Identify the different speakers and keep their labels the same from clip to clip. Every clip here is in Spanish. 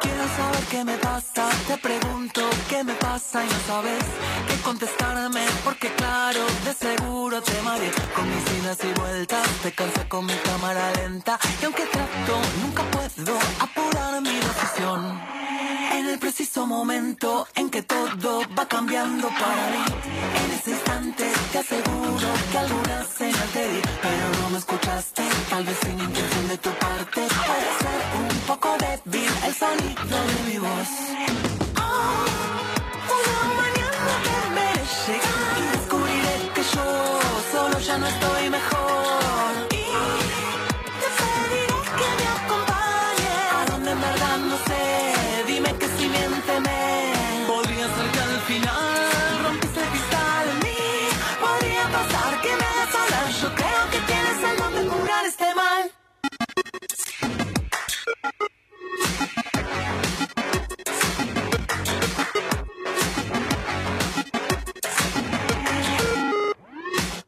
Speaker 1: Quieres saber qué me pasa, te pregunto qué me pasa y no sabes qué contestarme, porque claro, de seguro te mareé con mis idas y vueltas, te cansé con mi cámara lenta y aunque trato, nunca puedo apurar mi decisión. En el preciso momento en que todo va cambiando para mí, en ese instante te aseguro que alguna señal te di, pero no me escuchaste, tal vez sin intención de tu parte, puede ser un poco débil el sonido de mi voz. Oh, una mañana que me llegar y descubriré que yo solo ya no estoy mejor. Y te pediré que me acompañes A donde en verdad no sé Dime que si miénteme Podría ser que al final Rompiste el cristal en mí Podría pasar que me hagas hablar Yo creo que tienes el don de curar este mal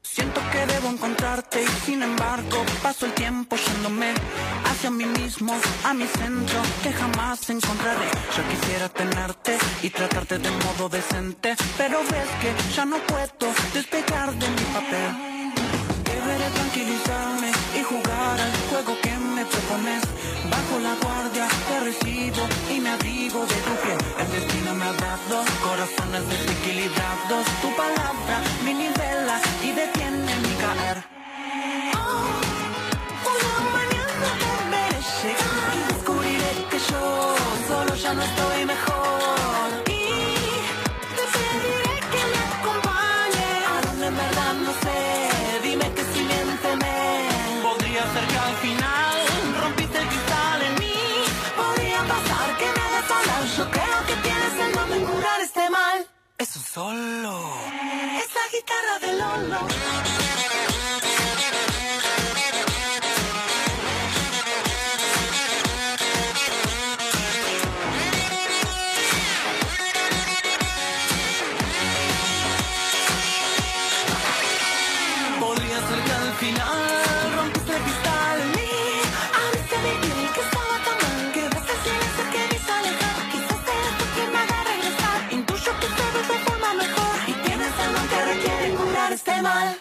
Speaker 1: Siento que debo encontrarte y sin embargo paso el tiempo yéndome hacia mí mismo, a mi centro que jamás encontraré. Yo quisiera tenerte y tratarte de modo decente, pero ves que ya no puedo despegar de mi papel. Deberé tranquilizarme y jugar al juego que me propones. Bajo la guardia te recibo y me abrigo de tu piel. El destino me ha dado corazones desequilibrados. Tu palabra me nivela y detiene mi caer. Oh, una mañana te veré llegar y descubriré que yo solo ya no estoy mejor. Y te pediré que me acompañes a donde en verdad no sé. Dime que si miénteme. Podría ser que al final rompiste el cristal en mí. Podría pasar que me hagas hablar. Yo creo que tienes el don de curar este mal. Es un solo. Es la guitarra de Lolo. Podría ser que al final rompiste el cristal en mí. Abriste mi piel que estaba tan mal que ves el silencio que me hizo alejar. Quizás eres tú quien me haga regresar. Intuyo que te ves de forma mejor y tienes algo que requiere curar este mal.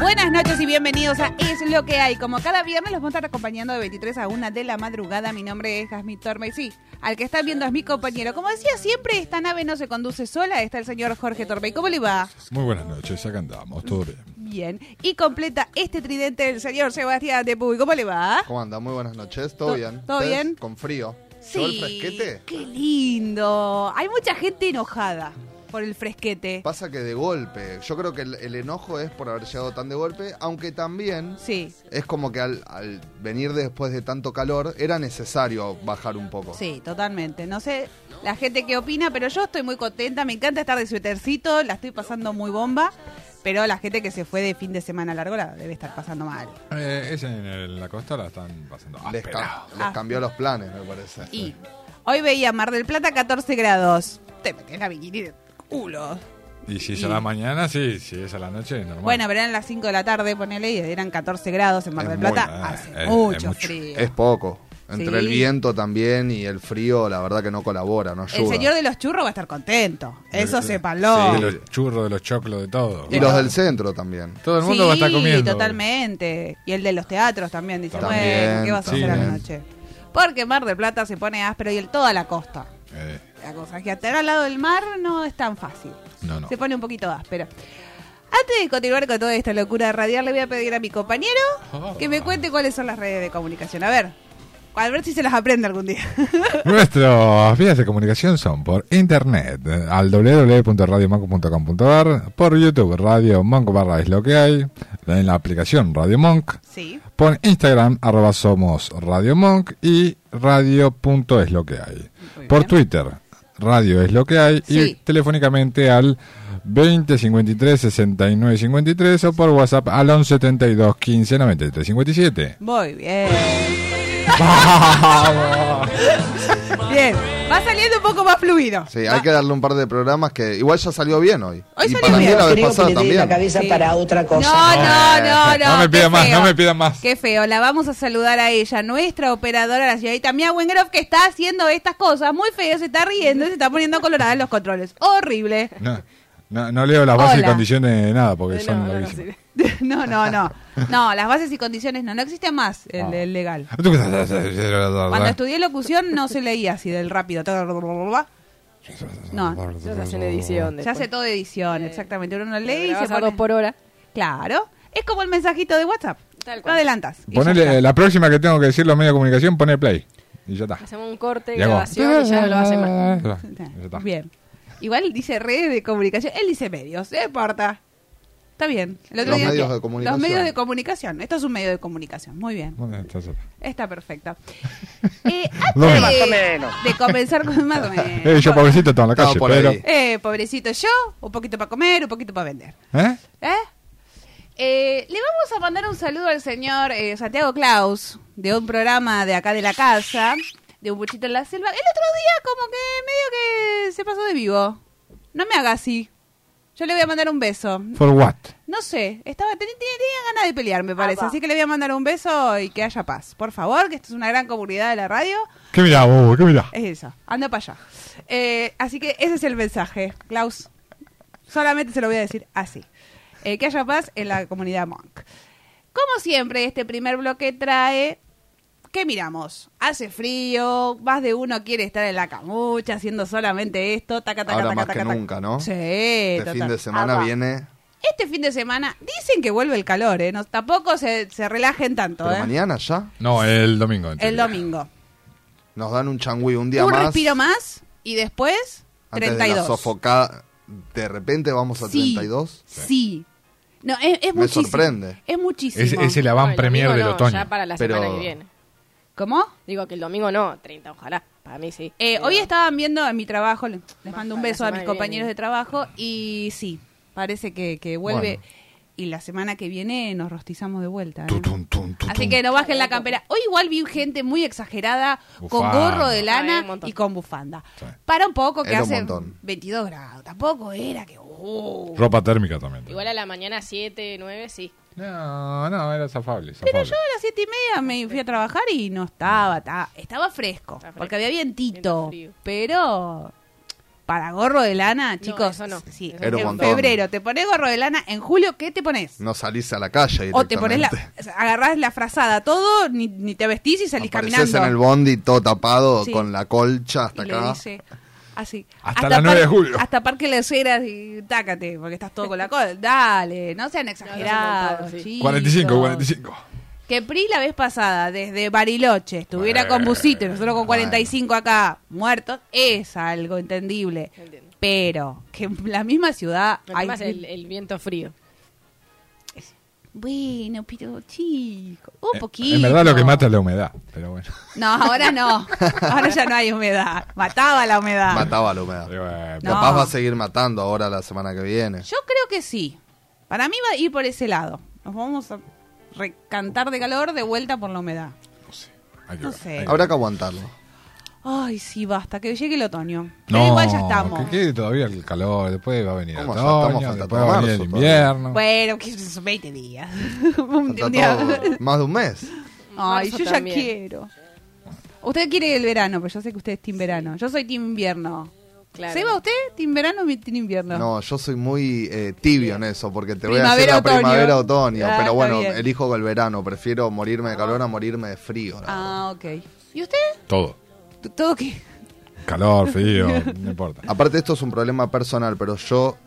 Speaker 2: Buenas noches y bienvenidos a Es lo que hay. Como cada viernes los voy a estar acompañando de 23 a 1 de la madrugada. Mi nombre es Jasmine Torme. Sí, al que están viendo es mi compañero. Como decía siempre, esta nave no se conduce sola. Está el señor Jorge Torme. ¿Cómo le va?
Speaker 3: Muy buenas noches, acá andamos, todo bien.
Speaker 2: Bien. Y completa este tridente el señor Sebastián de Puy. ¿Cómo le va?
Speaker 4: ¿Cómo anda? Muy buenas noches, ¿todo
Speaker 2: To-
Speaker 4: bien?
Speaker 2: ¿todo
Speaker 4: ¿Ustedes
Speaker 2: bien?
Speaker 4: Con frío. ¿Llegó el fresquete?
Speaker 2: Qué lindo. Hay mucha gente enojada por el fresquete.
Speaker 4: Pasa que de golpe. Yo creo que el, el enojo es por haber llegado tan de golpe, aunque también
Speaker 2: Sí,
Speaker 4: es como que al, al venir después de tanto calor era necesario bajar un poco.
Speaker 2: sí, totalmente. No sé la gente qué opina, pero yo estoy muy contenta. Me encanta estar de suétercito, la estoy pasando muy bomba. Pero la gente que se fue de fin de semana largo la debe estar pasando mal.
Speaker 3: Eh, es en el- la costa la están pasando.
Speaker 4: Les, ca-
Speaker 3: áspera.
Speaker 4: les cambió los planes, me parece.
Speaker 2: Ah. Y hoy veía Mar del Plata 14 grados. Te metes la bikini de culo.
Speaker 3: Y si es a la mañana, sí, si es a la noche, normal.
Speaker 2: Bueno, pero eran las 5 de la tarde, ponele, y eran 14 grados en Mar
Speaker 4: Es
Speaker 2: del
Speaker 4: muy-
Speaker 2: Plata.
Speaker 3: ah,
Speaker 2: Hace
Speaker 3: es- es
Speaker 2: mucho,
Speaker 3: mucho.
Speaker 2: frío.
Speaker 4: Es poco. Entre
Speaker 2: Sí.
Speaker 4: el viento también y el frío, la verdad que no colabora, no ayuda.
Speaker 2: El señor de los churros va a estar contento. Eso
Speaker 3: Sí,
Speaker 2: sépanlo.
Speaker 3: de los churros, de los choclos, de todo.
Speaker 4: Y los del centro también.
Speaker 3: Todo el mundo va a estar
Speaker 2: Sí,
Speaker 3: comiendo.
Speaker 2: totalmente. Y el de los teatros también dice,
Speaker 4: También,
Speaker 3: eh,
Speaker 2: bueno, ¿qué vas a hacer a la
Speaker 3: también.
Speaker 2: noche? Porque Mar del Plata se pone áspero y el toda la costa.
Speaker 3: Eh,
Speaker 2: La cosa es que estar al lado del mar no es tan fácil.
Speaker 3: no, no.
Speaker 2: Se pone un poquito áspero. Antes de continuar con toda esta locura radial, le voy a pedir a mi compañero
Speaker 3: Oh.
Speaker 2: que me cuente cuáles son las redes de comunicación. A ver, a ver si se las aprende algún día.
Speaker 3: Nuestras vías de comunicación son por internet eh, al www.radiomonk.com.ar, por YouTube Radio Monk barra es lo que hay, en la aplicación Radio Monk,
Speaker 2: sí.
Speaker 3: por Instagram arroba somos Radio Monk y radio punto es lo que hay.
Speaker 2: Muy
Speaker 3: Por
Speaker 2: bien.
Speaker 3: Twitter, radio es lo que hay y
Speaker 2: Sí.
Speaker 3: telefónicamente al 20 53 69 53 o por WhatsApp al 11 72 15 93 57.
Speaker 2: Muy bien. bien. Va saliendo un poco más fluido.
Speaker 4: Sí, hay que darle un par de programas que igual ya salió bien hoy.
Speaker 2: Hoy
Speaker 4: y
Speaker 2: salió
Speaker 4: para
Speaker 2: bien.
Speaker 4: mí la vez
Speaker 5: Creo que le
Speaker 4: pasada
Speaker 5: di la
Speaker 4: también.
Speaker 5: cabeza
Speaker 2: Sí.
Speaker 5: para otra
Speaker 2: No,
Speaker 5: cosa.
Speaker 2: no, no, no.
Speaker 3: No me
Speaker 2: qué
Speaker 3: pidan más,
Speaker 2: feo.
Speaker 3: no me pidan más.
Speaker 2: Qué feo. La vamos a saludar a ella, nuestra operadora, la señorita Mia Wengroff, que está haciendo estas cosas muy feas, se está riendo y se está poniendo colorada en los controles. Horrible.
Speaker 3: No, no, no leo las bases
Speaker 2: Hola.
Speaker 3: y condiciones de nada porque son larguísimas.
Speaker 2: No, no, no. No, las bases y condiciones no, no existe más el, el legal.
Speaker 3: Ah,
Speaker 2: Cuando estudié locución no se leía así del rápido. No,
Speaker 6: Yo no sé en edición.
Speaker 2: ya hace todo edición, exactamente. Uno no lee y se
Speaker 6: a dos
Speaker 2: pone...
Speaker 6: por hora.
Speaker 2: Claro. Es como el mensajito de WhatsApp.
Speaker 6: Tal
Speaker 2: Lo
Speaker 6: cual.
Speaker 2: adelantas. y ya
Speaker 3: Ponele,
Speaker 2: está.
Speaker 3: eh, la próxima que tengo que decir los medios de comunicación, pone play. Y ya está.
Speaker 6: Hacemos un corte,
Speaker 3: Y hago-
Speaker 6: grabación y ya no lo hacen más.
Speaker 3: Ah, Ya está.
Speaker 2: Bien. Igual dice redes de comunicación. Él dice medios, no importa. Está bien. El
Speaker 4: Los
Speaker 2: día-
Speaker 4: medios de comunicación.
Speaker 2: Los medios de comunicación. Esto es un medio de comunicación. Muy bien.
Speaker 3: Bueno, está, ya está.
Speaker 2: Está perfecto. Eh, antes
Speaker 3: Bueno.
Speaker 2: de-
Speaker 3: Más
Speaker 5: o menos.
Speaker 2: de comenzar con más o menos.
Speaker 3: Eh, yo pobrecito estaba en la
Speaker 4: Estaba
Speaker 3: calle,
Speaker 4: por
Speaker 3: pero...
Speaker 4: ahí.
Speaker 2: Eh, pobrecito yo, un poquito para comer, un poquito para vender.
Speaker 3: ¿Eh?
Speaker 2: ¿Eh? Eh, le vamos a mandar un saludo al señor eh, Santiago Klaus, de un programa de acá de la casa, de Un Buchito en la Selva. El otro día como que medio que se pasó de vivo. No me haga así. Yo le voy a mandar un beso.
Speaker 3: ¿For what?
Speaker 2: No sé, estaba tenía, tenía- tenía ganas de pelear, me parece. Así que le voy a mandar un beso y que haya paz. Por favor, que esto es una gran comunidad de la radio.
Speaker 3: ¿Qué mirá, bobo? ¿Qué mirá?
Speaker 2: Es eso, anda para allá. Eh, así que ese es el mensaje, Klaus. Solamente se lo voy a decir así. Eh, que haya paz en la comunidad Monk. Como siempre, este primer bloque trae... ¿Qué miramos? Hace frío, más de uno quiere estar en la camucha haciendo solamente esto. Taca, taca,
Speaker 4: Ahora
Speaker 2: taca,
Speaker 4: más
Speaker 2: taca,
Speaker 4: que
Speaker 2: taca.
Speaker 4: nunca, ¿no?
Speaker 2: Sí,
Speaker 4: Este
Speaker 2: total.
Speaker 4: fin de semana viene.
Speaker 2: Este fin de semana dicen que vuelve el calor, ¿eh? No, tampoco se, se relajen tanto,
Speaker 4: Pero
Speaker 2: ¿eh?
Speaker 4: mañana ya
Speaker 3: No, el domingo. en
Speaker 2: El
Speaker 3: teoría.
Speaker 2: domingo.
Speaker 4: nos dan un changüí un día
Speaker 2: Un
Speaker 4: más.
Speaker 2: respiro más y después
Speaker 4: Antes
Speaker 2: 32.
Speaker 4: de la sofocada. De repente vamos a
Speaker 2: Sí,
Speaker 4: 32.
Speaker 2: Sí. No, es, es
Speaker 4: Me
Speaker 2: muchísimo.
Speaker 4: sorprende.
Speaker 2: Es
Speaker 3: Es,
Speaker 2: muchísimo.
Speaker 3: es el avant
Speaker 6: No,
Speaker 3: premier
Speaker 6: domingo
Speaker 3: del
Speaker 6: no,
Speaker 3: otoño.
Speaker 6: Ya para la
Speaker 4: Pero-
Speaker 6: semana que viene.
Speaker 2: ¿Cómo?
Speaker 6: Digo que el domingo no, 30, ojalá. Para mí sí.
Speaker 2: Eh,
Speaker 6: Pero-
Speaker 2: hoy estaban viendo en mi trabajo, le- les
Speaker 6: Más
Speaker 2: mando un
Speaker 6: para la
Speaker 2: beso a mis
Speaker 6: semana que
Speaker 2: compañeros
Speaker 6: viene.
Speaker 2: de trabajo y sí, parece que, que vuelve. Y la semana que viene nos rostizamos de vuelta. ¿eh?
Speaker 3: Tu, tum, tum, tu,
Speaker 2: Así
Speaker 3: tum.
Speaker 2: que no bajen la campera. Hoy igual vi gente muy exagerada, con
Speaker 3: Bufanda.
Speaker 2: gorro de
Speaker 6: Ay, un
Speaker 2: lana
Speaker 6: montón.
Speaker 2: y con bufanda.
Speaker 3: Sí.
Speaker 2: Para un poco, que
Speaker 4: Era un
Speaker 2: hace
Speaker 4: montón.
Speaker 2: 22 grados. Tampoco era que... ¡oh!
Speaker 3: Ropa térmica también.
Speaker 6: Igual a la mañana 7, 9, sí.
Speaker 3: No, no, era zafable.
Speaker 2: Pero
Speaker 3: zafable.
Speaker 2: yo a las siete y media me fui a trabajar y no estaba, ta- estaba fresco,
Speaker 6: Está fresco.
Speaker 2: porque había
Speaker 6: Viento
Speaker 2: vientito,
Speaker 6: frío.
Speaker 2: pero para gorro de lana, chicos,
Speaker 6: eso no.
Speaker 2: sí,
Speaker 6: Eso
Speaker 4: Era un
Speaker 2: en
Speaker 4: montón.
Speaker 2: febrero te pones gorro de lana, en julio ¿qué te pones?
Speaker 4: No salís a la calle.
Speaker 2: O te pones la,
Speaker 4: directamente.
Speaker 2: agarrás la frazada todo, ni, ni te vestís y salís
Speaker 4: Apareces
Speaker 2: caminando.
Speaker 4: en el bondi todo tapado
Speaker 2: Sí.
Speaker 4: con la colcha hasta
Speaker 2: y le
Speaker 4: acá.
Speaker 2: dice así
Speaker 3: Hasta la 9 de
Speaker 2: par-
Speaker 3: julio.
Speaker 2: hasta parque las Heras y tácate porque estás todo con la cola dale no sean exagerados
Speaker 6: montón, sí.
Speaker 2: chicos.
Speaker 3: 45, 45.
Speaker 2: que PRI la vez pasada desde Bariloche estuviera con Busito y nosotros con 45 acá muertos es algo entendible
Speaker 6: Entiendo.
Speaker 2: pero que en la misma ciudad
Speaker 6: El
Speaker 2: hay
Speaker 6: tema es el, el viento frío.
Speaker 2: bueno pero chico un
Speaker 3: Eh,
Speaker 2: poquito
Speaker 3: En verdad lo que mata es la humedad. Pero bueno.
Speaker 2: no ahora no ahora ya no hay humedad mataba la humedad
Speaker 4: Mataba la humedad.
Speaker 3: Digo, eh,
Speaker 2: Ah. No.
Speaker 4: Capaz va a seguir matando ahora la semana que viene.
Speaker 2: Yo creo que sí. Para mí va a ir por ese lado. Nos vamos a recantar de calor de vuelta por la humedad.
Speaker 3: hay que
Speaker 2: No
Speaker 3: ver,
Speaker 2: sé.
Speaker 3: hay que ver.
Speaker 4: Habrá que aguantarlo.
Speaker 2: Ay, sí, basta, que llegue el otoño. Pero igual ya estamos.
Speaker 3: Que quede todavía el calor, después va a venir
Speaker 4: ¿Cómo?
Speaker 3: otoño,
Speaker 4: Ya estamos hasta
Speaker 3: después va a venir el
Speaker 4: marzo Ah.
Speaker 3: invierno.
Speaker 2: Bueno, que son 20 días. un
Speaker 4: Falta
Speaker 2: día.
Speaker 4: todo- más de un mes.
Speaker 2: Ay,
Speaker 6: Marzo
Speaker 2: yo ya
Speaker 6: también.
Speaker 2: quiero. Usted quiere el verano, pero yo sé que usted es team verano. Yo soy team invierno.
Speaker 6: Claro.
Speaker 2: ¿Seba usted team verano o team invierno?
Speaker 4: No, yo soy muy eh, tibio en eso, porque te voy a hacer
Speaker 2: Primavera,
Speaker 4: la
Speaker 2: otoño.
Speaker 4: primavera, otoño.
Speaker 2: Ah, está
Speaker 4: pero bueno,
Speaker 2: bien.
Speaker 4: elijo el verano. Prefiero morirme de calor a morirme de frío. la
Speaker 2: Ah, ok. ¿Y usted?
Speaker 3: Todo.
Speaker 2: T- ¿Todo qué?
Speaker 3: Calor, frío, no importa.
Speaker 4: Aparte, esto es un problema personal, pero yo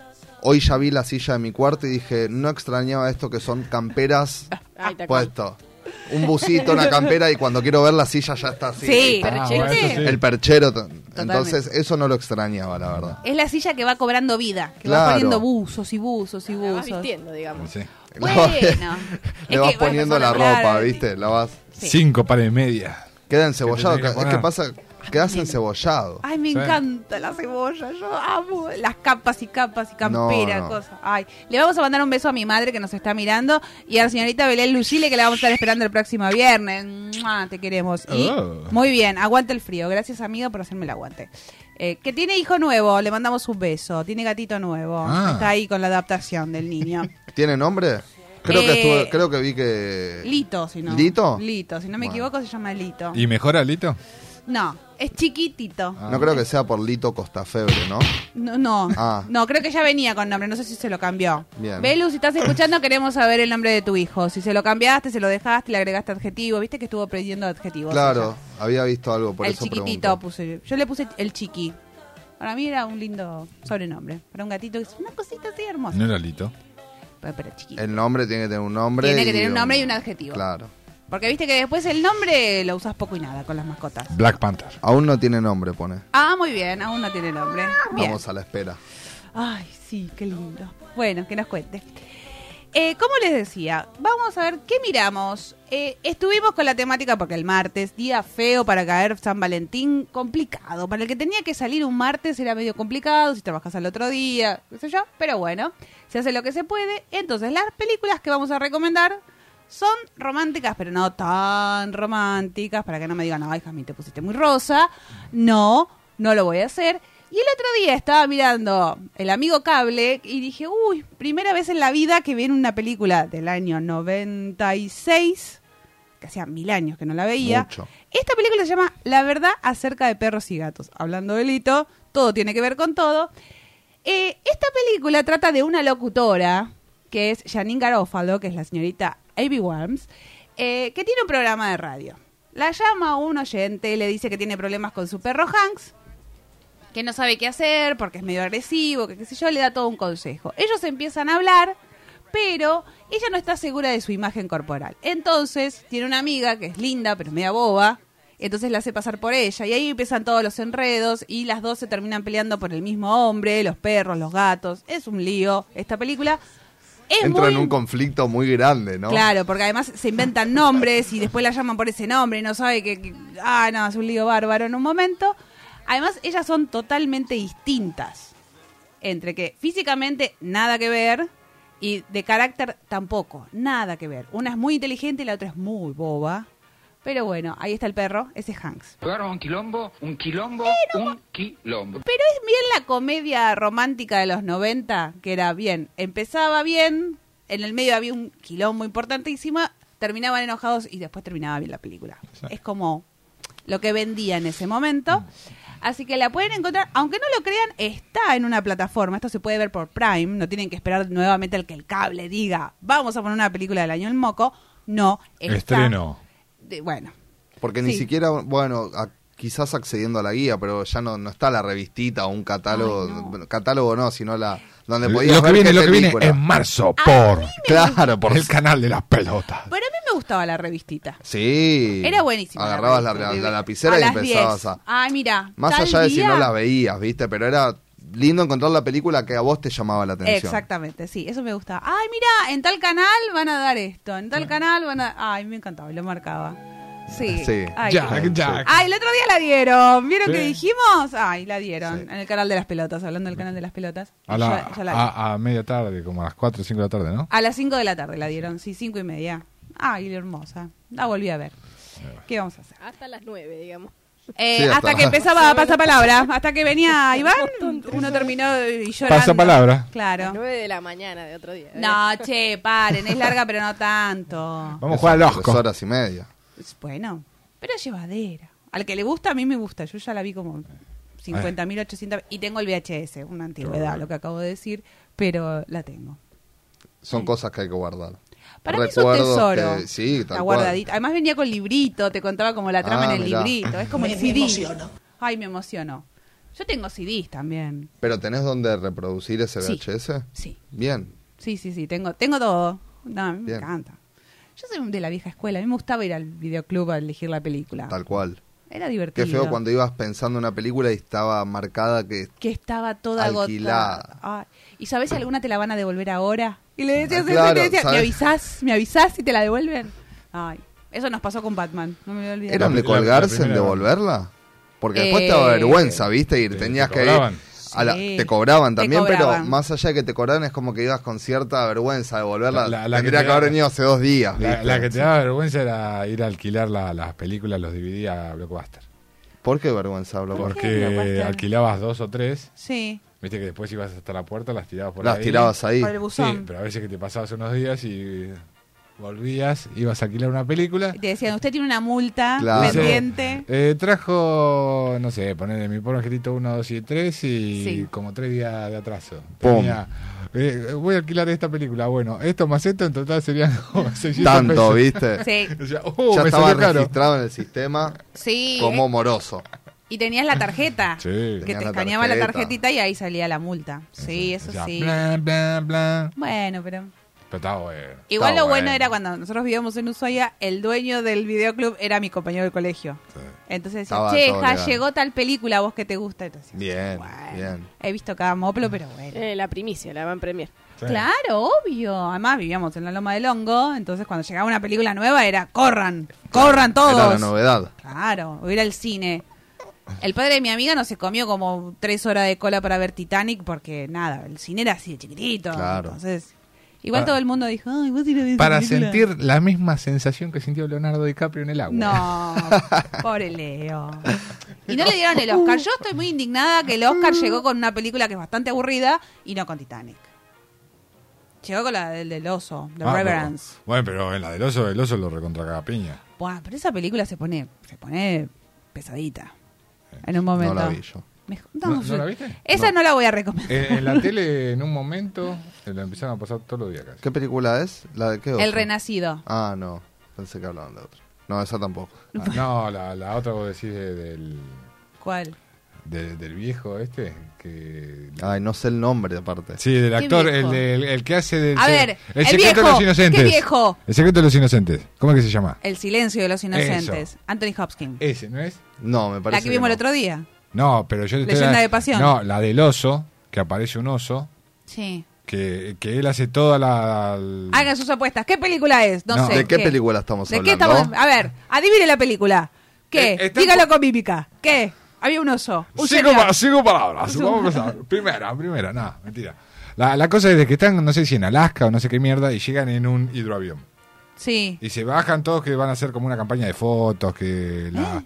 Speaker 4: hoy ya vi la silla de mi cuarto y dije, no extrañaba esto que son camperas
Speaker 6: Ay, te acuerdo.
Speaker 4: puesto. Un busito, una campera, y cuando quiero ver la silla ya está así.
Speaker 2: Sí.
Speaker 4: tipo,
Speaker 6: Pero
Speaker 3: Ah,
Speaker 6: che,
Speaker 3: bueno, eso
Speaker 6: ¿viste?
Speaker 3: sí.
Speaker 4: El perchero. t- Entonces, eso no lo extrañaba, la verdad.
Speaker 2: Es la silla que va cobrando vida, que va
Speaker 4: Claro.
Speaker 2: poniendo buzos y buzos y
Speaker 6: La vas
Speaker 2: buzos.
Speaker 6: vistiendo, digamos.
Speaker 3: Sí.
Speaker 2: Bueno.
Speaker 4: Le
Speaker 2: Es
Speaker 4: vas
Speaker 2: que, bueno,
Speaker 4: poniendo
Speaker 2: son
Speaker 4: la
Speaker 2: claro,
Speaker 4: ropa,
Speaker 2: sí.
Speaker 4: ¿viste? La vas.
Speaker 3: Cinco pares de media.
Speaker 4: Queda encebollado.
Speaker 3: Que te tenés que
Speaker 4: Es que
Speaker 3: poner.
Speaker 4: pasa, quedas encebollado.
Speaker 2: Ay, me
Speaker 3: Sí.
Speaker 2: encanta la cebolla, yo amo las capas y capas y campera,
Speaker 4: No, no.
Speaker 2: cosas. Ay, le vamos a mandar un beso a mi madre que nos está mirando y a la señorita Belén Lucile que la vamos a estar esperando el próximo viernes. ¡Mua! Te queremos. Y
Speaker 3: Oh.
Speaker 2: muy bien, aguante el frío. Gracias, amiga, por hacerme el aguante. Eh, que tiene hijo nuevo, le mandamos un beso. Tiene gatito nuevo.
Speaker 3: Ah.
Speaker 2: Está ahí con la adaptación del niño.
Speaker 4: ¿Tiene nombre? Creo que
Speaker 2: Eh,
Speaker 4: estuve- creo que vi que.
Speaker 2: Lito, si no.
Speaker 4: ¿Lito?
Speaker 2: Lito, si no me
Speaker 4: Bueno.
Speaker 2: equivoco se llama Lito.
Speaker 3: ¿Y mejor alito?
Speaker 2: No, es chiquitito.
Speaker 4: No creo que sea por Lito Costafebre, ¿no?
Speaker 2: Ah, No, no,
Speaker 4: Ah.
Speaker 2: no, creo que ya venía con nombre, no sé si se lo cambió.
Speaker 4: Bien.
Speaker 2: Belu, si estás escuchando, queremos saber el nombre de tu hijo. Si se lo cambiaste, se lo dejaste, le agregaste adjetivo, viste que estuvo aprendiendo adjetivos.
Speaker 4: Claro,
Speaker 2: ella.
Speaker 4: había visto algo, por
Speaker 2: el
Speaker 4: eso
Speaker 2: chiquitito
Speaker 4: pregunto.
Speaker 2: puse. Yo le puse el chiqui. Para mí era un lindo sobrenombre. Para un gatito, es una cosita así hermosa.
Speaker 3: No era alito.
Speaker 2: Pero, pero chiqui.
Speaker 4: El nombre tiene que tener un nombre.
Speaker 2: Tiene que
Speaker 4: y
Speaker 2: tener un nombre y un adjetivo.
Speaker 4: Claro.
Speaker 2: Porque viste que después el nombre lo usas poco y nada con las mascotas.
Speaker 3: Black Panther.
Speaker 4: Aún no tiene nombre, pone.
Speaker 2: Ah, muy bien, aún no tiene nombre. Bien.
Speaker 4: Vamos a la espera.
Speaker 2: Ay, sí, qué lindo. Bueno, que nos cuente. Eh, como les decía, vamos a ver qué miramos. Eh, estuvimos con la temática porque el martes, día feo para caer San Valentín, complicado. Para el que tenía que salir un martes era medio complicado, si trabajas al otro día, qué sé yo, pero bueno, se hace lo que se puede. Entonces, las películas que vamos a recomendar son románticas, pero no tan románticas, para que no me digan, ay, Jasmine, te pusiste muy rosa. No, no lo voy a hacer. Y el otro día estaba mirando El Amigo Cable y dije, uy, primera vez en la vida que viene una película del año 96, que hacía mil años que no la veía.
Speaker 4: Mucho.
Speaker 2: Esta película se llama La verdad acerca de perros y gatos. Hablando de Lito, todo tiene que ver con todo. Eh, esta película trata de una locutora, que es Janine Garofalo, que es la señorita Amy Worms, eh, que tiene un programa de radio. La llama un oyente, le dice que tiene problemas con su perro Hanks, que no sabe qué hacer porque es medio agresivo, que qué sé yo, le da todo un consejo. Ellos empiezan a hablar, pero ella no está segura de su imagen corporal. Entonces, tiene una amiga que es linda, pero es media boba, entonces la hace pasar por ella y ahí empiezan todos los enredos y las dos se terminan peleando por el mismo hombre, los perros, los gatos. Es un lío esta película. Es
Speaker 4: Entra en
Speaker 2: muy-
Speaker 4: un conflicto muy grande, ¿no?
Speaker 2: Claro, porque además se inventan nombres y después la llaman por ese nombre y no sabe que, que- Ah, no, es un lío bárbaro en un momento. Además, ellas son totalmente distintas. Entre que físicamente nada que ver y de carácter tampoco, nada que ver. Una es muy inteligente y la otra es muy boba. Pero bueno, ahí está el perro, ese es Hanks.
Speaker 5: Jugaron un quilombo, un quilombo, un quilombo.
Speaker 2: Pero es bien la comedia romántica de los 90, que era bien. Empezaba bien, en el medio había un quilombo importantísimo, terminaban enojados y después terminaba bien la película. Es como lo que vendía en ese momento. Así que la pueden encontrar, aunque no lo crean, está en una plataforma. Esto se puede ver por Prime. No tienen que esperar nuevamente al que el cable diga, vamos a poner una película del año el moco. No, está-
Speaker 3: Estreno.
Speaker 2: de- bueno,
Speaker 4: Porque ni
Speaker 2: Sí.
Speaker 4: siquiera, bueno, a- quizás accediendo a la guía, pero ya no, no está la revistita o un catálogo.
Speaker 2: Ay, no.
Speaker 4: bueno, Catálogo no, sino la. Donde
Speaker 3: Lo
Speaker 4: podías
Speaker 3: que
Speaker 4: ver
Speaker 3: viene,
Speaker 4: qué
Speaker 3: lo que viene
Speaker 4: película.
Speaker 3: en marzo por
Speaker 4: Claro, por.
Speaker 3: el canal de las pelotas.
Speaker 2: pero a mí me gustaba la revistita.
Speaker 4: Sí.
Speaker 2: Era buenísimo.
Speaker 4: Agarrabas la, la- la lapicera y empezabas a.
Speaker 2: Ay, mira.
Speaker 4: Más
Speaker 2: tal
Speaker 4: allá de si
Speaker 2: día-
Speaker 4: no la veías, ¿viste? Pero era lindo encontrar la película que a vos te llamaba la atención.
Speaker 2: Exactamente, sí, eso me gustaba. Ay, mira, en tal canal van a dar esto, en
Speaker 4: Ah.
Speaker 2: tal canal van a. Ay, me encantaba, lo marcaba. Sí.
Speaker 4: Sí.
Speaker 2: Ay, qué-
Speaker 3: Jack, Jack.
Speaker 2: Ay, el otro día la dieron. ¿Vieron
Speaker 3: Sí.
Speaker 2: que dijimos? Ay, la dieron.
Speaker 4: Sí.
Speaker 2: En el canal de las pelotas, hablando del canal de las pelotas.
Speaker 3: A, la-
Speaker 2: Ya- ya la-
Speaker 3: a- a media tarde, como a las 4 o 5 de la tarde, ¿no?
Speaker 2: a las 5 de la tarde la dieron, sí, 5 y media. Ay, hermosa. La volví a ver. ¿Qué vamos a hacer?
Speaker 6: Hasta las nueve, digamos.
Speaker 2: Eh,
Speaker 4: Sí,
Speaker 2: hasta,
Speaker 4: hasta-
Speaker 2: que empezaba a pasar palabra, hasta que venía Iván, uno terminó y llorando.
Speaker 3: Pasapalabra.
Speaker 2: Claro.
Speaker 6: Nueve de la mañana de otro día.
Speaker 2: No, che, paren, es larga pero no tanto.
Speaker 3: Vamos a jugar al
Speaker 4: Tres
Speaker 3: Osco.
Speaker 4: horas y media.
Speaker 2: Es Bueno, pero es llevadera. Al que le gusta, a mí me gusta. Yo ya la vi como 50.000, 800. Y tengo el VHS, una antigüedad, lo que acabo de decir, pero la tengo.
Speaker 4: Son cosas que hay que guardar.
Speaker 2: Para mí es un
Speaker 4: Recuerdos
Speaker 2: tesoro.
Speaker 4: que- sí,
Speaker 2: Está
Speaker 4: tal cual.
Speaker 2: guardadito. Además venía con librito, te contaba como la trama
Speaker 4: Ah,
Speaker 2: en el
Speaker 4: mirá.
Speaker 2: librito. Es como el CD. Ay, me emociono. Yo tengo CDs también.
Speaker 4: ¿Pero tenés donde reproducir ese
Speaker 2: Sí.
Speaker 4: VHS?
Speaker 2: Sí.
Speaker 4: Bien.
Speaker 2: Sí, sí, sí, tengo, tengo todo. No, a mí me
Speaker 4: Bien.
Speaker 2: encanta. Yo soy de la vieja escuela, a mí me gustaba ir al videoclub a elegir la película.
Speaker 4: Tal cual.
Speaker 2: Era divertido.
Speaker 4: Qué feo cuando ibas pensando una película y estaba marcada que...
Speaker 2: Que estaba toda
Speaker 4: Alquilada.
Speaker 2: agotada. Ay, ¿Y sabes si alguna te la van a devolver ahora? Y le decías, eso, y
Speaker 4: Ah, Claro,
Speaker 2: te decías, ¿me
Speaker 4: ¿sabes?
Speaker 2: avisás? ¿Me avisás si te la devuelven? Ay, eso nos pasó con Batman, no me voy a olvidar.
Speaker 4: ¿Eran
Speaker 3: La-
Speaker 4: de
Speaker 3: la-
Speaker 4: colgarse
Speaker 3: la
Speaker 4: en
Speaker 3: primera-
Speaker 4: devolverla? Porque después te
Speaker 2: Eh,
Speaker 4: daba vergüenza, ¿viste? Y
Speaker 3: te-
Speaker 4: tenías
Speaker 3: te
Speaker 4: que ir
Speaker 3: cobraban.
Speaker 4: a la-
Speaker 2: Sí.
Speaker 4: te cobraban
Speaker 2: Te
Speaker 4: también, pero
Speaker 2: cobraban.
Speaker 4: más allá de que te cobraban es como que ibas con cierta vergüenza de devolverla.
Speaker 3: La- la- la que
Speaker 4: Tendría
Speaker 3: te
Speaker 4: que haber
Speaker 3: da-
Speaker 4: venido hace dos días.
Speaker 3: La,
Speaker 4: ¿viste?
Speaker 3: la que te daba vergüenza era ir a alquilar la- las películas, los DVD a Blockbuster.
Speaker 4: ¿Por qué vergüenza, Blockbuster?
Speaker 2: ¿Por qué
Speaker 3: Porque
Speaker 2: Blockbuster?
Speaker 3: alquilabas dos o tres,
Speaker 2: Sí,
Speaker 3: viste que después ibas hasta la puerta, las tirabas por
Speaker 4: Las
Speaker 3: ahí.
Speaker 4: tirabas ahí.
Speaker 2: por el buzón.
Speaker 3: Sí, pero a veces que te pasabas unos días y volvías, ibas a alquilar una película.
Speaker 2: Y Te decían, usted tiene una multa
Speaker 4: Claro.
Speaker 2: Ah, pendiente.
Speaker 3: Eh, trajo, no sé, poner mi porno angelito 1, 2 y 3 y
Speaker 2: Sí.
Speaker 3: como tres días de atraso.
Speaker 4: Pum.
Speaker 3: Tenía, eh, voy a alquilar esta película. Bueno, esto más esto en total serían como 600
Speaker 4: Tanto,
Speaker 3: pesos.
Speaker 4: ¿viste?
Speaker 2: Sí,
Speaker 3: Decía, "Uh,
Speaker 4: ya
Speaker 3: me
Speaker 4: estaba
Speaker 3: salió caro".
Speaker 4: registrado en el sistema
Speaker 2: sí. eh.
Speaker 4: como moroso.
Speaker 2: Y tenías la tarjeta.
Speaker 3: Sí.
Speaker 2: Que
Speaker 4: Tenías
Speaker 2: te
Speaker 4: la
Speaker 2: escaneaba la
Speaker 4: tarjeta.
Speaker 2: tarjetita y ahí salía la multa. Sí, eso
Speaker 3: Decía,
Speaker 2: sí.
Speaker 3: "Blan, blan, blan".
Speaker 2: Bueno, pero.
Speaker 3: Pero estaba bueno.
Speaker 2: Igual
Speaker 4: Está
Speaker 2: lo bueno
Speaker 4: bueno.
Speaker 2: era cuando nosotros vivíamos en Ushuaia, el dueño del videoclub era mi compañero del colegio. Entonces decía,
Speaker 4: Estaba
Speaker 2: che,
Speaker 4: todo
Speaker 2: ja,
Speaker 4: legal.
Speaker 2: llegó tal película, vos que te gusta. Y te decía,
Speaker 4: Bien,
Speaker 2: "Bueno,
Speaker 4: bien.
Speaker 2: He visto cada moplo, pero bueno.
Speaker 6: Eh, la primicia, la van premier.
Speaker 3: Sí.
Speaker 2: Claro, obvio. Además vivíamos en la Loma del Hongo, entonces cuando llegaba una película nueva era, corran, corran
Speaker 4: Era la
Speaker 2: todos.
Speaker 4: novedad.
Speaker 2: Claro, o ir al cine. El padre de mi amiga no se comió como tres horas de cola para ver Titanic porque nada, el cine era así de chiquitito.
Speaker 4: Claro.
Speaker 2: Entonces, igual
Speaker 3: Para-
Speaker 2: todo el mundo dijo, ay, vos ir a ver esa
Speaker 3: Para
Speaker 2: película".
Speaker 3: sentir la misma sensación que sintió Leonardo DiCaprio en el agua. Ah,
Speaker 2: No, pobre Leo. Y no le dieron el Oscar. Yo estoy muy indignada que el Oscar
Speaker 4: Uh.
Speaker 2: llegó con una película que es bastante aburrida y no con Titanic. Llegó con la del, del oso, The
Speaker 3: Ah,
Speaker 2: Reverence.
Speaker 3: pero- Bueno, pero en la del oso, el oso lo recontra cada piña.
Speaker 2: Buah, pero esa película se pone, se pone pesadita. En un momento.
Speaker 4: No la vi yo.
Speaker 2: Me-
Speaker 3: ¿No- no la viste?
Speaker 2: Esa no. la voy a recomendar.
Speaker 3: Eh, En, la tele, en un momento, se la empezaron a pasar todos los días casi.
Speaker 4: ¿Qué película es? ¿La de qué otra?
Speaker 2: El Renacido.
Speaker 4: Ah, no. Pensé que hablaban de otra. No, esa tampoco.
Speaker 3: Ah, no, la, la otra vos decís de- del,
Speaker 2: ¿Cuál?
Speaker 3: de- del viejo este, que...
Speaker 4: Ay, no sé el nombre aparte.
Speaker 3: Sí, del
Speaker 2: ¿Qué
Speaker 3: actor,
Speaker 2: viejo?
Speaker 3: el, del- el que hace del...
Speaker 2: A
Speaker 3: se-
Speaker 2: ver, el
Speaker 3: secreto de
Speaker 2: viejo,
Speaker 3: los inocentes.
Speaker 2: ¿qué viejo?
Speaker 3: El secreto de los inocentes. ¿Cómo es que se llama?
Speaker 2: El silencio de los inocentes.
Speaker 3: Eso.
Speaker 2: Anthony Hopkins.
Speaker 3: Ese, ¿no es?
Speaker 4: No, me parece.
Speaker 2: la que vimos
Speaker 4: no.
Speaker 2: el otro día.
Speaker 3: No, pero yo... te estoy-
Speaker 2: Leyenda de pasión.
Speaker 3: No, la del oso, que aparece un oso,
Speaker 2: Sí.
Speaker 3: que, que él hace toda la...
Speaker 2: Hagan sus apuestas. ¿Qué película es? Ah, No,
Speaker 3: No.
Speaker 2: sé.
Speaker 4: ¿De qué película estamos
Speaker 2: ¿De Qué
Speaker 4: hablando?
Speaker 2: estamos... A ver, adivine la película. ¿Qué?
Speaker 3: Eh, está-
Speaker 2: Dígalo con mímica. ¿Qué? Había un oso. Un
Speaker 3: Cinco,
Speaker 2: señor.
Speaker 3: pa- cinco
Speaker 2: Ah,
Speaker 3: palabras. Vamos a empezar. Primera, primera, nada, mentira. La, la cosa es de que están, no sé si en Alaska o no sé qué mierda, y llegan en un hidroavión.
Speaker 2: Sí.
Speaker 3: Y se bajan todos que van a hacer como una campaña de fotos, que
Speaker 2: Ah.
Speaker 3: la...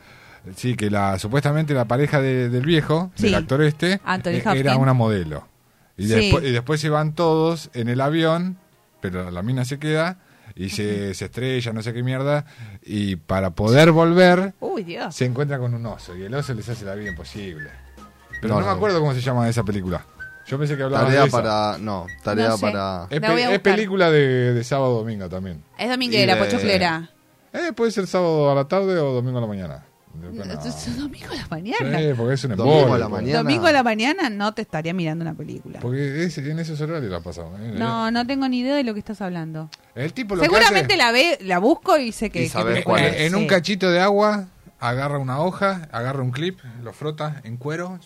Speaker 3: Sí, que la supuestamente la pareja de- del viejo,
Speaker 2: Sí.
Speaker 3: del actor este,
Speaker 2: Anthony
Speaker 3: eh,
Speaker 2: Hopkins.
Speaker 3: era una modelo. Y,
Speaker 2: Sí.
Speaker 3: después, y después se van todos en el avión, pero la mina se queda y se, se estrella, no sé qué mierda, y para poder volver
Speaker 2: Uy, Dios.
Speaker 3: se encuentra con un oso y el oso les hace la vida imposible. Pero
Speaker 4: No,
Speaker 3: no,
Speaker 4: no.
Speaker 3: me acuerdo cómo se llama esa película. Yo pensé que hablaba
Speaker 4: Tarea
Speaker 3: de esa.
Speaker 4: para. No, tarea
Speaker 2: No sé.
Speaker 4: para.
Speaker 3: Es,
Speaker 2: La voy
Speaker 3: pe-
Speaker 2: a
Speaker 3: es
Speaker 2: buscar.
Speaker 3: película de, de sábado domingo también.
Speaker 2: Es dominguera,
Speaker 4: Y de-
Speaker 2: pochoclera.
Speaker 3: Eh, puede ser sábado a la tarde o domingo a la mañana. Después no.
Speaker 2: Es domingo a la mañana.
Speaker 3: Sí, porque es un
Speaker 4: Domingo
Speaker 3: embole, pues.
Speaker 4: a la
Speaker 3: porque-
Speaker 4: mañana.
Speaker 2: Domingo a la mañana no te estaría mirando una película.
Speaker 3: Porque es- en esos horarios la pasamos. eh.
Speaker 2: No, no tengo ni idea de lo que estás hablando.
Speaker 3: El tipo lo que
Speaker 2: Seguramente
Speaker 3: hace-
Speaker 2: la ve, la busco y sé que.
Speaker 4: Y sabés
Speaker 2: que-
Speaker 3: Eh,
Speaker 4: cuál
Speaker 3: eh,
Speaker 4: es.
Speaker 3: En un
Speaker 2: Sí.
Speaker 3: cachito de agua agarra una hoja, agarra un clip, lo frota en cuero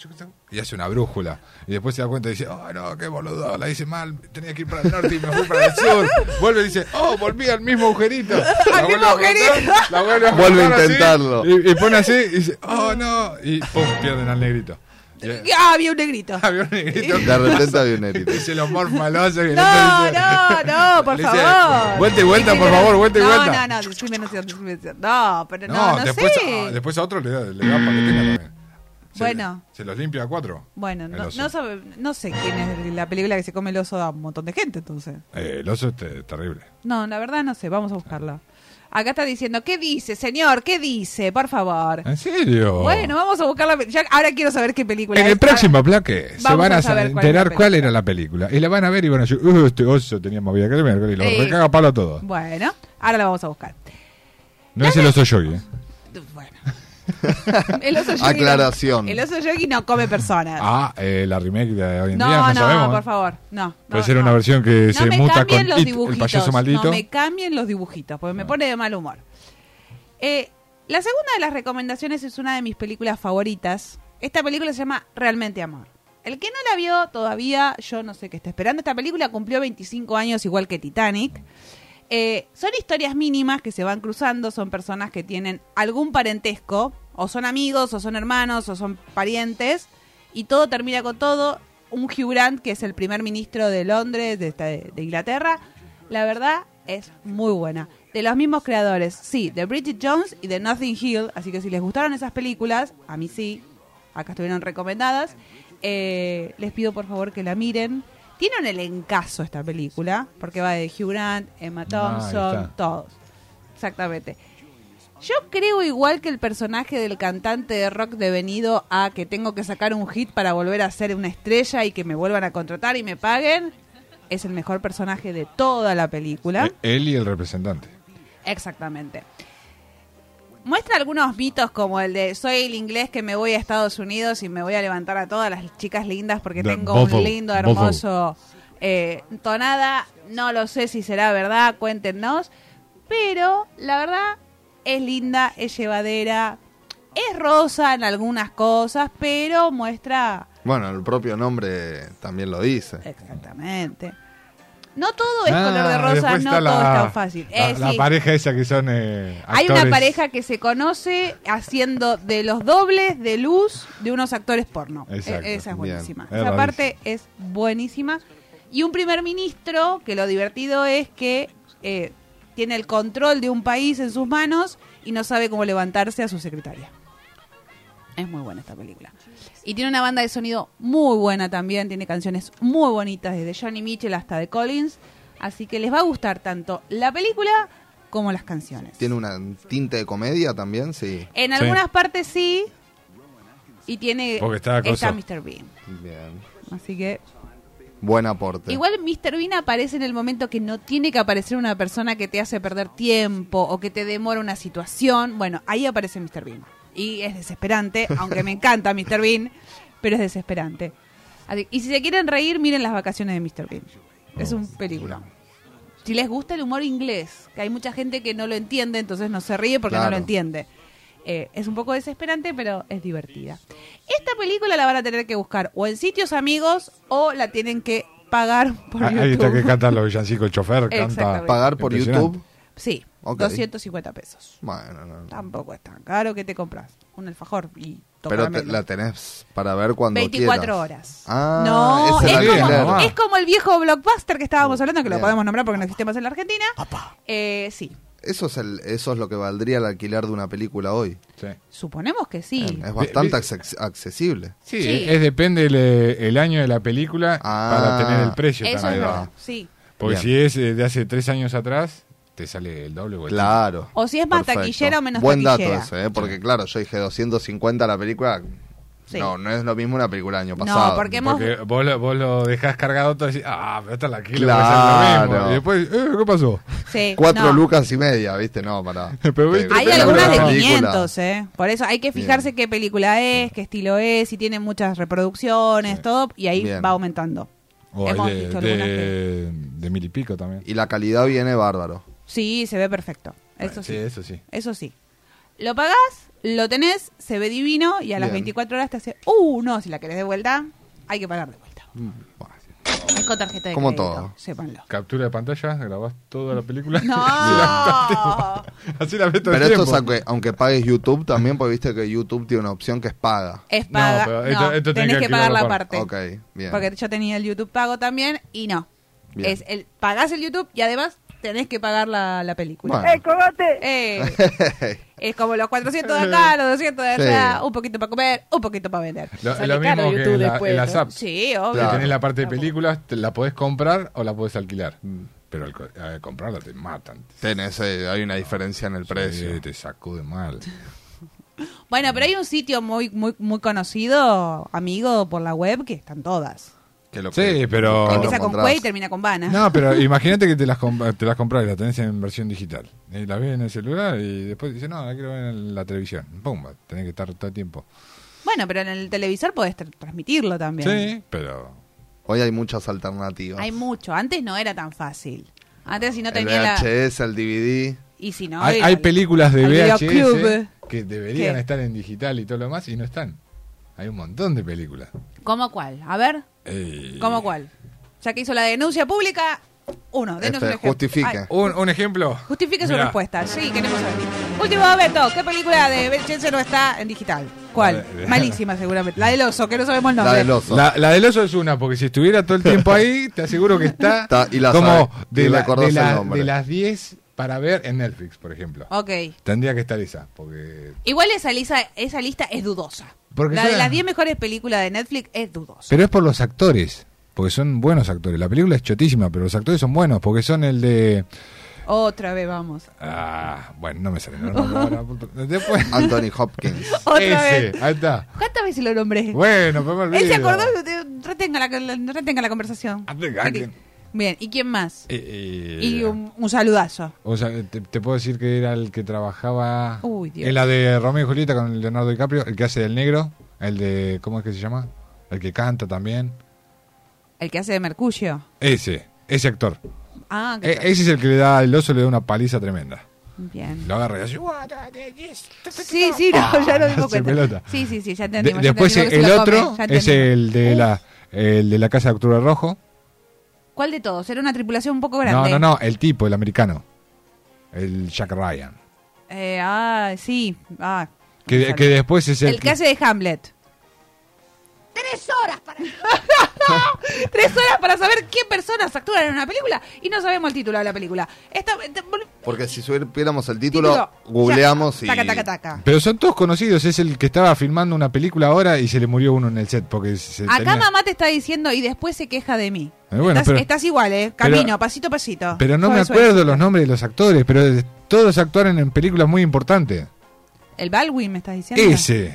Speaker 3: y hace una brújula. Y después se da cuenta y dice, oh no, qué boludo, la hice mal, tenía que ir para el norte y me fui para el sur. Vuelve y dice, oh, volví al mismo agujerito. La
Speaker 2: mismo
Speaker 3: vuelve a apretar,
Speaker 2: agujerito.
Speaker 3: la vuelve a
Speaker 4: Vuelve a
Speaker 3: apretar así,
Speaker 4: intentarlo.
Speaker 3: y, y pone así y dice, oh no, y pum, pierden al negrito. Y el-
Speaker 2: Ah, había un negrito.
Speaker 3: había un negrito
Speaker 4: De repente había un negrito.
Speaker 3: y se lo morfa al oso y el otro
Speaker 2: No,
Speaker 3: dice-
Speaker 2: no, no, por
Speaker 3: Le dice,
Speaker 2: favor.
Speaker 3: "Vuelta y vuelta, por
Speaker 2: Discriminación.
Speaker 3: favor, vuelta y vuelta".
Speaker 2: No, no, no, discriminación, discriminación. No, pero no,
Speaker 3: No,
Speaker 2: no,
Speaker 3: después,
Speaker 2: sé.
Speaker 3: a, después a otro le da, le da para que tenga también. Se-
Speaker 2: Bueno.
Speaker 3: Se, los limpia a cuatro.
Speaker 2: Bueno,
Speaker 3: el
Speaker 2: no,
Speaker 3: oso.
Speaker 2: no, sabe- no sé quién es la película que se come el oso a un montón de gente, entonces.
Speaker 3: Eh, el oso es te- terrible.
Speaker 2: No, la verdad no sé, vamos a buscarla. Acá está diciendo, ¿qué dice, señor? ¿Qué dice? Por favor.
Speaker 3: ¿En serio?
Speaker 2: Bueno, vamos a buscar la pe- ya- ahora quiero saber qué película
Speaker 3: En
Speaker 2: es.
Speaker 3: el próximo bloque se
Speaker 2: vamos
Speaker 3: van a,
Speaker 2: a saber cuál es
Speaker 3: enterar
Speaker 2: la
Speaker 3: cuál era la película. Y la van a ver y van a decir, "Uh, este oso tenía movida que el miércoles", Y lo
Speaker 6: Ey.
Speaker 3: recaga a palo a todos.
Speaker 2: Eh, Bueno, ahora la vamos a buscar.
Speaker 3: No es el oso yogi. ¿eh?
Speaker 2: Bueno. El oso yogi
Speaker 4: Aclaración.
Speaker 2: no- el oso yogi no come personas.
Speaker 3: Ah, eh, la remake de hoy en
Speaker 2: no,
Speaker 3: día, no,
Speaker 2: no,
Speaker 3: sabemos.
Speaker 2: por
Speaker 3: ¿eh?
Speaker 2: favor. No. no,
Speaker 3: Puede ser una
Speaker 2: no.
Speaker 3: versión que
Speaker 2: No
Speaker 3: se
Speaker 2: me
Speaker 3: muta
Speaker 2: cambien
Speaker 3: con
Speaker 2: los
Speaker 3: It, el
Speaker 2: dibujitos,
Speaker 3: payaso maldito. Ah.
Speaker 2: No me cambien los dibujitos, porque me pone de mal humor. Eh, la segunda de las recomendaciones es una de mis películas favoritas. Esta película se llama Realmente Amor. El que no la vio todavía, yo no sé qué está esperando. Esta película cumplió 25 años igual que Titanic. Eh, son historias mínimas que se van cruzando, son personas que tienen algún parentesco, o son amigos, o son hermanos, o son parientes, y todo termina con todo. Un Hugh Grant, que es el primer ministro de Londres, de, esta- de Inglaterra, la verdad es muy buena. De los mismos creadores, sí, de Bridget Jones y de Nothing Hill, así que si les gustaron esas películas, a mí sí, acá estuvieron recomendadas. Eh, les pido por favor que la miren. Tiene un elencazo esta película, porque va de Hugh Grant, Emma
Speaker 3: ahí
Speaker 2: Thompson,
Speaker 3: está.
Speaker 2: todos. Exactamente. Yo creo igual que el personaje del cantante de rock devenido a que tengo que sacar un hit para volver a ser una estrella y que me vuelvan a contratar y me paguen, es el mejor personaje de toda la película.
Speaker 3: Eh, Él y el representante.
Speaker 2: Exactamente. Muestra algunos mitos como el de soy el inglés que me voy a Estados Unidos y me voy a levantar a todas las chicas lindas porque
Speaker 3: Da-
Speaker 2: tengo
Speaker 3: bofo,
Speaker 2: un lindo,
Speaker 3: bofo.
Speaker 2: hermoso eh, tonada. No lo sé si será verdad, cuéntenos. Pero la verdad es linda, es llevadera, es rosa en algunas cosas, pero muestra...
Speaker 4: Bueno, el propio nombre también lo dice.
Speaker 2: Exactamente. No todo es
Speaker 3: Ah,
Speaker 2: color de rosa,
Speaker 3: después
Speaker 2: no
Speaker 3: está
Speaker 2: todo es tan fácil.
Speaker 3: La,
Speaker 2: Eh,
Speaker 3: la
Speaker 2: sí.
Speaker 3: pareja esa que son eh,
Speaker 2: Hay
Speaker 3: actores.
Speaker 2: una pareja que se conoce haciendo de los dobles de luz de unos actores porno. E-
Speaker 3: Exacto,
Speaker 2: Esa es
Speaker 4: bien.
Speaker 2: buenísima.
Speaker 3: Es
Speaker 2: Esa
Speaker 3: rarísimo.
Speaker 2: parte es buenísima. Y un primer ministro, que lo divertido es que eh, tiene el control de un país en sus manos y no sabe cómo levantarse a su secretaria. Es muy buena esta película. Y tiene una banda de sonido muy buena también, tiene canciones muy bonitas, desde Johnny Mitchell hasta The Collins. Así que les va a gustar tanto la película como las canciones.
Speaker 4: Tiene una tinte de comedia también, sí.
Speaker 2: En
Speaker 3: Sí.
Speaker 2: algunas partes sí. Y tiene.
Speaker 3: Porque está cosa.
Speaker 2: Mr. Bean.
Speaker 4: Bien.
Speaker 2: Así que.
Speaker 4: Buen aporte.
Speaker 2: Igual Mr. Bean aparece en el momento que no tiene que aparecer una persona que te hace perder tiempo o que te demora una situación. Bueno, ahí aparece Mr. Bean. Y es desesperante, aunque me encanta Mr. Bean, pero es desesperante. Así- y si se quieren reír, miren las vacaciones de Mr. Bean. Es un película. Si les gusta el humor inglés, que hay mucha gente que no lo entiende, entonces no se ríe porque no lo
Speaker 4: Claro.
Speaker 2: entiende. Eh, es un poco desesperante, pero es divertida. Esta película la van a tener que buscar o en sitios amigos o la tienen que pagar por
Speaker 3: Ah,
Speaker 2: YouTube.
Speaker 3: Ahí está que cantan los villancicos, el chofer
Speaker 2: Exactamente.
Speaker 3: canta.
Speaker 4: Pagar por
Speaker 3: Impresionante.
Speaker 4: YouTube.
Speaker 2: Sí,
Speaker 4: Ok.
Speaker 2: 250 pesos.
Speaker 4: Bueno, no.
Speaker 2: Tampoco es tan caro que te compras un alfajor y tu
Speaker 4: Pero te-
Speaker 2: caramelo.
Speaker 4: la tenés para ver cuando
Speaker 2: 24 horas.
Speaker 4: quieras. Ah,
Speaker 2: no,
Speaker 4: es
Speaker 2: es,
Speaker 4: el
Speaker 3: alquiler.
Speaker 2: como,
Speaker 3: Ah.
Speaker 2: es como el viejo blockbuster que estábamos hablando, que lo
Speaker 4: Uh, Bien.
Speaker 2: podemos nombrar porque no existe más en la Argentina. Eh, sí,
Speaker 4: Eso es, el, eso es lo que valdría el alquiler de una película hoy.
Speaker 3: Sí.
Speaker 2: suponemos que sí.
Speaker 4: Em, Es bastante acces- accesible.
Speaker 3: Sí, es depende el, eh, el año de la película
Speaker 4: Ah.
Speaker 3: para tener el precio.
Speaker 2: Eso es
Speaker 3: también.
Speaker 2: verdad, sí.
Speaker 3: Porque
Speaker 4: Bien.
Speaker 3: si es eh, de hace tres años atrás, te sale el doble. o el
Speaker 4: Claro.
Speaker 2: O si es más
Speaker 4: Perfecto.
Speaker 2: taquillera o menos
Speaker 4: Buen
Speaker 2: taquillera.
Speaker 4: dato ese, ¿eh? porque claro, yo dije 250 la película.
Speaker 2: Sí.
Speaker 4: No, no es lo mismo una película del año
Speaker 2: No,
Speaker 4: pasado.
Speaker 2: porque hemos-
Speaker 3: Porque vos lo, vos lo dejás cargado todo y decís, ah, pero está la kilo,
Speaker 4: Claro.
Speaker 3: Y después, eh, ¿qué pasó?
Speaker 2: Sí,
Speaker 4: Cuatro
Speaker 2: Eh, no.
Speaker 4: lucas y media, ¿viste? No, Eh, para.
Speaker 3: Pero viste,
Speaker 2: Hay
Speaker 3: Depende de
Speaker 2: algunas de
Speaker 3: la
Speaker 2: 500, ¿eh? Por eso hay que fijarse qué película es, qué estilo es, si tiene muchas reproducciones, todo, y ahí
Speaker 4: Bien.
Speaker 2: va aumentando.
Speaker 3: O
Speaker 2: Hemos
Speaker 3: de,
Speaker 2: visto
Speaker 3: de,
Speaker 2: algunas que-
Speaker 3: de mil y pico también.
Speaker 4: Y la calidad viene bárbaro.
Speaker 2: Sí, se ve perfecto. Eso
Speaker 3: Bueno,
Speaker 2: sí.
Speaker 3: eso sí.
Speaker 2: Eso sí. Lo pagás, lo tenés, se ve divino y a las
Speaker 4: Bien.
Speaker 2: 24 horas te hace, uh, no, si la querés de vuelta, hay que pagar de vuelta. Es con tarjeta de
Speaker 4: Como
Speaker 2: crédito,
Speaker 4: todo.
Speaker 2: Sépanlo.
Speaker 3: Captura de pantalla, grabás toda la película.
Speaker 2: No.
Speaker 3: Así la ves todo el
Speaker 4: Pero esto es
Speaker 3: tiempo.
Speaker 4: aunque, aunque pagues YouTube también, porque viste que YouTube tiene una opción que es paga.
Speaker 2: Es
Speaker 3: No,
Speaker 2: paga. No,
Speaker 3: pero esto- esto tenés
Speaker 2: tenés
Speaker 3: que
Speaker 2: que pagar la
Speaker 3: activarlo
Speaker 2: parte.
Speaker 4: Ok, bien.
Speaker 2: Porque yo tenía el YouTube pago también y no.
Speaker 4: Bien.
Speaker 2: Es el pagás el YouTube y además tenés que pagar la, la película.
Speaker 4: Bueno.
Speaker 2: Eh, es como los 400 de acá, los 200 de
Speaker 4: Sí.
Speaker 2: allá, un poquito para comer, un poquito para vender.
Speaker 3: Lo,
Speaker 6: Sale
Speaker 3: lo
Speaker 6: caro
Speaker 3: mismo que
Speaker 6: YouTube
Speaker 3: en la,
Speaker 6: después,
Speaker 3: en las
Speaker 6: ¿no? Ah,
Speaker 3: apps.
Speaker 2: Sí, obvio.
Speaker 3: Que
Speaker 4: Claro.
Speaker 6: Mm.
Speaker 3: tenés la parte de películas, te la podés comprar o la podés alquilar. Pero al, co- al comprarla te matan.
Speaker 4: Tenés, eh, hay una diferencia en el precio.
Speaker 3: Sí, te sacude mal.
Speaker 2: Bueno, pero hay un sitio muy, muy, muy conocido, amigo, por la web, que están todas.
Speaker 4: Que lo
Speaker 3: Sí,
Speaker 4: que-
Speaker 3: pero-
Speaker 4: que lo
Speaker 2: Empieza con
Speaker 4: encontrás.
Speaker 2: Cuey y termina con Vana.
Speaker 3: No, pero imagínate que te las, comp- te las compras y las tenés en versión digital. Y las ves en el celular y después dices, no, la quiero ver en la televisión. Pumba, tenés que estar todo el tiempo.
Speaker 2: Bueno, pero en el televisor podés tr- transmitirlo también.
Speaker 3: Sí, pero...
Speaker 4: Hoy hay muchas alternativas.
Speaker 2: Hay mucho. Antes no era tan fácil. Antes si no
Speaker 4: el
Speaker 2: tenía la...
Speaker 4: VHS, el DVD.
Speaker 2: Y si no...
Speaker 3: hay,
Speaker 2: el-
Speaker 3: hay películas de
Speaker 2: al
Speaker 3: VHS
Speaker 2: videoclub.
Speaker 3: que deberían
Speaker 2: ¿Qué?
Speaker 3: estar en digital y todo lo demás y no están. Hay un montón de películas. Eh,
Speaker 2: ¿Cómo cuál? A ver,
Speaker 3: Ey.
Speaker 2: ¿cómo cuál? Ya que hizo la denuncia pública, uno, denos
Speaker 4: Este,
Speaker 2: un ejemplo.
Speaker 4: justifique.
Speaker 2: Ay,
Speaker 3: Un, un ejemplo.
Speaker 2: justifique su
Speaker 3: Mirá,
Speaker 2: respuesta. Sí, queremos saber. Último Beto, ¿qué película de Belchense no está en digital? ¿Cuál?
Speaker 3: La de-
Speaker 2: Malísima seguramente. La del oso, que no sabemos el
Speaker 4: La
Speaker 2: nombre.
Speaker 4: del oso.
Speaker 3: La, la del oso es una, porque si estuviera todo el tiempo ahí, te aseguro que está,
Speaker 4: Está, y la
Speaker 3: como
Speaker 4: sabe,
Speaker 3: de,
Speaker 4: y
Speaker 3: la-
Speaker 4: recordás
Speaker 3: de
Speaker 4: el
Speaker 3: la-
Speaker 4: nombre.
Speaker 3: de las 10 para ver en Netflix, por ejemplo.
Speaker 2: Ok.
Speaker 3: Tendría que estar esa, porque...
Speaker 2: Igual esa, lista, esa lista es dudosa.
Speaker 3: Porque
Speaker 2: la
Speaker 3: yo
Speaker 2: de
Speaker 3: la-
Speaker 2: las 10 mejores películas de Netflix es dudosa.
Speaker 3: Pero es por los actores, porque son buenos actores. La película es chotísima, pero los actores son buenos, porque son el de...
Speaker 2: Otra vez vamos.
Speaker 3: Ah, bueno, no me sale. no, no, no, no, después-
Speaker 4: Anthony Hopkins.
Speaker 2: Otra
Speaker 3: ese,
Speaker 2: vez.
Speaker 3: ahí está.
Speaker 2: ¿Cuántas veces lo nombré?
Speaker 3: Bueno, pero me olvido.
Speaker 2: Él se acordó, eh, retenga la, la- retenga la conversación.
Speaker 3: Retenga,
Speaker 2: Ok.
Speaker 3: ¿quién?
Speaker 2: Bien, ¿y quién más?
Speaker 3: Eh, Ah, eh,
Speaker 2: Y un, un saludazo.
Speaker 3: O sea, te, te puedo decir que era el que trabajaba
Speaker 2: Uy, Dios.
Speaker 3: en la de Romeo y Julieta con Leonardo DiCaprio, el que hace del negro, el de ¿cómo es que se llama? El que canta también.
Speaker 2: El que hace de Mercurio.
Speaker 3: Ese, ese actor.
Speaker 2: Ah, que-
Speaker 3: E- ese es el que le da el oso le da una paliza tremenda.
Speaker 2: bien.
Speaker 3: Lo agarra y hace
Speaker 2: Sí, sí,
Speaker 4: Ah.
Speaker 2: no, ya lo dimos
Speaker 3: Hace
Speaker 2: cuenta.
Speaker 3: pelota.
Speaker 2: Sí, sí, sí, ya
Speaker 3: De-
Speaker 2: entendimos. ya
Speaker 3: después
Speaker 2: entendimos que
Speaker 3: el
Speaker 2: se lo
Speaker 3: otro
Speaker 2: come, ya
Speaker 3: es
Speaker 2: entendimos.
Speaker 3: el de la el de la casa de Octubre Rojo.
Speaker 2: ¿Cuál de todos? Era una tripulación un poco grande.
Speaker 3: No, no, no, el tipo, el americano. El Jack Ryan.
Speaker 2: Eh, ah, sí. Ah.
Speaker 3: Que, que después es el,
Speaker 2: El que hace de Hamlet. Tres horas para... Tres horas para saber qué personas actúan en una película y no sabemos el título de la película. Esta, esta-
Speaker 4: Porque si supiéramos el título,
Speaker 2: título,
Speaker 4: googleamos
Speaker 2: ya,
Speaker 4: y.
Speaker 2: Taca, taca, taca.
Speaker 3: Pero son todos conocidos, es el que estaba filmando una película ahora y se le murió uno en el set porque se
Speaker 2: Acá
Speaker 3: tenía-
Speaker 2: mamá te está diciendo y después se queja de mí.
Speaker 3: Eh, bueno,
Speaker 2: estás,
Speaker 3: pero-
Speaker 2: estás igual, ¿eh?
Speaker 3: pero-
Speaker 2: Camino, pasito a pasito.
Speaker 3: Pero no
Speaker 2: Suave,
Speaker 3: me
Speaker 2: suave.
Speaker 3: acuerdo los nombres de los actores, pero eh, todos actuaron en películas muy importantes.
Speaker 2: El Baldwin me estás diciendo.
Speaker 3: Ese.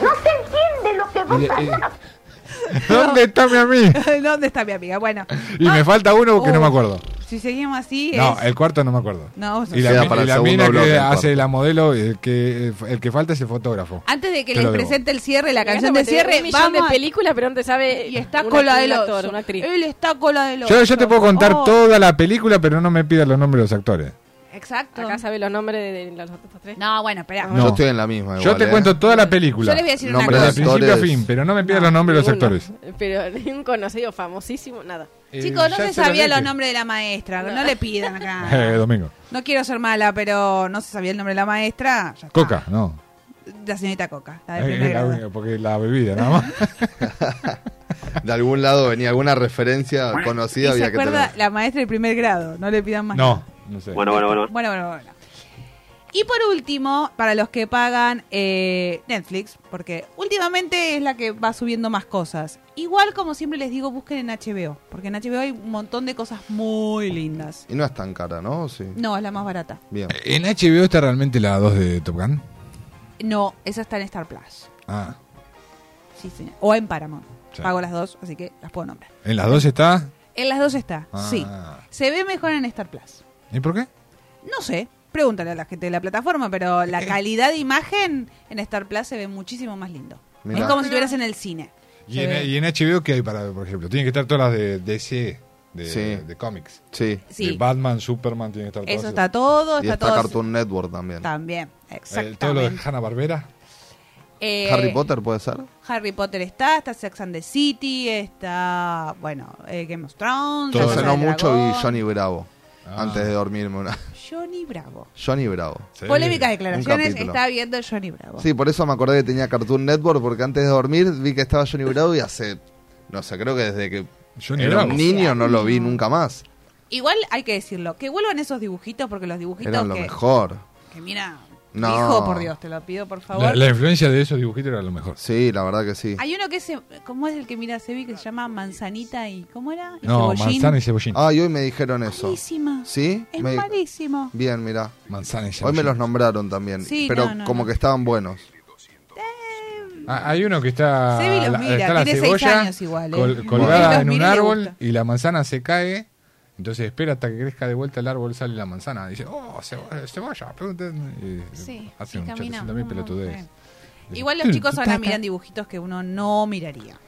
Speaker 3: No se entiende lo que vos ¿Dónde está mi amigo?
Speaker 2: ¿Dónde está mi amiga? Bueno.
Speaker 3: Y
Speaker 2: Ah,
Speaker 3: me falta uno que no me
Speaker 2: Oh.
Speaker 3: acuerdo.
Speaker 2: Si seguimos así,
Speaker 3: No, eh,
Speaker 2: es-
Speaker 3: el cuarto no me acuerdo.
Speaker 2: No, vos no
Speaker 3: y la,
Speaker 4: Queda
Speaker 3: mi-
Speaker 4: para
Speaker 3: y
Speaker 4: el
Speaker 3: la
Speaker 4: segundo
Speaker 3: mina
Speaker 4: bloque,
Speaker 3: que
Speaker 4: el
Speaker 3: hace
Speaker 4: cuarto.
Speaker 3: la modelo, el que, el que falta es el fotógrafo.
Speaker 2: Antes de que
Speaker 3: Te
Speaker 2: les
Speaker 3: lo debo.
Speaker 2: presente el cierre, la canción
Speaker 6: Porque
Speaker 2: de
Speaker 6: te ve
Speaker 2: cierre,
Speaker 6: un millón
Speaker 2: vamos.
Speaker 6: de
Speaker 2: a-
Speaker 6: películas, pero no te sabe.
Speaker 2: y está
Speaker 6: un
Speaker 2: con la
Speaker 6: actor,
Speaker 2: del
Speaker 6: un actor,
Speaker 2: oso.
Speaker 6: una actriz.
Speaker 2: Él está con la del oso.
Speaker 3: Yo, yo te puedo contar
Speaker 2: Oh,
Speaker 3: toda la película, pero no me pidas los nombres de los actores.
Speaker 2: Exacto.
Speaker 6: Acá sabe los nombres de, de los otros tres.
Speaker 2: No, bueno, espera.
Speaker 3: No.
Speaker 4: Yo estoy en la misma.
Speaker 3: Yo
Speaker 4: igual,
Speaker 3: te
Speaker 4: ¿eh?
Speaker 3: cuento toda la película.
Speaker 2: Yo les voy a decir una
Speaker 4: Nombre
Speaker 3: Desde
Speaker 4: de
Speaker 2: cosa.
Speaker 4: actores.
Speaker 3: principio a fin, pero no me pidas los nombres de los
Speaker 6: Ninguno.
Speaker 3: actores.
Speaker 6: Pero ningún conocido famosísimo, nada.
Speaker 2: Chicos, no
Speaker 3: Eh, ya
Speaker 2: se
Speaker 3: lo
Speaker 2: sabía
Speaker 3: dije.
Speaker 2: los nombres de la maestra. No, le pidan
Speaker 3: Eh,
Speaker 2: acá.
Speaker 3: domingo.
Speaker 2: No quiero ser mala, pero no se sabía el nombre de la maestra. ya está.
Speaker 3: Coca, no.
Speaker 2: La señorita Coca. La de
Speaker 3: Eh,
Speaker 2: primer
Speaker 3: la
Speaker 2: grado.
Speaker 3: única, porque la bebida, nada más.
Speaker 4: De algún lado venía alguna referencia
Speaker 2: Y
Speaker 4: conocida,
Speaker 2: se
Speaker 4: había que
Speaker 2: acuerda
Speaker 4: tener.
Speaker 2: la maestra de primer grado. No le pidan más.
Speaker 3: No, no sé.
Speaker 7: Bueno, bueno, bueno.
Speaker 2: Bueno, bueno, bueno. Y por último, para los que pagan eh, Netflix, porque últimamente es la que va subiendo más cosas. Igual, como siempre les digo, busquen en HBO, porque en HBO hay un montón de cosas muy lindas.
Speaker 4: Y no es tan cara, ¿no? Sí.
Speaker 2: No, es la más barata.
Speaker 4: Bien.
Speaker 3: Eh, ¿En HBO está realmente la 2 de Top Gun?
Speaker 2: No, esa está en Star Plus.
Speaker 3: Ah.
Speaker 2: Sí, señor. O en Paramount.
Speaker 3: Sí.
Speaker 2: Pago las dos, así que las puedo nombrar.
Speaker 3: ¿En las 2 está?
Speaker 2: En las dos está,
Speaker 3: Ah.
Speaker 2: sí. Se ve mejor en Star Plus.
Speaker 3: ¿Y por qué?
Speaker 2: No sé, pregúntale a la gente de la plataforma, pero la calidad de imagen en Star Plus se ve muchísimo más lindo.
Speaker 4: Mirá.
Speaker 2: Es como si estuvieras en el cine.
Speaker 3: ¿Y
Speaker 2: Se
Speaker 3: en,
Speaker 2: ve-
Speaker 3: y en HBO qué hay para ver, por ejemplo? Tienen que estar todas las de DC, de,
Speaker 4: Sí.
Speaker 3: de cómics.
Speaker 4: Sí.
Speaker 3: De
Speaker 2: sí,
Speaker 3: Batman, Superman, tienen que estar
Speaker 2: eso
Speaker 3: todas
Speaker 2: está todo,
Speaker 4: Y
Speaker 2: está
Speaker 4: está
Speaker 2: todo.
Speaker 4: Cartoon Network también.
Speaker 2: También,
Speaker 3: esas. Eh, todo lo de
Speaker 2: exactamente.
Speaker 3: Hanna-Barbera.
Speaker 2: Eh,
Speaker 4: Harry Potter puede ser.
Speaker 2: Harry Potter está, está Sex and the City, está, bueno, eh, Game of Thrones.
Speaker 3: Todo.
Speaker 4: Yo
Speaker 2: La Casa
Speaker 4: cenó
Speaker 2: del
Speaker 4: mucho y
Speaker 2: Dragón.
Speaker 4: Johnny Bravo.
Speaker 3: Ah.
Speaker 4: Antes de dormirme una.
Speaker 2: Johnny Bravo.
Speaker 4: Johnny Bravo.
Speaker 3: Sí.
Speaker 2: Polémicas declaraciones
Speaker 4: capítulo.
Speaker 2: está viendo Johnny Bravo.
Speaker 4: Sí, por eso me acordé que tenía Cartoon Network, porque antes de dormir vi que estaba Johnny Bravo y hace, no sé, creo que desde que
Speaker 3: Johnny
Speaker 4: era
Speaker 3: Bravo.
Speaker 4: un niño no lo vi nunca más.
Speaker 2: Igual hay que decirlo, que vuelvan esos dibujitos porque los dibujitos
Speaker 4: Eran lo
Speaker 2: que,
Speaker 4: mejor.
Speaker 2: que mira,
Speaker 4: No.
Speaker 2: Hijo, por Dios, te lo pido, por favor.
Speaker 3: La, la influencia de esos dibujitos era lo mejor.
Speaker 4: Sí, la verdad que sí.
Speaker 2: Hay uno que se. ¿Cómo es el que mira Sebi que se llama Manzanita y. ¿Cómo era? Y
Speaker 3: No,
Speaker 2: cebollín.
Speaker 3: manzana y cebollín.
Speaker 4: Ah, y hoy me dijeron eso.
Speaker 2: Malísima.
Speaker 4: ¿Sí?
Speaker 2: Es
Speaker 4: Me-
Speaker 2: malísimo.
Speaker 4: Bien, mirá.
Speaker 3: Manzana y
Speaker 4: Hoy
Speaker 3: cebollín.
Speaker 4: me los nombraron también,
Speaker 2: Sí,
Speaker 4: pero
Speaker 2: no, no,
Speaker 4: como
Speaker 2: no.
Speaker 4: que estaban buenos.
Speaker 3: Ah, hay uno que está.
Speaker 2: Sebi los
Speaker 3: la-
Speaker 2: mira,
Speaker 3: está la
Speaker 2: tiene seis
Speaker 3: cebolla
Speaker 2: años igual, ¿eh?
Speaker 3: col-
Speaker 2: Él
Speaker 3: colgada
Speaker 2: los
Speaker 3: en un
Speaker 2: mira y le
Speaker 3: árbol
Speaker 2: gusta.
Speaker 3: y la manzana se cae. Entonces espera hasta que crezca de vuelta el árbol, sale la manzana. Dice, oh, cebolla, cebolla. pregunten", y
Speaker 2: Sí,
Speaker 3: hace
Speaker 2: sí,
Speaker 3: un
Speaker 2: camina.
Speaker 3: choricito mil
Speaker 2: No,
Speaker 3: pelotudez.
Speaker 2: sí. Igual los chicos ahora miran dibujitos que uno no miraría.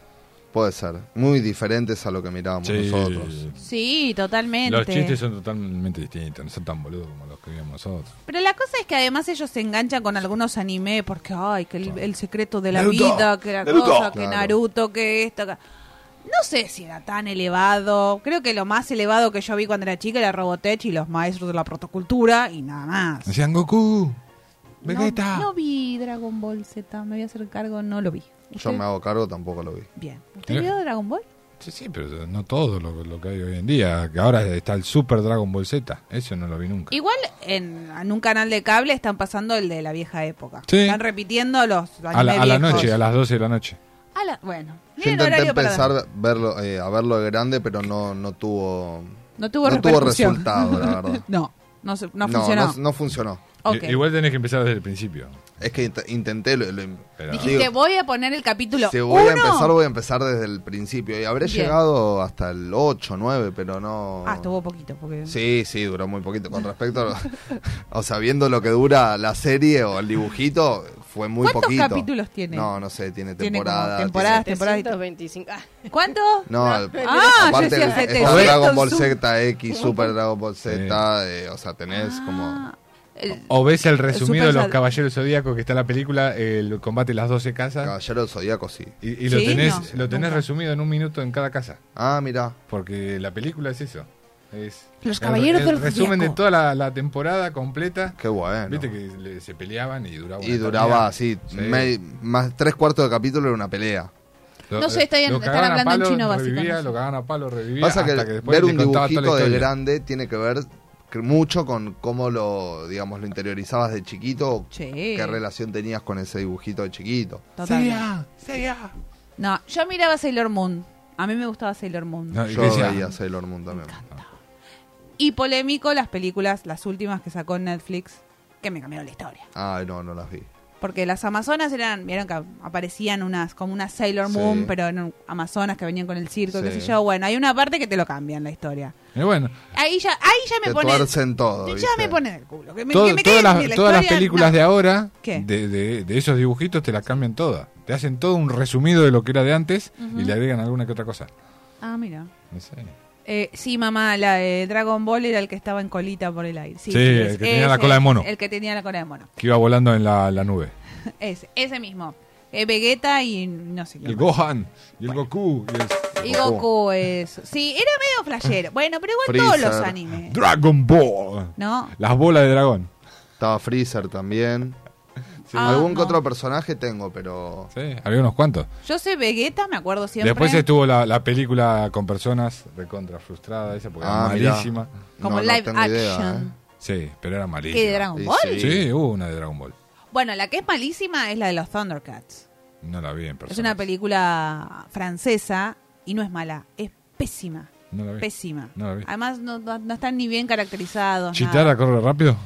Speaker 4: Puede ser. Muy diferentes a lo que mirábamos
Speaker 3: Sí.
Speaker 4: nosotros.
Speaker 2: Sí, totalmente.
Speaker 3: Los chistes son totalmente distintos, no son tan boludos como los que vimos nosotros.
Speaker 2: Pero la cosa es que además ellos se enganchan con algunos anime porque, ay, que el, el secreto de la
Speaker 3: Naruto.
Speaker 2: vida, que la
Speaker 3: Naruto.
Speaker 2: cosa, que
Speaker 4: Claro.
Speaker 2: Naruto, que esto. que- No sé si era tan elevado. Creo que lo más elevado que yo vi cuando era chica era Robotech y los maestros de la protocultura y nada más.
Speaker 3: Decían Goku,
Speaker 2: No-
Speaker 3: Vegeta.
Speaker 2: No, vi Dragon Ball Z, me voy a hacer cargo, no lo vi.
Speaker 4: Yo
Speaker 2: ¿Usted?
Speaker 4: me hago cargo, tampoco lo vi.
Speaker 2: Bien. ¿Usted
Speaker 3: Yo-
Speaker 2: vio Dragon Ball?
Speaker 3: Sí, sí, pero no todo lo, lo que hay hoy en día. Que ahora está el Super Dragon Ball Z. Eso no lo vi nunca.
Speaker 2: Igual en, en un canal de cable están pasando el de la vieja época.
Speaker 3: Sí.
Speaker 2: Están repitiendo los los
Speaker 3: A la, a la
Speaker 2: anime viejos.
Speaker 3: noche, a las 12 de la noche.
Speaker 2: A la- bueno,
Speaker 4: Yo
Speaker 2: Miren
Speaker 4: intenté
Speaker 2: horario para-
Speaker 4: empezar verlo, eh, a verlo de grande, pero no, no tuvo,
Speaker 2: No tuvo
Speaker 4: no tuvo
Speaker 2: repercusión.
Speaker 4: resultado, la verdad.
Speaker 2: No, no, se- no
Speaker 4: no,
Speaker 2: funcionó.
Speaker 4: no- no funcionó.
Speaker 2: Ok.
Speaker 3: I- Igual tenés que empezar desde el principio.
Speaker 4: Es que int- intenté. Lo, lo-
Speaker 3: Pero-
Speaker 2: Dijiste,
Speaker 4: digo,
Speaker 2: voy a poner el capítulo
Speaker 4: si voy a
Speaker 2: uno
Speaker 4: empezar, voy a empezar desde el principio. Y habré
Speaker 2: Bien.
Speaker 4: llegado hasta el 8, 9, pero no.
Speaker 2: Ah, estuvo poquito. Porque...
Speaker 4: Sí, sí, duró muy poquito. Con respecto a. lo- o sea, viendo lo que dura la serie o el dibujito, fue muy
Speaker 2: ¿Cuántos
Speaker 4: poquito.
Speaker 2: capítulos tiene?
Speaker 4: No, no sé, tiene
Speaker 2: Tiene como
Speaker 4: temporada.
Speaker 2: temporadas. temporadas.
Speaker 6: 725. Ah,
Speaker 2: ¿Cuánto?
Speaker 4: tiene- No, al-
Speaker 2: Ah,
Speaker 4: aparte
Speaker 2: yo decía
Speaker 4: está
Speaker 2: 700
Speaker 4: Dragon Ball
Speaker 2: sub-
Speaker 4: Z X, Super Dragon Ball Z, eh, o sea, tenés
Speaker 2: Ah,
Speaker 4: como...
Speaker 2: el-
Speaker 3: O ves el resumido de
Speaker 2: Super
Speaker 3: los
Speaker 2: Sad-
Speaker 3: Caballeros Zodíacos que está en la película, el combate de las 12 casas.
Speaker 4: Caballero del Zodíaco, sí.
Speaker 3: Y, y lo
Speaker 2: Sí,
Speaker 3: tenés,
Speaker 2: no,
Speaker 3: lo tenés
Speaker 2: nunca.
Speaker 3: resumido en un minuto en cada casa.
Speaker 4: Ah, mira.
Speaker 3: Porque la película es eso. Es
Speaker 2: Los
Speaker 3: el-
Speaker 2: Caballeros
Speaker 3: el
Speaker 2: del
Speaker 3: resumen de
Speaker 2: Zodíaco.
Speaker 3: toda la, la temporada completa.
Speaker 4: Qué bueno.
Speaker 3: Viste que le- se peleaban y duraba.
Speaker 4: Y
Speaker 3: una
Speaker 4: duraba
Speaker 3: eternidad.
Speaker 4: así,
Speaker 3: Sí.
Speaker 4: me- más tres cuartos de capítulo era una pelea.
Speaker 3: Lo-
Speaker 2: No sé, está bien,
Speaker 3: lo
Speaker 2: están
Speaker 3: cagaban a
Speaker 2: hablando en
Speaker 3: palo,
Speaker 2: chino, básicamente.
Speaker 3: Revivía, lo cagaban a palo, revivía.
Speaker 4: Pasa que,
Speaker 3: hasta que después
Speaker 4: ver
Speaker 3: le
Speaker 4: un
Speaker 3: contaba toda la
Speaker 4: dibujito de
Speaker 3: historia.
Speaker 4: grande tiene que ver cre- mucho con cómo lo, digamos, lo interiorizabas de chiquito, o
Speaker 2: Sí.
Speaker 4: qué relación tenías con ese dibujito de chiquito.
Speaker 2: total. No, yo miraba Sailor Moon. A mí me gustaba Sailor Moon.
Speaker 3: No, y
Speaker 4: Yo
Speaker 3: que decía,
Speaker 4: veía Sailor Moon también.
Speaker 2: Y polémico las películas, las últimas que sacó Netflix, que me cambiaron la historia.
Speaker 4: Ay, no, no las vi.
Speaker 2: Porque las Amazonas eran, vieron que aparecían unas, como unas Sailor
Speaker 4: Sí.
Speaker 2: Moon, pero en Amazonas que venían con el circo, qué
Speaker 4: Sí.
Speaker 2: sé yo. Bueno, hay una parte que te lo cambian la historia.
Speaker 3: Y bueno,
Speaker 2: Ahí ya, ahí ya
Speaker 4: Te
Speaker 2: me pone.
Speaker 4: tuercen todo,
Speaker 2: Ya
Speaker 4: ¿viste?
Speaker 2: me pone del culo. Que me,
Speaker 3: todo-
Speaker 2: que me
Speaker 3: todas,
Speaker 2: cambien
Speaker 3: las,
Speaker 2: la
Speaker 3: todas las
Speaker 2: historia,
Speaker 3: películas
Speaker 2: no.
Speaker 3: de ahora,
Speaker 2: ¿Qué?
Speaker 3: De, de- de esos dibujitos, te las cambian todas. Te hacen todo un resumido de lo que era de antes y le agregan alguna que otra cosa.
Speaker 2: Ah, mira.
Speaker 3: No sé.
Speaker 2: Eh, sí, mamá, la de Dragon Ball era el que estaba en colita por el aire. Sí,
Speaker 3: Sí, el que tenía la cola de mono.
Speaker 2: El que tenía la cola de mono.
Speaker 3: Que iba volando en la, la nube.
Speaker 2: Ese, ese mismo. Eh, Vegeta y no sé
Speaker 3: El
Speaker 2: qué.
Speaker 3: Gohan, y el Goku, y el
Speaker 2: Y Goku, eso. Sí, era medio
Speaker 3: Mm.
Speaker 2: flashero. Bueno, pero igual todos los
Speaker 4: Freezer.
Speaker 2: animes.
Speaker 3: Dragon Ball.
Speaker 2: ¿No?
Speaker 3: Las bolas de dragón.
Speaker 4: Estaba Freezer también.
Speaker 2: Ah,
Speaker 4: Algún que
Speaker 2: no.
Speaker 4: otro personaje tengo, pero...
Speaker 3: Sí, había unos cuantos.
Speaker 2: Yo sé Vegeta, me acuerdo siempre.
Speaker 3: Después estuvo la, la película con personas recontra frustrada, esa porque
Speaker 4: Ah,
Speaker 3: era
Speaker 4: mirá.
Speaker 3: malísima.
Speaker 2: Como
Speaker 4: No, no
Speaker 2: live
Speaker 4: tengo
Speaker 2: action.
Speaker 4: idea, ¿eh?
Speaker 3: Sí, pero era malísima.
Speaker 2: ¿Qué de Dragon
Speaker 4: Y
Speaker 2: Ball?
Speaker 4: sí.
Speaker 3: Sí, hubo una de Dragon Ball.
Speaker 2: Bueno, la que es malísima es la de los Thundercats.
Speaker 3: No la vi en persona.
Speaker 2: Es una película francesa y no es mala, es pésima.
Speaker 3: No la vi.
Speaker 2: Pésima.
Speaker 3: No la vi.
Speaker 2: Además, no, no- no están ni bien caracterizados.
Speaker 3: Chitara
Speaker 2: nada.
Speaker 3: corre rápido.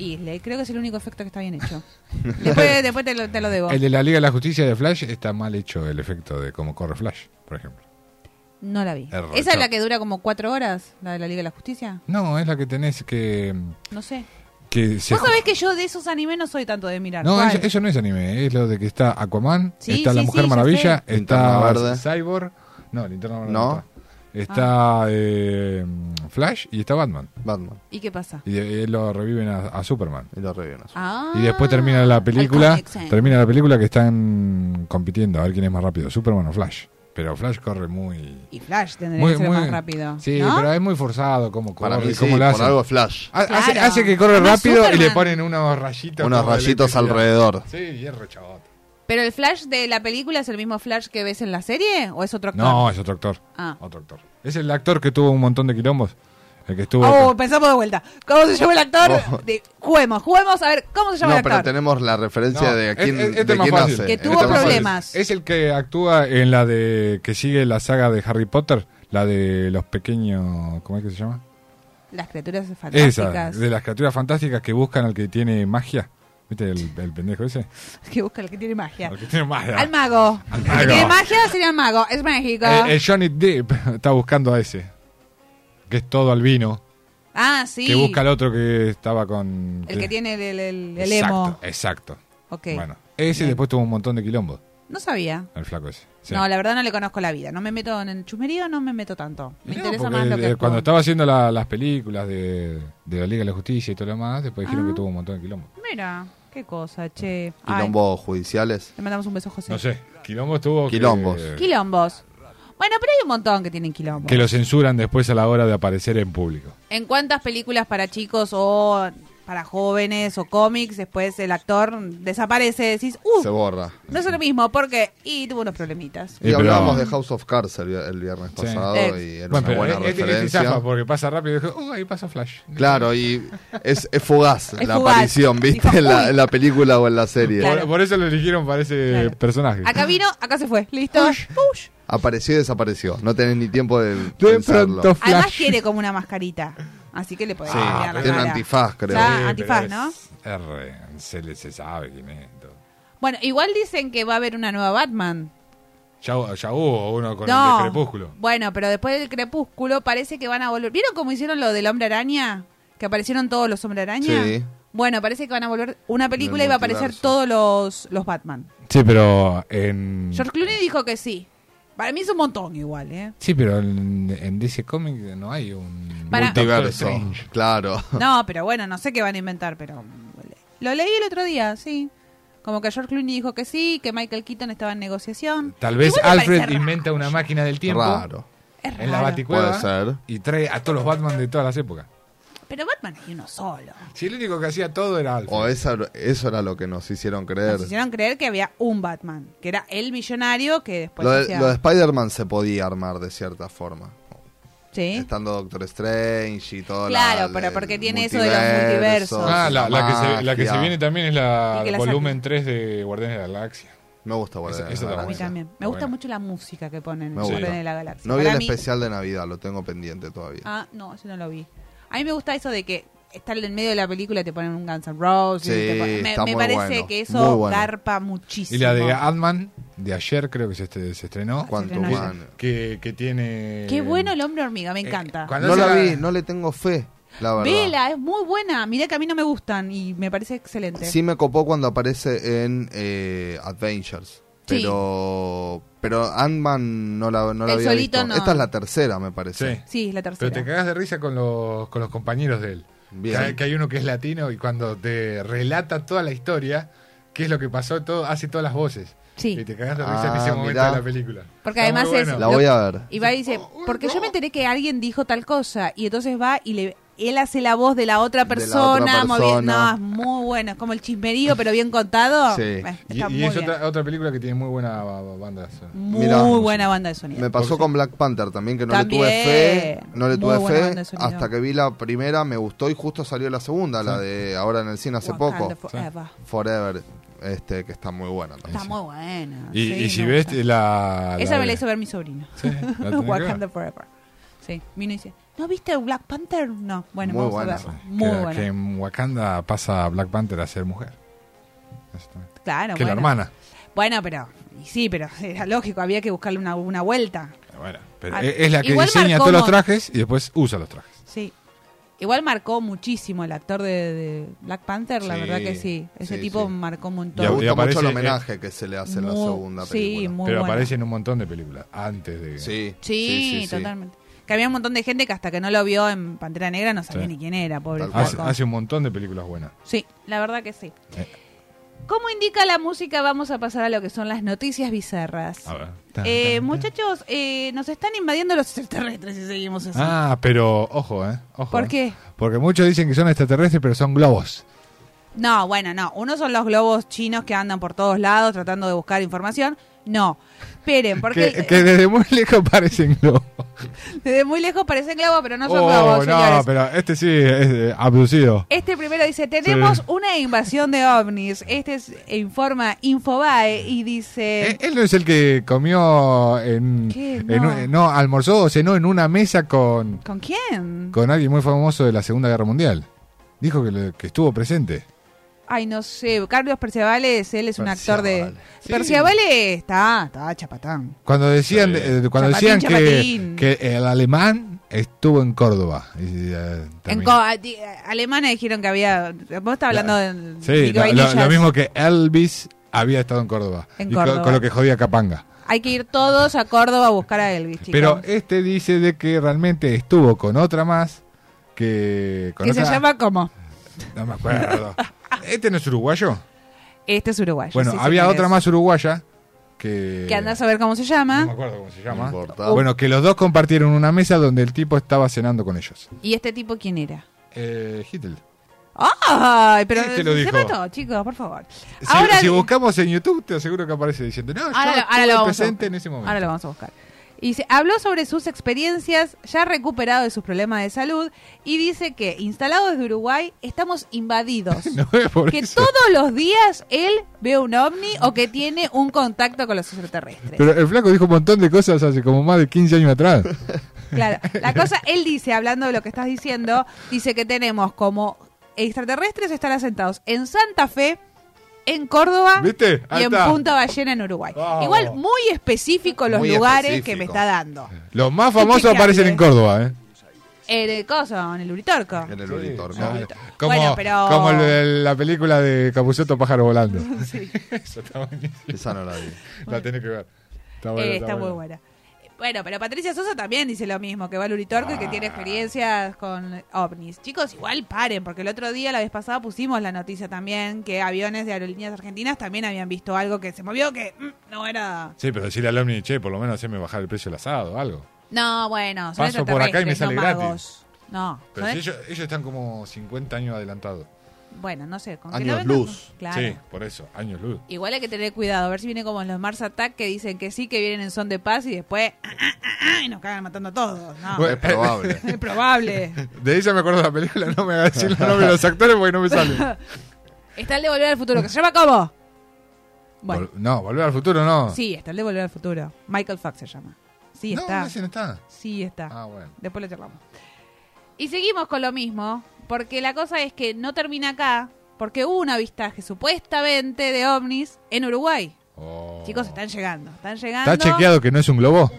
Speaker 2: Y le- creo que es el único efecto que está bien hecho. después después te, lo, te lo debo.
Speaker 3: El de la Liga de la Justicia de Flash está mal hecho el efecto de cómo corre Flash, por ejemplo.
Speaker 2: No la vi.
Speaker 3: Error,
Speaker 2: ¿Esa es
Speaker 3: chao.
Speaker 2: la que dura como cuatro horas? ¿La de la Liga de la Justicia?
Speaker 3: No, es la que tenés que.
Speaker 2: No sé.
Speaker 3: que se-
Speaker 2: Vos sabés que yo de esos animes no soy tanto de mirar.
Speaker 3: No,
Speaker 2: ¿Cuál?
Speaker 3: eso, eso no es anime, es lo de que está Aquaman,
Speaker 2: Sí,
Speaker 3: está
Speaker 2: sí,
Speaker 3: la
Speaker 2: sí,
Speaker 3: Mujer
Speaker 2: ya
Speaker 3: Maravilla,
Speaker 4: sé.
Speaker 3: está
Speaker 4: Linterna Verde.
Speaker 3: Cyborg, no, Linterna Verde
Speaker 4: No. Ah.
Speaker 3: no está, Está, eh, Flash y está Batman.
Speaker 4: Batman.
Speaker 2: ¿Y qué pasa?
Speaker 3: Y de- él lo reviven a, a Superman.
Speaker 4: Y lo reviven.
Speaker 2: Ah,
Speaker 3: Y después termina la
Speaker 2: el
Speaker 3: película,
Speaker 2: comic, sí.
Speaker 3: termina la película que están compitiendo a ver quién es más rápido, Superman o Flash. Pero Flash corre muy
Speaker 2: Y Flash tendría
Speaker 3: muy,
Speaker 2: que ser
Speaker 3: muy-
Speaker 2: más rápido.
Speaker 3: Sí,
Speaker 2: ¿no?
Speaker 3: pero es muy forzado como corre,
Speaker 4: Para mí sí,
Speaker 3: cómo lo
Speaker 4: por
Speaker 3: hacen.
Speaker 4: algo Flash.
Speaker 3: Ha- hace,
Speaker 2: Claro.
Speaker 3: hace que corre
Speaker 2: Además,
Speaker 3: rápido y le
Speaker 2: Superman.
Speaker 3: ponen unos rayitos
Speaker 4: Unos
Speaker 3: como de
Speaker 4: rayitos
Speaker 3: electricidad.
Speaker 4: alrededor.
Speaker 3: Sí, y es rechabot.
Speaker 2: ¿Pero el Flash de la película es el mismo Flash que ves en la serie o es otro actor?
Speaker 3: No, es otro actor.
Speaker 2: Ah.
Speaker 3: Otro actor. Es el actor que tuvo un montón de quilombos. El que estuvo.
Speaker 2: Oh,
Speaker 3: acá.
Speaker 2: empezamos de vuelta. ¿Cómo se llama el actor?
Speaker 4: Oh.
Speaker 2: De- juguemos, juguemos a ver cómo se llama
Speaker 4: No,
Speaker 2: el
Speaker 4: pero
Speaker 2: actor.
Speaker 4: tenemos la referencia
Speaker 3: No,
Speaker 4: de a
Speaker 3: este-
Speaker 4: quién,
Speaker 3: este
Speaker 4: de
Speaker 3: es más
Speaker 4: quién
Speaker 3: fácil.
Speaker 4: hace.
Speaker 2: Que
Speaker 4: Este
Speaker 2: tuvo
Speaker 4: es más fácil.
Speaker 2: problemas.
Speaker 3: Es el que actúa en la de. que sigue la saga de Harry Potter, la de los pequeños. ¿Cómo es que se llama?
Speaker 2: Las criaturas
Speaker 3: Esa,
Speaker 2: fantásticas.
Speaker 3: de las criaturas fantásticas que buscan al que tiene magia. ¿Viste el, el pendejo ese?
Speaker 2: Que busca el que tiene magia.
Speaker 3: Al que tiene magia.
Speaker 2: Al mago.
Speaker 3: Al
Speaker 2: El que tiene
Speaker 3: mago.
Speaker 2: magia sería el mago. Es mágico.
Speaker 3: Eh, eh, Johnny Depp está buscando a ese. Que es todo albino.
Speaker 2: ah, sí.
Speaker 3: Que busca al otro que estaba con.
Speaker 2: El que tiene el, el, el- el
Speaker 3: exacto,
Speaker 2: emo.
Speaker 3: Exacto.
Speaker 2: Ok.
Speaker 3: Bueno, ese
Speaker 2: Bien.
Speaker 3: después tuvo un montón de quilombo.
Speaker 2: No sabía.
Speaker 3: El flaco ese. Sí.
Speaker 2: No, la verdad no le conozco la vida. No me meto en el chusmerío, no me meto tanto. Me
Speaker 3: No,
Speaker 2: interesa
Speaker 3: porque,
Speaker 2: más lo que.
Speaker 3: eh,
Speaker 2: actúa.
Speaker 3: Cuando estaba haciendo la- las películas de, de la Liga de la Justicia y todo lo demás, después dijeron
Speaker 2: Ah.
Speaker 3: que tuvo un montón de quilombo.
Speaker 2: Mira, qué cosa, che. Ay,
Speaker 4: Quilombos judiciales.
Speaker 2: le mandamos un beso a José.
Speaker 3: No sé, quilombos tuvo. que-
Speaker 4: Quilombos.
Speaker 3: Que,
Speaker 2: Quilombos. Bueno, pero hay un montón que tienen quilombos.
Speaker 3: lo censuran después a la hora de aparecer en público.
Speaker 2: ¿En cuántas películas para chicos o para jóvenes o cómics después el actor desaparece? Decís, uh,
Speaker 4: Se borra.
Speaker 2: no es lo mismo porque. Y tuvo unos problemitas.
Speaker 3: Eh,
Speaker 4: Y
Speaker 3: pero-
Speaker 4: hablábamos de House of Cards el, vi- el viernes
Speaker 3: Sí.
Speaker 4: pasado
Speaker 2: Eh.
Speaker 4: y era
Speaker 3: Bueno,
Speaker 4: una
Speaker 3: pero
Speaker 4: buena
Speaker 3: este- este
Speaker 4: referencia.
Speaker 3: zafa porque pasa rápido y dijo, "Uh, ahí pasa Flash.
Speaker 4: Claro, y es, es fugaz
Speaker 2: Es
Speaker 4: la
Speaker 2: fugaz.
Speaker 4: aparición, ¿viste?
Speaker 2: Dijo,
Speaker 4: en, la,
Speaker 2: "Uy".
Speaker 4: en la película o en la serie.
Speaker 3: Por,
Speaker 2: Claro.
Speaker 3: por eso lo eligieron para ese
Speaker 2: Claro.
Speaker 3: eh, personaje.
Speaker 2: Acá vino, acá se fue. Listo. Push.
Speaker 4: Apareció y desapareció. No tenés ni tiempo de,
Speaker 3: de
Speaker 4: pensarlo.
Speaker 3: pronto
Speaker 2: Además
Speaker 3: Flash.
Speaker 2: tiene como una mascarita. Así que le podés
Speaker 4: Sí,
Speaker 2: cambiar la
Speaker 4: tiene un
Speaker 2: cara.
Speaker 4: antifaz, creo.
Speaker 2: Ya,
Speaker 3: Sí,
Speaker 2: antifaz,
Speaker 3: pero
Speaker 2: ¿no?
Speaker 3: es- es re- se, le- se sabe quién es. todo.
Speaker 2: Bueno, igual dicen que va a haber una nueva Batman.
Speaker 3: Ya, ya hubo uno con el de Crepúsculo.
Speaker 2: Bueno, pero después del crepúsculo parece que van a volver. ¿Vieron cómo hicieron lo del hombre araña? Que aparecieron todos los hombre araña.
Speaker 4: Sí.
Speaker 2: Bueno, parece que van a volver una película y
Speaker 4: Del
Speaker 2: va a aparecer
Speaker 4: multiverso.
Speaker 2: todos los, los Batman.
Speaker 3: Sí, pero en...
Speaker 2: George Clooney dijo que sí. Para mí es un montón igual, ¿eh?
Speaker 3: Sí, pero en, en DC Comics no hay un...
Speaker 2: Para-
Speaker 3: Doctor
Speaker 4: Multiverso.
Speaker 3: Strange.
Speaker 4: Claro.
Speaker 2: No, pero bueno, no sé qué van a inventar, pero lo leí el otro día, sí. Como que George Clooney dijo que sí, que Michael Keaton estaba en negociación.
Speaker 3: Tal vez
Speaker 2: Igual me
Speaker 3: Alfred
Speaker 2: parece raro.
Speaker 3: inventa una máquina del tiempo
Speaker 4: Raro.
Speaker 2: Es
Speaker 3: en la
Speaker 2: raro.
Speaker 4: Puede
Speaker 3: Baticueva
Speaker 4: ser.
Speaker 3: y trae a todos los Batman de todas las épocas.
Speaker 2: Pero Batman hay uno solo.
Speaker 3: Si el único que hacía todo era Alfred.
Speaker 4: O esa, eso era lo que nos hicieron creer.
Speaker 2: Nos hicieron creer que había un Batman, que era el millonario que después
Speaker 4: Lo de,
Speaker 2: hacía-
Speaker 4: lo de Spider-Man se podía armar de cierta forma.
Speaker 2: Sí.
Speaker 4: Estando Doctor Strange y todo
Speaker 2: ¿Eh? Claro, pero
Speaker 4: el
Speaker 2: porque tiene eso de los
Speaker 4: multiverso,
Speaker 2: multiversos.
Speaker 3: Ah, la, la que se, la que
Speaker 4: magia.
Speaker 3: se viene también es la
Speaker 2: Y que la
Speaker 3: volumen 3 de Guardianes de la Galaxia.
Speaker 4: Me gusta Guardianes
Speaker 3: Esa-
Speaker 4: de la
Speaker 3: esa
Speaker 2: A mí
Speaker 3: Bueno,
Speaker 4: Galaxia.
Speaker 2: también. Me gusta
Speaker 3: bueno.
Speaker 2: mucho la música que ponen en el
Speaker 4: Me
Speaker 3: gusta.
Speaker 2: Guardián de la Galaxia.
Speaker 4: No vi el
Speaker 2: Para mí-
Speaker 4: especial de Navidad, lo tengo pendiente todavía.
Speaker 2: Ah, no, yo no lo vi. A mí me gusta eso de que estar en medio de la película y te ponen un Guns N' Roses.
Speaker 4: Sí,
Speaker 2: y te ponen- me
Speaker 4: está
Speaker 2: me
Speaker 4: muy
Speaker 2: parece
Speaker 4: bueno,
Speaker 2: que
Speaker 4: muy
Speaker 2: eso
Speaker 4: bueno.
Speaker 2: garpa muchísimo.
Speaker 3: Y la de Ant-Man, de ayer creo que se, este- se estrenó.
Speaker 4: Cuanto
Speaker 2: no,
Speaker 4: más.
Speaker 3: Que, que tiene...
Speaker 2: Qué bueno el hombre hormiga,
Speaker 3: Eh,
Speaker 2: me encanta.
Speaker 3: cuando-
Speaker 4: No
Speaker 3: Ah, se
Speaker 4: la
Speaker 3: la-
Speaker 4: vi, no le tengo fe, la verdad.
Speaker 2: Vela, es muy buena. Mirá que a mí no me gustan y me parece excelente.
Speaker 4: Sí me copó cuando aparece en eh, Adventures.
Speaker 2: Sí.
Speaker 4: Pero, pero Ant-Man no la, no la
Speaker 2: El
Speaker 4: había
Speaker 2: solito
Speaker 4: visto.
Speaker 2: no.
Speaker 4: Esta es la tercera, me parece.
Speaker 3: Sí.
Speaker 2: Sí, es la
Speaker 3: Pero te
Speaker 2: tercera.
Speaker 3: cagás de risa con los, con los compañeros de él.
Speaker 4: Bien.
Speaker 3: Que, hay- que hay uno que es latino y cuando te relata toda la historia, qué es lo que pasó, todo, hace todas las voces.
Speaker 2: Sí.
Speaker 3: Y te cagás de risa en
Speaker 4: Ah,
Speaker 3: ese momento
Speaker 4: mirá.
Speaker 3: de la película.
Speaker 2: Porque
Speaker 3: Está muy
Speaker 2: además es-
Speaker 4: La voy a ver.
Speaker 2: Y va y dice, porque yo me enteré que alguien dijo tal cosa. Y entonces va y le él hace la voz de la otra
Speaker 4: De la
Speaker 2: persona.
Speaker 4: otra
Speaker 2: moviendo-
Speaker 4: persona.
Speaker 2: no, es muy bueno. Es como el chismerío, pero bien contado.
Speaker 4: Sí.
Speaker 2: Eh,
Speaker 3: Y,
Speaker 2: está
Speaker 3: y
Speaker 2: muy
Speaker 3: es
Speaker 2: bien.
Speaker 3: otra, otra película que tiene muy buena ba- ba- banda. sonora.
Speaker 2: Muy
Speaker 4: Mirá.
Speaker 2: buena banda de sonido.
Speaker 4: Me pasó con Black Panther también, que no
Speaker 2: También.
Speaker 4: le tuve fe. No le
Speaker 2: Muy
Speaker 4: tuve
Speaker 2: buena banda
Speaker 4: fe.
Speaker 2: de sonido.
Speaker 4: Hasta que vi la primera, me gustó y justo salió la segunda, la de ahora en el cine hace
Speaker 2: Wakanda
Speaker 4: poco.
Speaker 2: Forever.
Speaker 4: Forever, este que está muy buena también.
Speaker 2: Está muy buena.
Speaker 3: Y,
Speaker 2: sí,
Speaker 3: y si
Speaker 2: me
Speaker 3: ves
Speaker 2: gusta.
Speaker 3: la... la
Speaker 2: Esa me la
Speaker 3: de-
Speaker 2: hizo ver mi sobrino.
Speaker 3: Sí, la tenés que ver.
Speaker 2: Wakanda Forever. Sí, vino y dice, ¿no viste Black Panther? No, bueno,
Speaker 4: Muy
Speaker 2: vamos
Speaker 4: buena.
Speaker 2: a verla.
Speaker 3: Que-
Speaker 2: Muy
Speaker 3: que,
Speaker 2: buena.
Speaker 3: en Wakanda pasa a Black Panther a ser mujer. Eso también.
Speaker 2: claro,
Speaker 3: que la
Speaker 2: bueno.
Speaker 3: hermana.
Speaker 2: Bueno, pero, y sí, pero era lógico, había que buscarle una, una vuelta.
Speaker 3: Bueno, pero
Speaker 2: Ah,
Speaker 3: es es la que
Speaker 2: igual
Speaker 3: diseña
Speaker 2: marcó
Speaker 3: todos los
Speaker 2: mo-
Speaker 3: trajes y después usa los trajes.
Speaker 2: Sí. Igual marcó muchísimo el actor de, de Black Panther, la
Speaker 4: Sí,
Speaker 2: verdad que sí. Ese
Speaker 4: sí,
Speaker 2: tipo
Speaker 4: sí.
Speaker 2: marcó un
Speaker 4: Me
Speaker 3: Y-
Speaker 2: montón.
Speaker 3: y
Speaker 4: gustó mucho
Speaker 3: aparece,
Speaker 4: el
Speaker 3: eh,
Speaker 4: homenaje que se le hace en la
Speaker 2: Muy-
Speaker 4: segunda
Speaker 2: Sí,
Speaker 4: película.
Speaker 2: muy
Speaker 3: pero
Speaker 2: bueno.
Speaker 3: aparece en un montón de películas antes de...
Speaker 4: Sí,
Speaker 2: Sí,
Speaker 4: sí, sí, sí.
Speaker 2: totalmente. Que había un montón de gente que hasta que no lo vio en Pantera Negra no sabía
Speaker 3: Sí.
Speaker 2: ni quién era, pobre.
Speaker 4: Tal cual.
Speaker 3: Hace,
Speaker 2: flaco.
Speaker 3: hace un montón de películas buenas.
Speaker 2: Sí, la verdad que sí.
Speaker 3: Eh.
Speaker 2: Como indica la música, vamos a pasar a lo que son las noticias bizarras.
Speaker 3: A ver.
Speaker 2: Eh, muchachos, eh, nos están invadiendo los extraterrestres si seguimos así.
Speaker 3: Ah, pero ojo, ¿eh? Ojo,
Speaker 2: ¿Por
Speaker 3: eh.
Speaker 2: qué?
Speaker 3: Porque muchos dicen que son extraterrestres, pero son globos.
Speaker 2: No, bueno, no. Uno son los globos chinos que andan por todos lados tratando de buscar información. No. Esperen, porque
Speaker 3: Que, que desde muy lejos parecen globos.
Speaker 2: desde muy lejos parecen globos, pero no son
Speaker 3: oh,
Speaker 2: globos,
Speaker 3: no,
Speaker 2: señores.
Speaker 3: pero este sí es eh, abducido.
Speaker 2: Este primero dice, tenemos una invasión de ovnis. Este es- informa Infobae y dice...
Speaker 3: Eh, Él no es el que comió en,
Speaker 2: ¿Qué?
Speaker 3: en
Speaker 2: No.
Speaker 3: un- eh, no, almorzó o cenó en una mesa con,
Speaker 2: ¿Con quién?
Speaker 3: con alguien muy famoso de la Segunda Guerra Mundial. Dijo que, le- que estuvo presente.
Speaker 2: Ay, no sé. Carlos Perciavales, él es un actor de...
Speaker 4: Perciavale.
Speaker 3: Sí.
Speaker 2: Perciavale está, está chapatán.
Speaker 3: Cuando decían, eh, cuando
Speaker 2: Chapatín,
Speaker 3: decían
Speaker 2: chapatín.
Speaker 3: que, que el alemán estuvo en Córdoba. Y, eh,
Speaker 2: En
Speaker 3: terminó.
Speaker 2: co- a- di- Alemania dijeron que había... Vos estás hablando de...
Speaker 3: Sí,
Speaker 2: Nico
Speaker 3: lo, lo-
Speaker 2: Vainillas.
Speaker 3: lo mismo que Elvis había estado en Córdoba.
Speaker 2: En
Speaker 3: Y co-
Speaker 2: Córdoba.
Speaker 3: Con, lo que jodía Capanga.
Speaker 2: Hay que ir todos a Córdoba a buscar a Elvis, chicos.
Speaker 3: Pero este dice de que realmente estuvo con otra más que... Con
Speaker 2: que
Speaker 3: otra-
Speaker 2: se llama como...
Speaker 3: No me acuerdo. ¿Este no es uruguayo?
Speaker 2: Este es uruguayo.
Speaker 3: Bueno,
Speaker 2: sí,
Speaker 3: había
Speaker 2: señores.
Speaker 3: otra más uruguaya que...
Speaker 2: Que andás a ver cómo se llama.
Speaker 3: No me acuerdo cómo se llama.
Speaker 4: No importa.
Speaker 3: Bueno, que los dos compartieron una mesa donde el tipo estaba cenando con ellos.
Speaker 2: ¿Y este tipo quién era?
Speaker 3: Eh, Hitler.
Speaker 2: ¡Ay! Pero
Speaker 3: Este lo
Speaker 2: se
Speaker 3: dijo.
Speaker 2: mató, chicos, por favor.
Speaker 3: Si, si buscamos en YouTube, te aseguro que aparece diciendo, no,
Speaker 2: ahora
Speaker 3: yo
Speaker 2: lo- ahora lo
Speaker 3: estuve
Speaker 2: Ah, vamos a
Speaker 3: presente
Speaker 2: buscar.
Speaker 3: en ese momento.
Speaker 2: Ahora lo vamos a buscar. Y dice, habló sobre sus experiencias ya recuperado de sus problemas de salud y dice que, instalado desde Uruguay, estamos invadidos.
Speaker 3: No es por
Speaker 2: que
Speaker 3: eso.
Speaker 2: todos los días él ve un ovni o que tiene un contacto con los extraterrestres.
Speaker 3: Pero el flaco dijo un montón de cosas hace como más de 15 años atrás.
Speaker 2: Claro, la cosa, él dice, hablando de lo que estás diciendo, dice que tenemos como extraterrestres están asentados en Santa Fe, en Córdoba
Speaker 3: ¿Viste?
Speaker 2: y
Speaker 3: Ahí
Speaker 2: en
Speaker 3: está.
Speaker 2: Punta Ballena, en Uruguay.
Speaker 3: Vamos.
Speaker 2: Igual muy específico los
Speaker 4: Muy
Speaker 2: lugares que me
Speaker 4: específico.
Speaker 2: está dando.
Speaker 3: Los más famosos
Speaker 2: chequeable.
Speaker 3: aparecen en Córdoba, ¿eh?
Speaker 2: En el coso, en el Uritorco.
Speaker 4: En el Uritorco.
Speaker 3: Ah,
Speaker 4: Uritorco.
Speaker 3: Como,
Speaker 2: Bueno, pero-
Speaker 3: como el- el- la película de Capuzoto Pájaro Volando. Eso está buenísimo.
Speaker 4: Esa no la vi.
Speaker 3: La tenés que ver. Está,
Speaker 2: Eh,
Speaker 3: bueno,
Speaker 2: está muy
Speaker 3: bueno.
Speaker 2: buena. Bueno, pero Patricia Sosa también dice lo mismo, que va al Uritorco y que
Speaker 3: Ah.
Speaker 2: tiene experiencias con ovnis. Chicos, igual paren, porque el otro día, la vez pasada, pusimos la noticia también que aviones de aerolíneas argentinas también habían visto algo que se movió, que mm, no era...
Speaker 3: Sí, pero decirle al Omni, che, por lo menos haceme bajar el precio del asado o algo.
Speaker 2: No, bueno, son
Speaker 3: Paso por acá y me
Speaker 2: extraterrestres,
Speaker 3: sale
Speaker 2: no
Speaker 3: gratis.
Speaker 2: magos. No,
Speaker 3: Pero
Speaker 2: son-
Speaker 3: si ellos, ellos están como 50 años adelantados.
Speaker 2: bueno, no sé. Con que
Speaker 4: Años
Speaker 2: lo vengan-
Speaker 4: luz.
Speaker 2: Claro.
Speaker 3: Sí, por eso, años luz.
Speaker 2: Igual hay que tener cuidado, a ver si viene como en los Mars Attack que dicen que sí, que vienen en son de paz y después ah, ah, ah, ah, y nos cagan matando a todos. No,
Speaker 3: Bueno,
Speaker 4: Es probable.
Speaker 2: es probable.
Speaker 3: De ella me acuerdo de la película, no me voy a decir los nombres de los actores porque no me sale.
Speaker 2: Está el de Volver al Futuro, que se llama como. Bueno,
Speaker 3: Vol- no, volver al futuro no.
Speaker 2: sí, está el de Volver al Futuro. Michael Fox se llama. Sí,
Speaker 3: no,
Speaker 2: está.
Speaker 3: ese no está.
Speaker 2: Sí, está.
Speaker 3: Ah, bueno.
Speaker 2: Después lo charlamos. Y seguimos con lo mismo, porque la cosa es que no termina acá, porque hubo un avistaje supuestamente de ovnis en Uruguay.
Speaker 3: Oh.
Speaker 2: Chicos, están llegando, están llegando.
Speaker 3: ¿Está chequeado que no es un globo?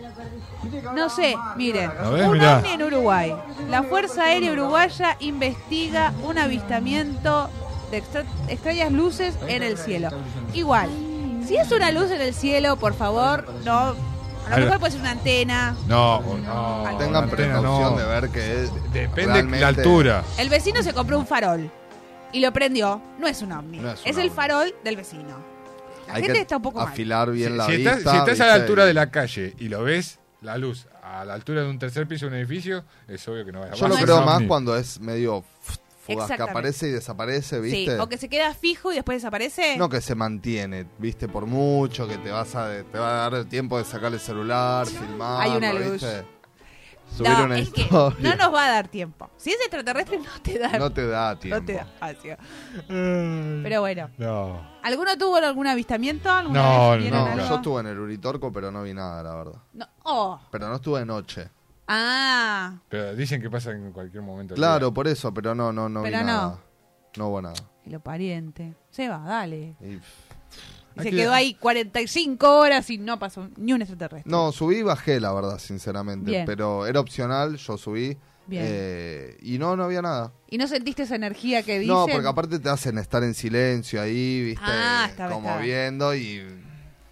Speaker 2: No sé, miren.
Speaker 3: ¿Lo ves?
Speaker 2: Un
Speaker 3: Mirá.
Speaker 2: ovni en Uruguay. La Fuerza Aérea Uruguaya investiga un avistamiento de extra- extrañas luces en el cielo. Igual, si es una luz en el cielo, por favor, no. A lo
Speaker 3: Ahí-
Speaker 2: mejor puede ser una antena.
Speaker 3: No, no.
Speaker 4: Tengan
Speaker 3: no,
Speaker 4: precaución
Speaker 3: no.
Speaker 4: de ver que es
Speaker 3: Depende
Speaker 4: realmente-
Speaker 3: la altura.
Speaker 2: El vecino se compró un farol y lo prendió. No es un ovni.
Speaker 4: No es
Speaker 2: es
Speaker 4: un
Speaker 2: el
Speaker 4: ovni.
Speaker 2: farol del vecino. La
Speaker 4: Hay
Speaker 2: gente
Speaker 4: que
Speaker 2: está un poco mal.
Speaker 4: afilar bien
Speaker 3: Si-
Speaker 4: la
Speaker 3: si,
Speaker 4: vista.
Speaker 3: estás, si estás a la
Speaker 4: ¿viste?
Speaker 3: altura de la calle y lo ves, la luz, a la altura de un tercer piso de un edificio, es obvio que no vas a
Speaker 4: Yo
Speaker 3: vas
Speaker 4: lo
Speaker 3: a ser
Speaker 4: creo
Speaker 3: un
Speaker 4: más
Speaker 3: ovni.
Speaker 4: cuando es medio f- fugaz, que
Speaker 2: Exactamente.
Speaker 4: aparece y desaparece,
Speaker 2: Sí,
Speaker 4: ¿viste?
Speaker 2: o que se queda fijo y después desaparece.
Speaker 4: No que se mantiene, ¿viste? Por mucho, que te vas a te va a dar el tiempo de sacar el celular, filmar.
Speaker 2: Hay una luz.
Speaker 4: Subir
Speaker 2: No,
Speaker 4: una
Speaker 2: es que
Speaker 4: historia.
Speaker 2: no nos va a dar tiempo. Si es extraterrestre, no te da
Speaker 4: No te da tiempo. Mm.
Speaker 2: No te da espacio. Pero bueno,
Speaker 3: No.
Speaker 2: ¿alguno tuvo algún avistamiento? ¿Alguna
Speaker 3: No,
Speaker 2: vez vieron
Speaker 4: No,
Speaker 2: algo?
Speaker 4: yo estuve en el Uritorco, pero no vi nada, la verdad.
Speaker 2: No. Oh.
Speaker 4: Pero no estuve de noche.
Speaker 2: Ah.
Speaker 3: Pero dicen que pasa en cualquier momento. del
Speaker 4: Claro, por eso, pero no, no, no
Speaker 2: Pero
Speaker 4: vi
Speaker 2: no.
Speaker 4: nada. No hubo nada.
Speaker 2: Y lo pariente. Se va, dale.
Speaker 4: Y, pff,
Speaker 2: Y
Speaker 3: Hay
Speaker 2: se
Speaker 3: que-
Speaker 2: quedó ahí 45 horas y no pasó ni un extraterrestre.
Speaker 4: No, subí y bajé, la verdad, sinceramente.
Speaker 2: Bien.
Speaker 4: Pero era opcional, yo subí.
Speaker 2: Bien.
Speaker 4: eh, y no, no había nada.
Speaker 2: ¿Y no sentiste esa energía que dicen?
Speaker 4: No, porque aparte te hacen estar en silencio ahí, viste,
Speaker 2: Ah, estaba-
Speaker 4: como
Speaker 2: estaba.
Speaker 4: viendo y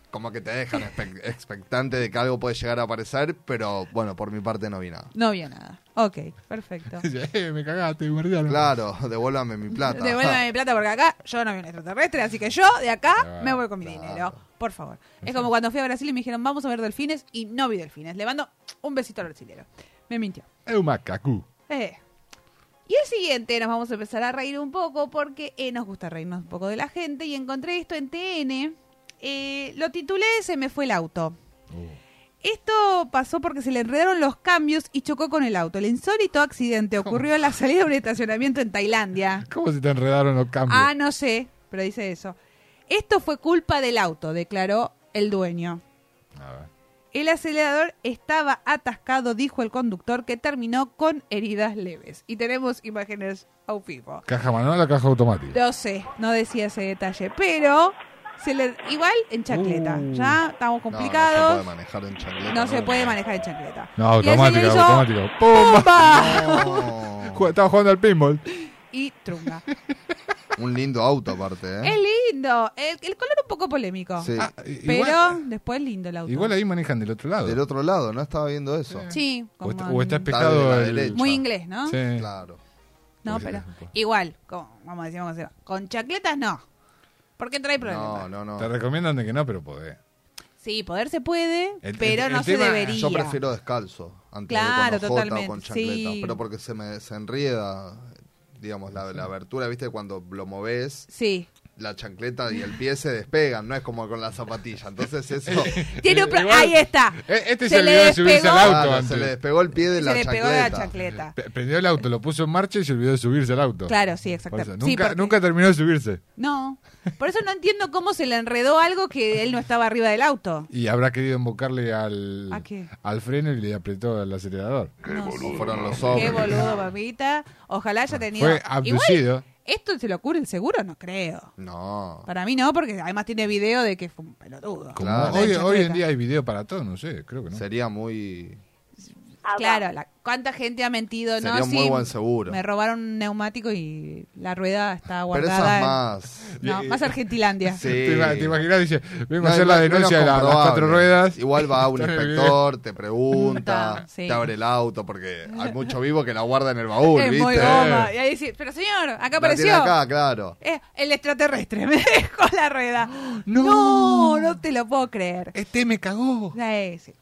Speaker 4: como que te dejan espe- expectante de que algo puede llegar a aparecer, pero bueno, por mi parte no vi nada.
Speaker 2: No había nada. Ok, perfecto.
Speaker 3: día. Eh, me cagaste, me mordieron.
Speaker 4: Claro, devuélvame mi plata.
Speaker 2: Devuélveme mi plata porque acá yo no vi un extraterrestre, así que yo de acá me voy con mi dinero. Por favor. Es como cuando fui a Brasil y me dijeron, vamos a ver delfines y no vi delfines. Le mando un besito al brasilero. Me mintió.
Speaker 3: Es un macaco.
Speaker 2: Eh, Y el siguiente nos vamos a empezar a reír un poco porque eh, nos gusta reírnos un poco de la gente y encontré esto en TN. Eh, lo titulé Se me fue el auto. Esto pasó porque se le enredaron los cambios y chocó con el auto. El insólito accidente ocurrió en la salida de un estacionamiento en Tailandia.
Speaker 3: ¿Cómo se te enredaron los cambios?
Speaker 2: Ah, no sé, pero dice eso. Esto fue culpa del auto, declaró el dueño.
Speaker 3: A ver.
Speaker 2: El acelerador estaba atascado, dijo el conductor, que terminó con heridas leves. Y tenemos imágenes a vivo.
Speaker 3: ¿Caja manual o caja automática?
Speaker 2: No sé, no decía ese detalle, pero se le, igual en chancleta.
Speaker 3: Uh.
Speaker 2: ya estamos
Speaker 4: No,
Speaker 2: complicados.
Speaker 4: No, se puede manejar en chancleta.
Speaker 2: No se puede manejar en chancleta.
Speaker 3: No,
Speaker 2: Y el señor
Speaker 3: automática,
Speaker 2: hizo
Speaker 3: automática. ¡Pumba!
Speaker 4: Oh, No.
Speaker 3: Ju- Estaba jugando al pinball.
Speaker 2: Y trunga.
Speaker 4: Un lindo auto aparte, ¿eh?
Speaker 2: Es lindo. El, el color un poco polémico.
Speaker 4: Sí.
Speaker 3: Ah, i-
Speaker 2: Pero
Speaker 3: igual,
Speaker 2: después lindo el auto.
Speaker 3: igual ahí manejan del otro lado.
Speaker 4: Del otro lado, no estaba viendo eso.
Speaker 2: Sí,
Speaker 3: o, está,
Speaker 2: como
Speaker 3: o está
Speaker 2: en-
Speaker 3: espejado
Speaker 4: Está de la
Speaker 3: el-
Speaker 4: derecha.
Speaker 2: muy inglés, ¿no?
Speaker 3: Sí.
Speaker 4: Claro.
Speaker 2: No,
Speaker 3: Sí,
Speaker 2: pero
Speaker 3: sí.
Speaker 2: igual, como, vamos a decir, vamos a decir, con chacletas no. Porque trae problemas.
Speaker 4: No, no,
Speaker 3: Te
Speaker 4: no.
Speaker 3: recomiendan de que no, pero podés.
Speaker 2: Sí, poder se puede,
Speaker 3: El-
Speaker 2: pero
Speaker 3: el-
Speaker 2: no
Speaker 3: el
Speaker 2: se
Speaker 3: tema-
Speaker 2: debería.
Speaker 4: Yo prefiero descalzo antes
Speaker 2: Claro,
Speaker 4: de con ojota o con
Speaker 2: totalmente,
Speaker 4: chancleta.
Speaker 2: sí.
Speaker 4: Pero porque se me se enrieda, digamos, la, la abertura, ¿viste? Cuando lo moves,
Speaker 2: Sí.
Speaker 4: la chancleta y el pie se despegan, no es como con la zapatilla. Entonces eso...
Speaker 2: Tiene un pro- Ahí está.
Speaker 3: Eh, Este
Speaker 2: Se
Speaker 3: se
Speaker 2: le
Speaker 3: olvidó de subirse
Speaker 2: despegó.
Speaker 3: al auto
Speaker 4: Claro,
Speaker 3: antes.
Speaker 4: se le despegó el pie de la
Speaker 2: se le pegó
Speaker 4: chancleta.
Speaker 2: la chancleta.
Speaker 3: Pe- Prendió el auto, lo puso en marcha y se olvidó de subirse al auto.
Speaker 2: Claro, sí,
Speaker 3: Por eso,
Speaker 2: exactamente. Sí,
Speaker 3: nunca,
Speaker 2: porque-
Speaker 3: nunca terminó de subirse.
Speaker 2: No. Por eso no entiendo cómo se le enredó algo que él no estaba arriba del auto.
Speaker 3: Y habrá querido embocarle al,
Speaker 2: ¿A qué?
Speaker 3: al freno y le apretó al acelerador.
Speaker 2: No sé.
Speaker 4: Fueron los
Speaker 2: Qué
Speaker 4: hombres.
Speaker 2: boludo, papita. Ojalá haya tenido.
Speaker 3: Fue
Speaker 2: Igual,
Speaker 3: abducido.
Speaker 2: ¿esto se lo ocurre el seguro? No creo.
Speaker 4: No.
Speaker 2: Para mí no, porque además tiene video de que fue un pelotudo.
Speaker 3: Como
Speaker 4: Claro.
Speaker 3: hoy,
Speaker 2: Con la
Speaker 3: hoy en
Speaker 2: chancleta.
Speaker 3: día hay video para todo, no sé, creo que no.
Speaker 4: Sería muy...
Speaker 2: Claro, la, cuánta gente ha mentido, ¿no?
Speaker 4: Sería un muy
Speaker 2: Sí,
Speaker 4: buen seguro.
Speaker 2: Me robaron un neumático y la rueda está
Speaker 4: Pero
Speaker 2: guardada.
Speaker 4: esas
Speaker 2: en-
Speaker 4: más... Eh,
Speaker 2: No, más Argentilandia.
Speaker 4: Sí.
Speaker 3: ¿Te, ima- te imaginas? Dice, vengo
Speaker 4: No,
Speaker 3: a hacer
Speaker 4: es
Speaker 3: la
Speaker 4: más-
Speaker 3: denuncia
Speaker 4: menos
Speaker 3: de la- las
Speaker 4: comprobable.
Speaker 3: cuatro ruedas.
Speaker 4: Igual va un
Speaker 3: Está en el
Speaker 4: inspector, te pregunta,
Speaker 2: Pregunta, sí.
Speaker 4: te abre el auto, porque hay mucho vivo que la guarda en el baúl,
Speaker 2: Es
Speaker 4: ¿viste?
Speaker 2: muy goma. Y ahí sí, pero señor, acá
Speaker 4: La tiene
Speaker 2: apareció.
Speaker 4: acá, claro.
Speaker 2: Eh, el extraterrestre me dejó la rueda.
Speaker 3: No.
Speaker 2: no, no te lo puedo creer.
Speaker 3: Este me cagó.
Speaker 2: Eh, sí.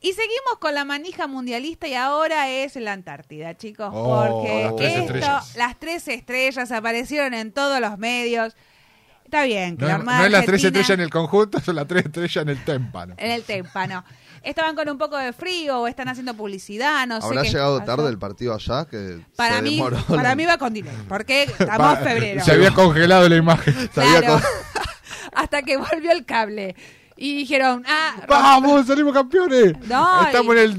Speaker 2: Y seguimos con la manija mundialista y ahora es la Antártida, chicos,
Speaker 3: Oh,
Speaker 2: porque
Speaker 3: las tres
Speaker 2: esto,
Speaker 3: estrellas.
Speaker 2: las tres estrellas aparecieron en todos los medios. Está bien, que
Speaker 3: No,
Speaker 2: la
Speaker 3: es-
Speaker 2: Armada
Speaker 3: no es las tres
Speaker 2: Argentina-
Speaker 3: estrellas en el conjunto, son las tres estrellas en el témpano.
Speaker 2: en el témpano. Estaban con un poco de frío o están haciendo publicidad, no sé.
Speaker 4: ¿Habrá
Speaker 2: qué
Speaker 4: llegado
Speaker 2: pasó.
Speaker 4: tarde el partido allá? Que
Speaker 2: para
Speaker 4: se
Speaker 2: mí,
Speaker 4: demoró la-
Speaker 2: para mí va con delay, porque estamos
Speaker 3: Pa-
Speaker 2: en febrero.
Speaker 3: Se había congelado la imagen.
Speaker 4: se había
Speaker 2: Claro.
Speaker 4: co-
Speaker 2: Hasta que volvió el cable. Y dijeron, ah,
Speaker 3: ¡Vamos, salimos campeones!
Speaker 2: No,
Speaker 3: Estamos
Speaker 2: y-
Speaker 3: en el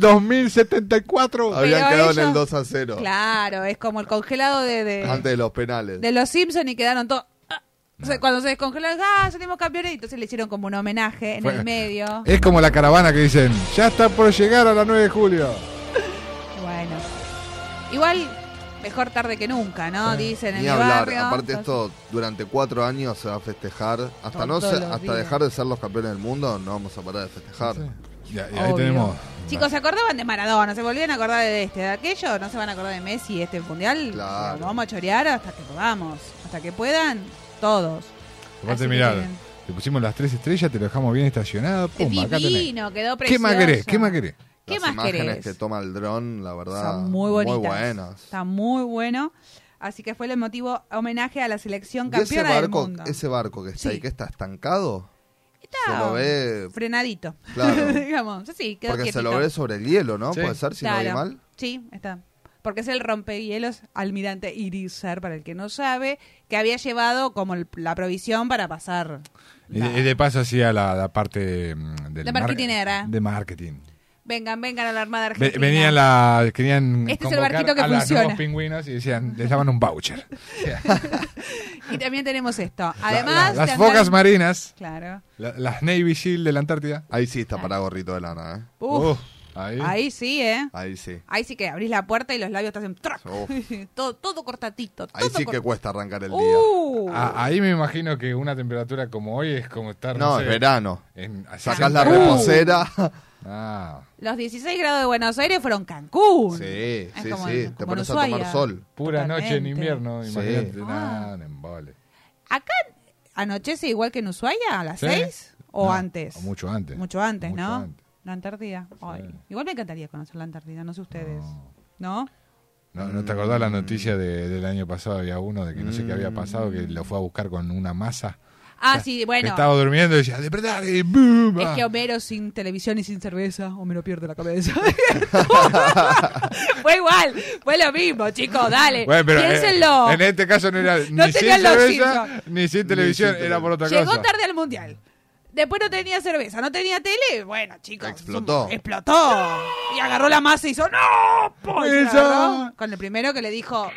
Speaker 3: 2074.
Speaker 4: Habían
Speaker 2: Pero
Speaker 4: quedado en
Speaker 2: ellos-
Speaker 4: el 2 a 0.
Speaker 2: Claro, es como el congelado de,
Speaker 4: Antes
Speaker 2: de,
Speaker 4: de los penales.
Speaker 2: de los Simpsons y quedaron todos. ah. O sea, cuando se descongeló, ah, salimos campeones. Y entonces le hicieron como un homenaje en
Speaker 3: Fue-
Speaker 2: el medio.
Speaker 3: Es como la caravana que dicen, ya está por llegar a la 9 de julio.
Speaker 2: Bueno, igual mejor tarde que nunca, ¿no? Dicen en
Speaker 4: Eh, Ni
Speaker 2: mi
Speaker 4: hablar.
Speaker 2: barrio. Pues
Speaker 4: Aparte
Speaker 2: Entonces-
Speaker 4: esto, durante cuatro años se va a festejar. Hasta, no
Speaker 2: Todos
Speaker 4: se-
Speaker 2: los
Speaker 4: hasta
Speaker 2: días.
Speaker 4: dejar de ser los campeones del mundo, no vamos a parar de festejar.
Speaker 3: Y, a- y ahí
Speaker 2: Obvio.
Speaker 3: tenemos.
Speaker 2: Chicos, ¿se acordaban de Maradona? ¿Se volvían a acordar de este, de aquello? ¿No se van a acordar de Messi este mundial?
Speaker 4: Claro.
Speaker 2: Lo Vamos a chorear hasta que podamos. Hasta que puedan, todos. Así
Speaker 3: Aparte,
Speaker 2: que
Speaker 3: mirá,
Speaker 2: tienen-
Speaker 3: le pusimos las tres estrellas, te lo dejamos bien estacionado.
Speaker 2: Es
Speaker 3: Pumba, acá tenés.
Speaker 2: Este divino, quedó precioso.
Speaker 3: ¿Qué más querés? ¿Qué más querés?
Speaker 2: ¿Qué
Speaker 4: Las
Speaker 2: más
Speaker 4: imágenes
Speaker 2: querés?
Speaker 4: que toma el dron, la verdad.
Speaker 2: Son muy bonitas.
Speaker 4: Muy buenas.
Speaker 2: Está muy bueno. Así que fue el emotivo homenaje a la selección
Speaker 4: Y ese
Speaker 2: campeona
Speaker 4: barco,
Speaker 2: del mundo.
Speaker 4: ese barco que está
Speaker 2: Sí.
Speaker 4: ahí, que está estancado,
Speaker 2: Está
Speaker 4: se lo ve-
Speaker 2: frenadito.
Speaker 4: Claro.
Speaker 2: Digamos, sí, quedó
Speaker 4: porque
Speaker 2: quietito.
Speaker 4: se lo ve sobre el hielo, ¿no?
Speaker 3: Sí.
Speaker 4: Puede ser, si no vi
Speaker 2: Claro.
Speaker 4: mal.
Speaker 2: Sí, está. Porque es el rompehielos almirante Irizar, para el que no sabe, que había llevado como el- la provisión para pasar.
Speaker 3: Y,
Speaker 2: la-
Speaker 3: de- y de paso hacía la, la parte mm, del
Speaker 2: La
Speaker 3: mar-
Speaker 2: marketinera.
Speaker 3: De marketing.
Speaker 2: Vengan, vengan a la Armada
Speaker 3: Ve-
Speaker 2: Argentina.
Speaker 3: venían la, querían
Speaker 2: Este es el
Speaker 3: convocar
Speaker 2: barquito que
Speaker 3: a las
Speaker 2: funciona.
Speaker 3: nuevos pingüinos y decían, les daban un voucher.
Speaker 2: Y también tenemos esto.
Speaker 3: La-
Speaker 2: Además,
Speaker 3: la- las
Speaker 2: te
Speaker 3: focas
Speaker 2: andan-
Speaker 3: marinas,
Speaker 2: Claro.
Speaker 3: la- las Navy Seal de la Antártida.
Speaker 4: Ahí sí está para gorrito de lana, ¿eh?
Speaker 2: Uf,
Speaker 3: Uf, ahí.
Speaker 2: ahí sí, ¿eh?
Speaker 4: Ahí sí.
Speaker 2: Ahí sí que abrís la puerta y los labios te hacen trac.
Speaker 4: Uf.
Speaker 2: todo, todo cortatito.
Speaker 4: Ahí
Speaker 2: todo
Speaker 4: sí que
Speaker 2: cort-
Speaker 4: cuesta arrancar el día.
Speaker 2: Uh,
Speaker 3: A- Ah, ahí me imagino que una temperatura como hoy es como estar.
Speaker 4: no,
Speaker 3: sé,
Speaker 4: es verano.
Speaker 3: en- a
Speaker 4: Sacás la
Speaker 3: 60 grados.
Speaker 4: reposera.
Speaker 3: Ah,
Speaker 2: Los 16 grados de Buenos Aires fueron Cancún.
Speaker 4: Sí,
Speaker 2: Es
Speaker 4: sí,
Speaker 2: como
Speaker 4: sí.
Speaker 2: en- como
Speaker 4: Te
Speaker 2: en
Speaker 4: pones a tomar
Speaker 2: Ushuaia.
Speaker 4: sol.
Speaker 3: pura noche en
Speaker 2: Totalmente.
Speaker 3: invierno,
Speaker 4: Sí.
Speaker 3: imagínate.
Speaker 2: Ah.
Speaker 3: nada, en vale.
Speaker 2: Acá anochece igual que en Ushuaia a las
Speaker 3: Sí.
Speaker 2: 6 o
Speaker 3: No,
Speaker 2: antes.
Speaker 3: o mucho antes.
Speaker 2: Mucho antes,
Speaker 3: Mucho
Speaker 2: ¿no?
Speaker 3: antes.
Speaker 2: La Antártida. Ay, Igual me encantaría conocer la Antártida, no sé ustedes. ¿No?
Speaker 3: ¿No, no te
Speaker 4: Mm.
Speaker 3: acordás la noticia de- del año pasado? Había uno de que no sé qué había pasado, que lo fue a buscar con una masa.
Speaker 2: Ah, sí,
Speaker 3: Que
Speaker 2: bueno.
Speaker 3: Estaba durmiendo y decía, despertar y boom.
Speaker 2: Es
Speaker 3: ah".
Speaker 2: que Homero sin televisión y sin cerveza, Homero pierde la cabeza. fue igual, fue lo mismo, chicos, dale.
Speaker 3: Bueno, pero, eh,
Speaker 2: Piénsenlo.
Speaker 3: en este caso no era
Speaker 2: No
Speaker 3: ni sin
Speaker 2: tenían los
Speaker 3: cerveza,
Speaker 2: Simpsons.
Speaker 3: ni sin televisión,
Speaker 4: sin
Speaker 3: era por otra
Speaker 2: Llegó
Speaker 3: cosa.
Speaker 2: tarde al mundial. Después no tenía cerveza, no tenía tele. Bueno, chicos.
Speaker 4: Explotó.
Speaker 2: es un- Explotó. Y agarró la masa y hizo ¡No! po", y se la
Speaker 3: Eso.
Speaker 2: agarró Con el primero que le dijo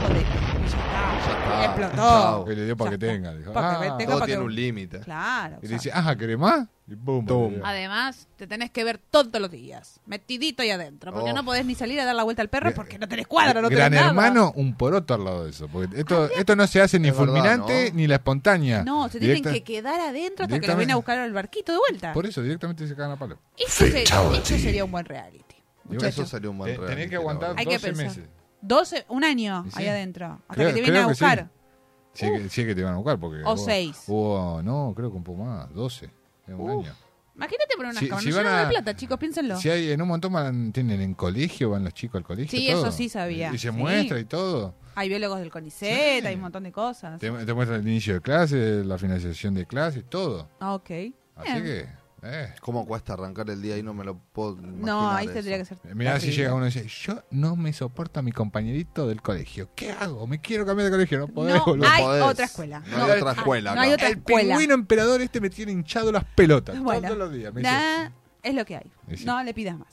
Speaker 2: ¡Joder! y ya está.
Speaker 4: está,
Speaker 2: Explotó.
Speaker 4: Ah, chao.
Speaker 3: Y le dio para que
Speaker 2: Ya está.
Speaker 3: tenga. dijo,
Speaker 2: Pa' que
Speaker 3: ah.
Speaker 2: tenga.
Speaker 4: Todo
Speaker 2: porque-
Speaker 4: tiene un límite.
Speaker 2: Claro.
Speaker 3: Y
Speaker 2: o
Speaker 3: le
Speaker 2: sea.
Speaker 3: dice, ajá, ¿querés más? Y boom.
Speaker 4: Tum.
Speaker 2: Además, te tenés que ver todos los días, metidito ahí adentro, porque
Speaker 4: Oh.
Speaker 2: no podés ni salir a dar la vuelta al perro porque no tenés cuadro, no
Speaker 3: Gran
Speaker 2: tenés nada. Ah,
Speaker 3: hermano, un poroto al lado de eso. Porque esto, esto no se hace ni
Speaker 4: Es verdad,
Speaker 3: fulminante
Speaker 4: ¿no?
Speaker 3: ni la espontánea.
Speaker 2: No, se tienen
Speaker 3: Ah, Directa-
Speaker 2: que quedar adentro hasta que lo
Speaker 3: directamente.
Speaker 2: ven a buscar al barquito de vuelta.
Speaker 3: Por eso, directamente se cagan a palo.
Speaker 2: Eso, se- eso sería un buen reality.
Speaker 4: Eso
Speaker 2: muchachos.
Speaker 4: sería un buen
Speaker 3: Te-
Speaker 4: reality,
Speaker 3: Tenés que
Speaker 4: la
Speaker 3: aguantar
Speaker 4: verdad.
Speaker 2: Hay que
Speaker 3: 12
Speaker 2: pensar.
Speaker 3: meses.
Speaker 2: 12, un año
Speaker 3: Y sí.
Speaker 2: ahí adentro, hasta
Speaker 3: Creo-
Speaker 2: que te vienen a
Speaker 3: creo que sí.
Speaker 2: buscar. Uh.
Speaker 3: Si es que, si es que te van a buscar. Porque
Speaker 2: O
Speaker 3: hubo-
Speaker 2: seis.
Speaker 3: hubo- no, creo que un poco más. 12. Es un año.
Speaker 2: Imagínate poner unas
Speaker 3: Si-
Speaker 2: cámaras.
Speaker 3: si
Speaker 2: Yo
Speaker 3: van
Speaker 2: no doy
Speaker 3: a-
Speaker 2: plata, chicos, piénsenlo.
Speaker 3: Si hay, en un montón van, tienen en colegio, van los chicos al colegio.
Speaker 2: Sí,
Speaker 3: todo.
Speaker 2: eso sí sabía.
Speaker 3: Y se
Speaker 2: Sí.
Speaker 3: muestra y todo.
Speaker 2: Hay biólogos del CONICET,
Speaker 3: Sí.
Speaker 2: hay un montón de cosas.
Speaker 3: Te, te muestra el inicio de clases, la finalización de clases, todo.
Speaker 2: Ah, ok.
Speaker 3: Así
Speaker 2: Bien.
Speaker 3: que. Eh.
Speaker 4: ¿Cómo cuesta arrancar el día y no me lo puedo imaginar
Speaker 2: No, ahí
Speaker 4: eso.
Speaker 2: tendría que ser.
Speaker 3: Eh, Mirá, si
Speaker 2: terrible.
Speaker 3: llega uno y dice: Yo no me soporto a mi compañerito del colegio. ¿Qué hago? Me quiero cambiar de colegio. No podés,
Speaker 2: No,
Speaker 3: boludo.
Speaker 2: hay
Speaker 4: podés.
Speaker 2: otra escuela.
Speaker 4: No hay otra escuela,
Speaker 2: No,
Speaker 4: no.
Speaker 2: hay otra
Speaker 3: El
Speaker 2: escuela.
Speaker 3: pingüino emperador este me tiene hinchado las pelotas
Speaker 2: Bueno,
Speaker 3: todos los días. Me dice,
Speaker 2: nah, es lo que hay.
Speaker 3: Y sí.
Speaker 2: No le pidas más.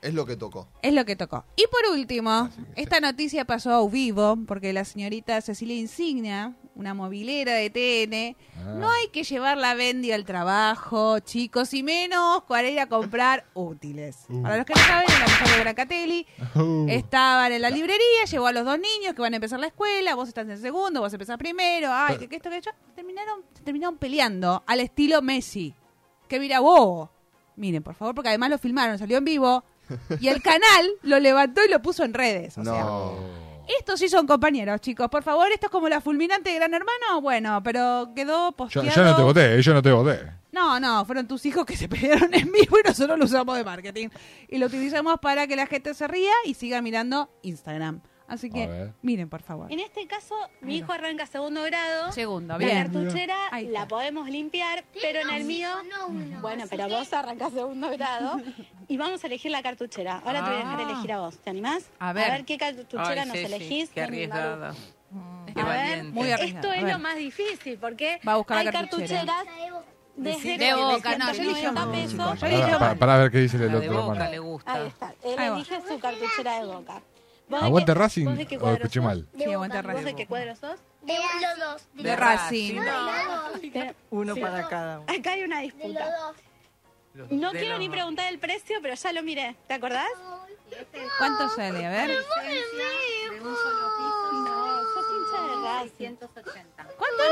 Speaker 4: Es lo que tocó.
Speaker 2: Es lo que tocó. Y por último,
Speaker 3: que
Speaker 2: esta noticia pasó a vivo porque la señorita Cecilia Insignia, una movilera de TN,
Speaker 3: Ah.
Speaker 2: no hay que llevar la Bendy al trabajo, chicos, y menos para ir a comprar útiles. Para los que no saben, la mujer de Brancatelli
Speaker 3: Uh.
Speaker 2: estaban en la librería, llevó a los dos niños que van a empezar la escuela, vos estás en segundo, vos empezás primero, ay, que, que esto, que yo. Terminaron, se terminaron peleando al estilo Messi. Que mira bobo. Miren, por favor, porque además lo filmaron, salió en vivo. Y el canal lo levantó y lo puso en redes.
Speaker 3: Oh.
Speaker 2: O sea,
Speaker 4: No.
Speaker 2: estos sí son compañeros, chicos. Por favor, esto es como la fulminante de Gran Hermano. Bueno, pero quedó
Speaker 3: Yo,
Speaker 2: posteado.
Speaker 3: yo no te voté, eh, yo no te voté.
Speaker 2: No, no, fueron tus hijos que se pelearon en vivo y nosotros lo usamos de marketing. Y lo utilizamos para que la gente se ría y siga mirando Instagram. Así
Speaker 3: A
Speaker 2: que
Speaker 3: ver.
Speaker 2: miren, por favor.
Speaker 7: En este caso, mi hijo arranca segundo grado. La
Speaker 2: Segundo, bien.
Speaker 7: cartuchera
Speaker 2: Ahí está.
Speaker 7: la podemos limpiar, pero en el mío. bueno, pero vos arrancás segundo grado y vamos a elegir la cartuchera. Ahora te voy a dejar
Speaker 2: Ah.
Speaker 7: elegir a vos. ¿Te animás?
Speaker 2: A ver.
Speaker 7: qué cartuchera nos elegís.
Speaker 8: Qué
Speaker 7: de mi Maru.
Speaker 8: arriesgada. Qué
Speaker 7: A ver,
Speaker 8: valiente.
Speaker 2: muy ar-
Speaker 7: Esto es
Speaker 2: A ver.
Speaker 7: lo más difícil porque
Speaker 2: Va a buscar
Speaker 7: hay
Speaker 2: la cartuchera.
Speaker 7: cartucheras desde
Speaker 8: De
Speaker 2: Boca, no, yo elegí
Speaker 7: 190
Speaker 2: Boca,
Speaker 7: pesos.
Speaker 2: Yo le dije,
Speaker 3: Para, para- para ver qué dice
Speaker 8: La
Speaker 3: el
Speaker 8: de
Speaker 3: doctor
Speaker 8: boca
Speaker 3: Amaro.
Speaker 8: le
Speaker 7: Ahí
Speaker 8: gusta.
Speaker 7: está. Él
Speaker 2: Ahí va. Ah,
Speaker 7: elige su cartuchera de boca. ¿Vos de
Speaker 3: ¿Aguante
Speaker 7: qué-
Speaker 3: Racing
Speaker 7: vos de qué
Speaker 3: o
Speaker 2: Oh,
Speaker 7: cuadro
Speaker 3: escuché
Speaker 7: sos?
Speaker 3: mal?
Speaker 2: Sí, aguanta
Speaker 7: ¿Vos de qué
Speaker 2: Racing.
Speaker 7: cuadro sos?
Speaker 2: De Racing.
Speaker 7: Pero
Speaker 8: Uno para cada uno.
Speaker 7: Acá hay una disputa. No quiero ni preguntar el precio, pero ya lo miré. ¿Te acordás?
Speaker 2: ¿Cuánto sale? A ver.
Speaker 7: No, sos hincha de Racing.
Speaker 2: ¿Cuánto?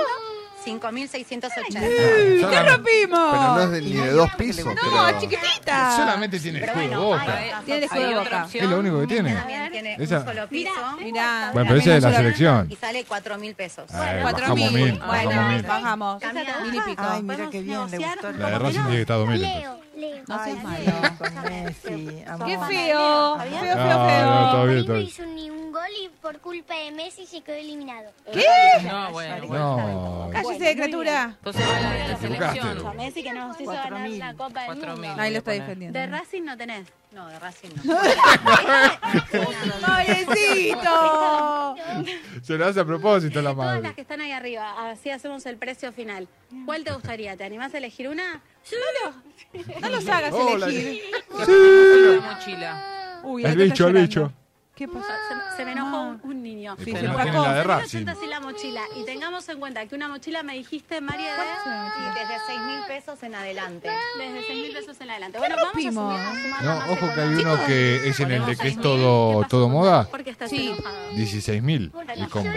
Speaker 7: 5.680.
Speaker 3: Ah,
Speaker 2: ¡Te
Speaker 3: solamente-
Speaker 2: rompimos!
Speaker 4: Pero no es de- ni de dos pisos.
Speaker 2: No,
Speaker 4: creo.
Speaker 2: chiquitita.
Speaker 3: Solamente tiene el juego boca.
Speaker 2: Tiene el juego de boca.
Speaker 3: Es lo único que tiene.
Speaker 7: tiene
Speaker 3: Esa-
Speaker 7: Mira,
Speaker 2: Mirá.
Speaker 3: Bueno, pero esa es de la
Speaker 2: Solo-
Speaker 3: selección.
Speaker 7: sale 4.000 pesos.
Speaker 3: Ay,
Speaker 2: Cuatro mil.
Speaker 3: bajamos mil, bajamos
Speaker 2: Bueno,
Speaker 3: mil.
Speaker 2: bajamos. Mil y pico.
Speaker 8: Ay, mira qué bien, le
Speaker 7: negociar?
Speaker 8: gustó.
Speaker 3: La de Racing tiene que estar 2000.
Speaker 2: No seas malo.
Speaker 8: Con Messi, amor.
Speaker 2: ¡Qué feo!
Speaker 7: ¿Está bien?
Speaker 2: Feo, feo,
Speaker 3: Ah, No, no,
Speaker 2: feo.
Speaker 3: todo bien, todo bien.
Speaker 8: No, bueno, bueno.
Speaker 3: No,
Speaker 2: Cállese, criatura.
Speaker 8: Entonces va la de la
Speaker 3: Te equivocaste.
Speaker 8: selección.
Speaker 7: Messi que nos hizo ganar la Copa del
Speaker 8: Cuatro mil.
Speaker 7: Mundo.
Speaker 2: Ahí lo está
Speaker 8: Voy a poner.
Speaker 2: defendiendo.
Speaker 7: ¿De Racing no tenés? No, de Racing no.
Speaker 2: ¡Pobrecito!
Speaker 3: se lo hace a propósito la
Speaker 7: Todas las
Speaker 3: madre.
Speaker 7: que están ahí arriba, así hacemos el precio final. ¿Cuál te gustaría? ¿Te animás a elegir una? ¡Solo!
Speaker 2: No los hagas
Speaker 3: Hola.
Speaker 2: elegir.
Speaker 8: La mochila.
Speaker 2: Uy,
Speaker 3: El
Speaker 2: la que está
Speaker 3: bicho, el
Speaker 2: llorando.
Speaker 3: bicho.
Speaker 2: ¿Qué pasó?
Speaker 7: Se, se me enojó un, un niño.
Speaker 3: ¿Y
Speaker 8: Sí,
Speaker 3: por qué
Speaker 8: pero
Speaker 3: no
Speaker 8: Paco,
Speaker 3: tiene la
Speaker 7: Se
Speaker 3: de
Speaker 7: me
Speaker 3: Racing?
Speaker 7: presenta así la mochila. Y tengamos en cuenta que una mochila me dijiste, María,
Speaker 2: mochila?
Speaker 7: de... desde 6 mil pesos en adelante. Desde 6 mil pesos en adelante. Bueno, vamos a
Speaker 2: rompimos?
Speaker 7: sumar, a sumar la
Speaker 3: No,
Speaker 7: más
Speaker 3: ojo que hay
Speaker 7: económica.
Speaker 3: uno que es en el de que es todo, todo moda.
Speaker 7: Porque estás
Speaker 2: Sí.
Speaker 7: enojado.
Speaker 3: 16.000 el combo.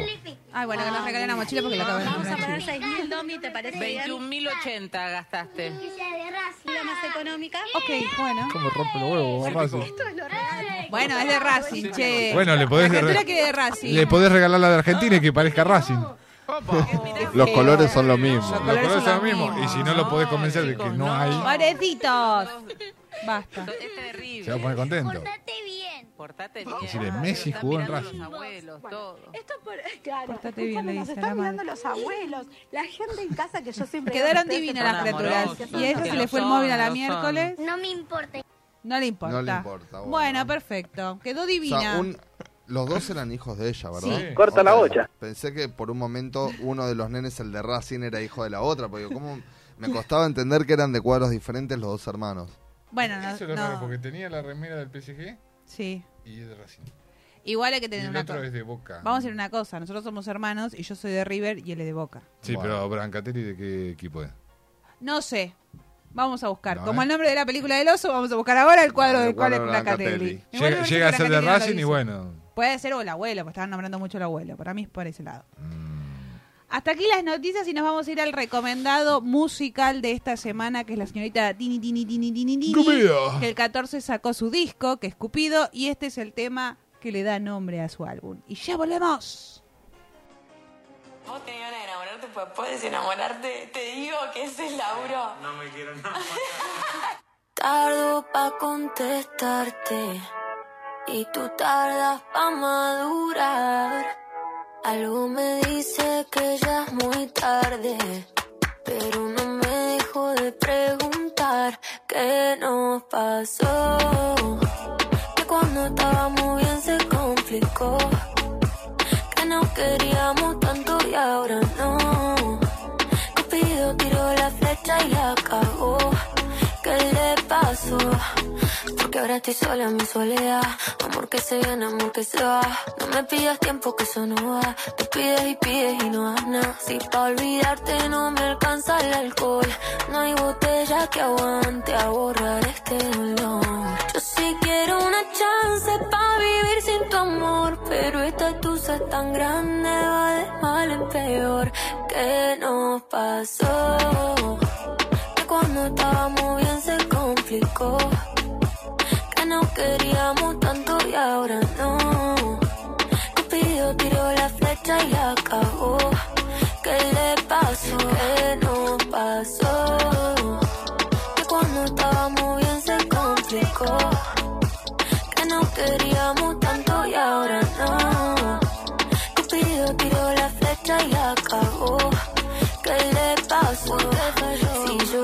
Speaker 2: Ay, bueno, que nos regalé una mochila porque la acabo de
Speaker 7: Vamos a
Speaker 2: comprar.
Speaker 7: pagar 6 mil, Domi, ¿te parece bien?
Speaker 8: 21.080 gastaste.
Speaker 7: La más económica.
Speaker 2: Ok, bueno.
Speaker 3: ¿Cómo rompe los huevos, Racing?
Speaker 2: Bueno, es de Racing, che.
Speaker 3: Bueno, le podés,
Speaker 2: La criatura
Speaker 3: re-
Speaker 2: quiere de Racing.
Speaker 3: le podés regalar la de Argentina y que parezca Racing.
Speaker 4: Los colores son lo mismo.
Speaker 3: Los colores son
Speaker 2: los
Speaker 3: los mismos. Y
Speaker 2: mismos.
Speaker 3: si no lo podés convencer de que
Speaker 8: Chicos,
Speaker 3: no
Speaker 8: no.
Speaker 3: hay,
Speaker 2: Pobrecitos. Basta.
Speaker 8: Esto Es
Speaker 3: se va a
Speaker 8: terrible.
Speaker 3: poner contento.
Speaker 7: bien.
Speaker 8: portate bien.
Speaker 3: Si de Messi
Speaker 8: Están
Speaker 3: jugó en
Speaker 8: mirando
Speaker 3: Racing.
Speaker 8: Los abuelos,
Speaker 7: Bueno,
Speaker 8: todo.
Speaker 7: Esto por, claro,
Speaker 2: Portate bien,
Speaker 7: escúchame,
Speaker 2: le
Speaker 7: nos
Speaker 2: dice
Speaker 7: están
Speaker 2: la madre.
Speaker 7: mirando los abuelos, la gente en casa que yo siempre...
Speaker 2: Quedaron
Speaker 7: ustedes
Speaker 2: divinas
Speaker 7: son
Speaker 2: las criaturas.
Speaker 7: amorosos,
Speaker 2: Y a ella se le fue el
Speaker 8: son,
Speaker 2: móvil a la
Speaker 8: lo son.
Speaker 2: miércoles.
Speaker 9: No me importa.
Speaker 2: No le importa.
Speaker 4: No le importa, bueno.
Speaker 2: Bueno, perfecto. Quedó divina.
Speaker 4: O sea, un- los dos eran hijos de ella, ¿verdad?
Speaker 3: Sí.
Speaker 4: Corta la olla. Pensé que por un momento uno de los nenes, el de Racing, era hijo de la otra, porque como me costaba entender que eran de cuadros diferentes los dos hermanos.
Speaker 2: Bueno, no.
Speaker 3: Eso es lo
Speaker 2: no.
Speaker 3: raro, porque tenía la remera del PSG
Speaker 2: Sí.
Speaker 3: y de Racing.
Speaker 2: Igual hay que
Speaker 3: Y
Speaker 2: tener
Speaker 3: el
Speaker 2: una
Speaker 3: otro
Speaker 2: cosa.
Speaker 3: es de Boca.
Speaker 2: Vamos a hacer una cosa. Nosotros somos hermanos y yo soy de River y él es de Boca.
Speaker 3: Sí,
Speaker 4: Bueno.
Speaker 3: pero Brancatelli, ¿de qué equipo es?
Speaker 2: No sé. Vamos a buscar.
Speaker 3: No,
Speaker 2: Como
Speaker 3: ¿eh?
Speaker 2: el nombre de la película del oso, vamos a buscar ahora el cuadro
Speaker 4: Bueno,
Speaker 2: del
Speaker 4: el
Speaker 2: cual es
Speaker 4: cuadro de
Speaker 2: Placatelli.
Speaker 4: Brancatelli.
Speaker 3: Llega, llega a ser de Racing y bueno.
Speaker 2: Puede ser o el abuelo, porque estaban nombrando mucho el abuelo. Para mí es por ese lado. Hasta aquí las noticias y nos vamos a ir al recomendado musical de esta semana, que es la señorita Tini Tini Tini Tini Tini.
Speaker 3: Cupido.
Speaker 2: Que el 14 sacó su disco, que es Cupido, y este es el tema que le da nombre a su álbum. Y ya volvemos.
Speaker 10: Vos te iban a enamorar, después pues puedes enamorarte. Te digo que ese es el laburo. Eh, No me quiero enamorar.
Speaker 11: Tardo pa' contestarte y tú tardas pa' madurar. Algo me dice que ya es muy tarde, pero no me dejo de preguntar qué nos pasó. Que cuando estábamos bien se complicó, que no queríamos tanto y ahora no. Cupido tiró la flecha y la cagó. ¿Qué le pasó? Porque ahora estoy sola en mi soledad. Amor que se viene, amor que se va. No me pidas tiempo que eso no va. Te pides y pides y no das nada. Si pa' olvidarte no me alcanza el alcohol. No hay botella que aguante a borrar este dolor. Yo sí quiero una chance pa' vivir sin tu amor. Pero esta tusa es tan grande, va de mal en peor. ¿Qué nos pasó? que cuando estábamos bien se complicó. Que no queríamos tanto y ahora no. Cupido tiró la flecha y la cagó. ¿Qué le pasó? ¿Qué no pasó? Que cuando estábamos bien se complicó. Que no queríamos tanto y ahora no. Cupido tiró la flecha y la cagó. ¿Qué le pasó? Si yo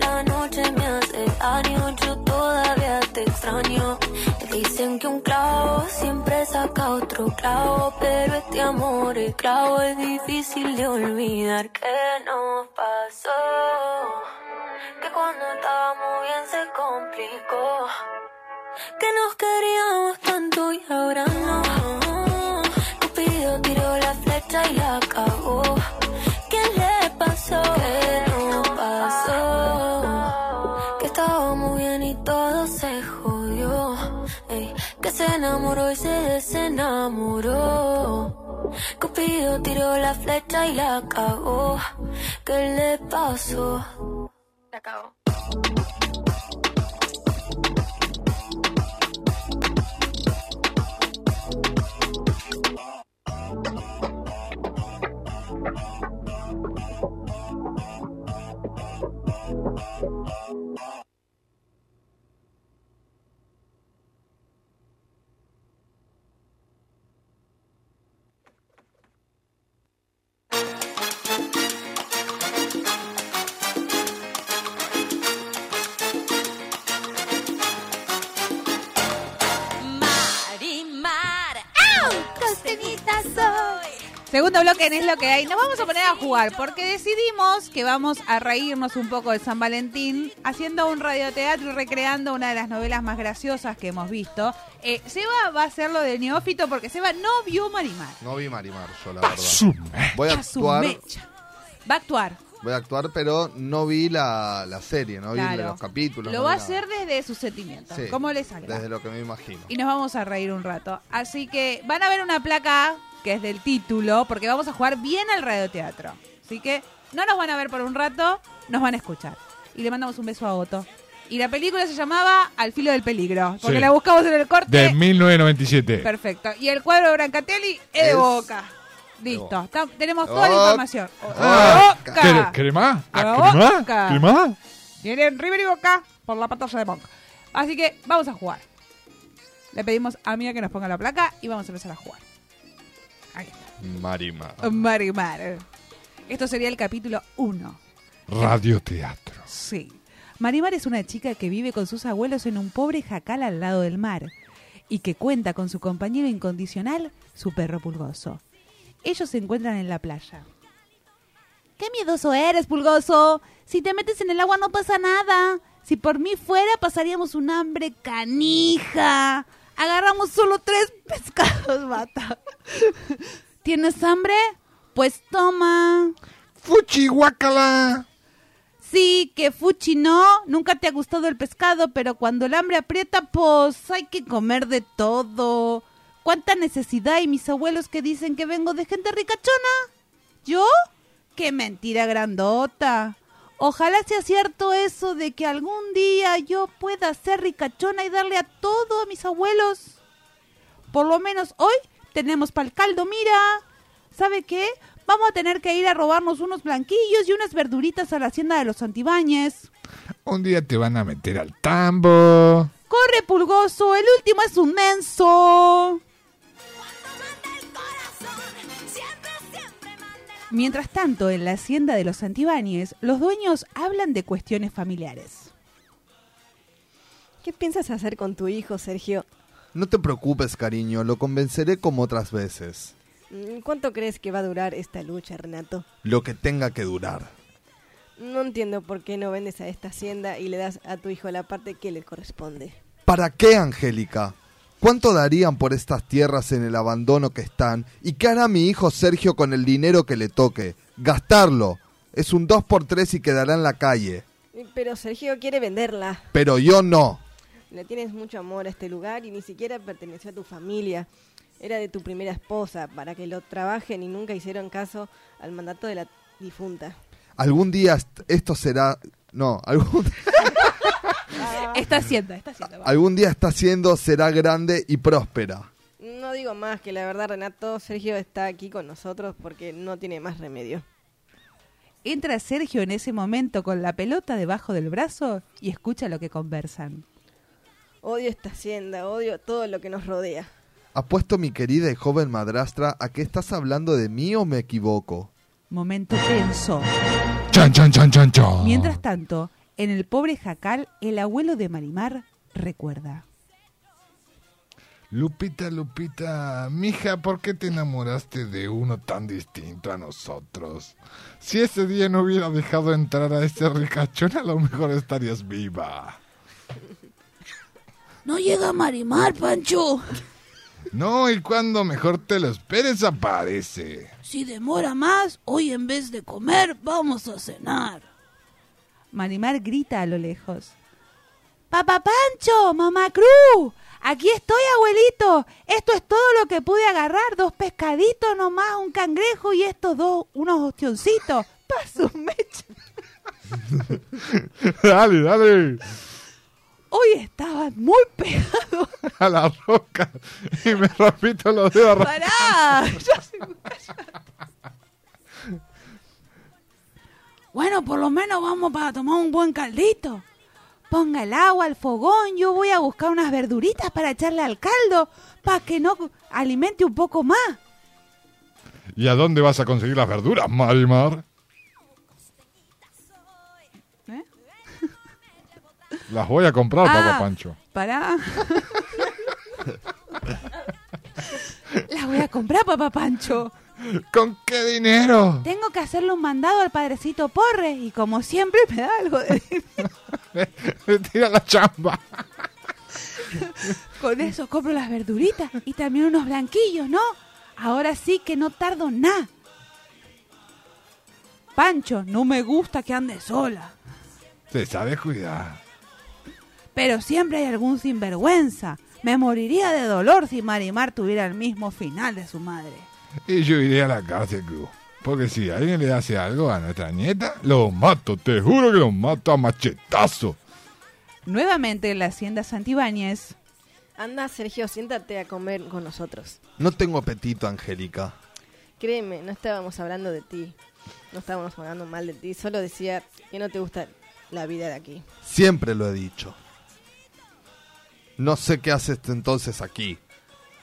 Speaker 11: La noche me hace daño, yo todavía te extraño. Dicen que un clavo siempre saca otro clavo, pero este amor, el clavo es difícil de olvidar. ¿Qué nos pasó? Que cuando estábamos bien se complicó. Que nos queríamos tanto y ahora no. Cupido tiró la flecha y la acabó. ¿Qué le pasó? ¿Qué nos pasó? Que estábamos bien y todo se jodió. Ey, que se enamoró y se desenamoró. Cupido tiró la flecha y la acabó. ¿Qué le pasó?
Speaker 9: Se acabó.
Speaker 11: Marimar. Costeñita soy.
Speaker 2: Segundo bloque en Es lo que hay. Nos vamos a poner a jugar porque decidimos que vamos a reírnos un poco de San Valentín haciendo un radioteatro y recreando una de las novelas más graciosas que hemos visto. Eh, Seba va a hacer lo del neófito porque Seba no vio Marimar.
Speaker 4: No vi Marimar yo, la verdad. Voy a actuar,
Speaker 2: Mecha. Va a actuar.
Speaker 4: voy a actuar, pero no vi la, la serie, no vi
Speaker 2: Claro.
Speaker 4: los capítulos.
Speaker 2: Lo
Speaker 4: no
Speaker 2: va a
Speaker 4: vi nada.
Speaker 2: hacer desde sus sentimientos.
Speaker 4: Sí,
Speaker 2: ¿Cómo le salga?
Speaker 4: Desde lo que me imagino.
Speaker 2: y nos vamos a reír un rato. Así que van a ver una placa que es del título, porque vamos a jugar bien al radioteatro. Así que no nos van a ver por un rato, nos van a escuchar. Y le mandamos un beso a Otto. Y Y la película se llamaba Al filo del peligro. Porque
Speaker 3: Sí.
Speaker 2: la buscamos en el corte.
Speaker 3: De 1997.
Speaker 2: Perfecto. Y el cuadro de Brancatelli es de
Speaker 3: Es
Speaker 2: boca. Listo. Tam- tenemos toda la
Speaker 3: Boca.
Speaker 2: información. O-
Speaker 3: Ah,
Speaker 2: Boca.
Speaker 3: ¿quere- ¿Querés más?
Speaker 2: La
Speaker 3: Ah, ¿Querés
Speaker 2: boca.
Speaker 3: más? ¿Querés más?
Speaker 2: Vienen River y Boca por la pantalla de Boca. Así que vamos a jugar. Le pedimos a Mía que nos ponga la placa y vamos a empezar a jugar.
Speaker 3: Marima.
Speaker 2: Marimar. Esto sería el capítulo 1.
Speaker 3: Radioteatro.
Speaker 2: Sí. Marimar es una chica que vive con sus abuelos en un pobre jacal al lado del mar y que cuenta con su compañero incondicional, su perro pulgoso. Ellos se encuentran en la playa. ¡Qué miedoso eres, pulgoso! Si te metes en el agua no pasa nada. Si por mí fuera pasaríamos un hambre canija. Agarramos solo tres pescados, bata. ¿Tienes hambre? Pues toma.
Speaker 3: ¡Fuchi, guácala!
Speaker 2: Sí, que fuchi no, nunca te ha gustado el pescado, pero cuando el hambre aprieta, pues hay que comer de todo. ¿Cuánta necesidad y mis abuelos que dicen que vengo de gente ricachona? ¿Yo? ¡Qué mentira grandota! Ojalá sea cierto eso de que algún día yo pueda ser ricachona y darle a todo a mis abuelos. Por lo menos hoy tenemos pa'l caldo, mira. ¿Sabe qué? Vamos a tener que ir a robarnos unos blanquillos y unas verduritas a la hacienda de los Santibáñez.
Speaker 3: Un día te van a meter al tambo.
Speaker 2: ¡Corre, pulgoso! ¡El último es un menso! Mientras tanto, en la hacienda de los Santibáñez, los dueños hablan de cuestiones familiares.
Speaker 6: ¿Qué piensas hacer con tu hijo, Sergio?
Speaker 4: No te preocupes, cariño, lo convenceré como otras veces.
Speaker 6: Mm, ¿Cuánto crees que va a durar esta lucha, Renato?
Speaker 4: Lo que tenga que durar.
Speaker 6: No entiendo por qué no vendes a esta hacienda y le das a tu hijo la parte que le corresponde.
Speaker 4: ¿Para qué, Angélica? ¿Cuánto darían por estas tierras en el abandono que están? ¿Y qué hará mi hijo Sergio con el dinero que le toque? Gastarlo. Es un 2x3 y quedará en la calle.
Speaker 6: Pero Sergio quiere venderla.
Speaker 4: Pero yo no.
Speaker 6: Le tienes mucho amor a este lugar y ni siquiera perteneció a tu familia. Era de tu primera esposa, para que lo trabajen y nunca hicieron caso al mandato de la difunta.
Speaker 4: Algún día est- esto será... No, algún,
Speaker 2: Ah. Está hacienda, está hacienda.
Speaker 4: algún día está siendo, será grande y próspera.
Speaker 6: No digo más que la verdad, Renato, Sergio está aquí con nosotros porque no tiene más remedio.
Speaker 2: Entra Sergio en ese momento con la pelota debajo del brazo y escucha lo que conversan.
Speaker 6: Odio esta hacienda, odio todo lo que nos rodea.
Speaker 4: Apuesto mi querida y joven madrastra a que estás hablando de mí o me equivoco.
Speaker 2: Momento tenso.
Speaker 3: Chan, chan, chan, chan, chan.
Speaker 2: Mientras tanto, en el pobre jacal, el abuelo de Marimar recuerda.
Speaker 3: Lupita, Lupita, mija, ¿por qué te enamoraste de uno tan distinto a nosotros? Si ese día no hubiera dejado entrar a ese ricachón, a lo mejor estarías viva.
Speaker 2: No llega Marimar, Pancho.
Speaker 3: No, y cuando mejor te lo esperes aparece.
Speaker 2: Si demora más, hoy en vez de comer, vamos a cenar. Marimar grita a lo lejos. Papá Pancho, mamá Cruz, aquí estoy, abuelito. Esto es todo lo que pude agarrar. Dos pescaditos nomás, un cangrejo y estos dos, unos ostioncitos. Paso un mecha.
Speaker 3: dale, dale.
Speaker 2: Hoy estaban muy pegados.
Speaker 3: A la roca. Y me repito los dedos.
Speaker 2: ¡Pará! Ya se- Bueno, por lo menos vamos para tomar un buen caldito. Ponga el agua al fogón, yo voy a buscar unas verduritas para echarle al caldo, para que no alimente un poco más.
Speaker 3: ¿Y a dónde vas a conseguir las verduras, Marimar?
Speaker 2: ¿Eh?
Speaker 3: Las voy a comprar,
Speaker 2: Ah.
Speaker 3: papá Pancho.
Speaker 2: Para. Las voy a comprar, papá Pancho.
Speaker 3: ¿Con qué dinero?
Speaker 2: Tengo que hacerle un mandado al padrecito Porres y como siempre me da algo de
Speaker 3: Le tira la chamba.
Speaker 2: Con eso compro las verduritas y también unos blanquillos, ¿no? Ahora sí que no tardo nada. Pancho, no me gusta que ande sola,
Speaker 3: Te sabes cuidar.
Speaker 2: pero siempre hay algún sinvergüenza. Me moriría de dolor si Marimar tuviera el mismo final de su madre.
Speaker 3: Y yo iré a la cárcel, Cruz. Porque si alguien le hace algo a nuestra nieta, lo mato, te juro que lo mato a machetazo.
Speaker 2: nuevamente en la Hacienda Santibáñez.
Speaker 6: Anda, Sergio, siéntate a comer con nosotros.
Speaker 4: No tengo apetito, Angélica.
Speaker 6: Créeme, no estábamos hablando de ti. No estábamos hablando mal de ti. Solo decía que no te gusta la vida de aquí.
Speaker 4: Siempre lo he dicho. No sé qué haces entonces aquí.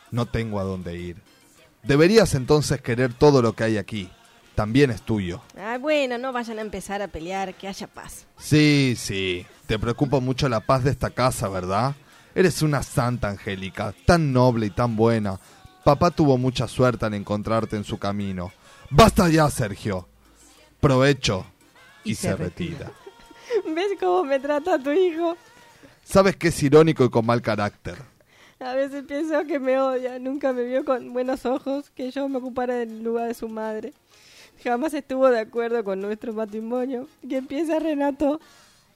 Speaker 4: No tengo a dónde ir. Deberías entonces querer todo lo que hay aquí. También es tuyo.
Speaker 6: Ah, bueno, no vayan a empezar a pelear, que haya paz.
Speaker 4: Sí, sí. Te preocupa mucho la paz de esta casa, ¿verdad? Eres una santa, Angélica, tan noble y tan buena. Papá tuvo mucha suerte al encontrarte en su camino. Basta ya, Sergio. Provecho. Y, se, retira.
Speaker 6: ¿Ves cómo me trata tu hijo?
Speaker 4: Sabes que es irónico y con mal carácter.
Speaker 6: A veces pienso que me odia. Nunca me vio con buenos ojos que yo me ocupara del lugar de su madre. Jamás estuvo de acuerdo con nuestro matrimonio. ¿Qué piensa Renato?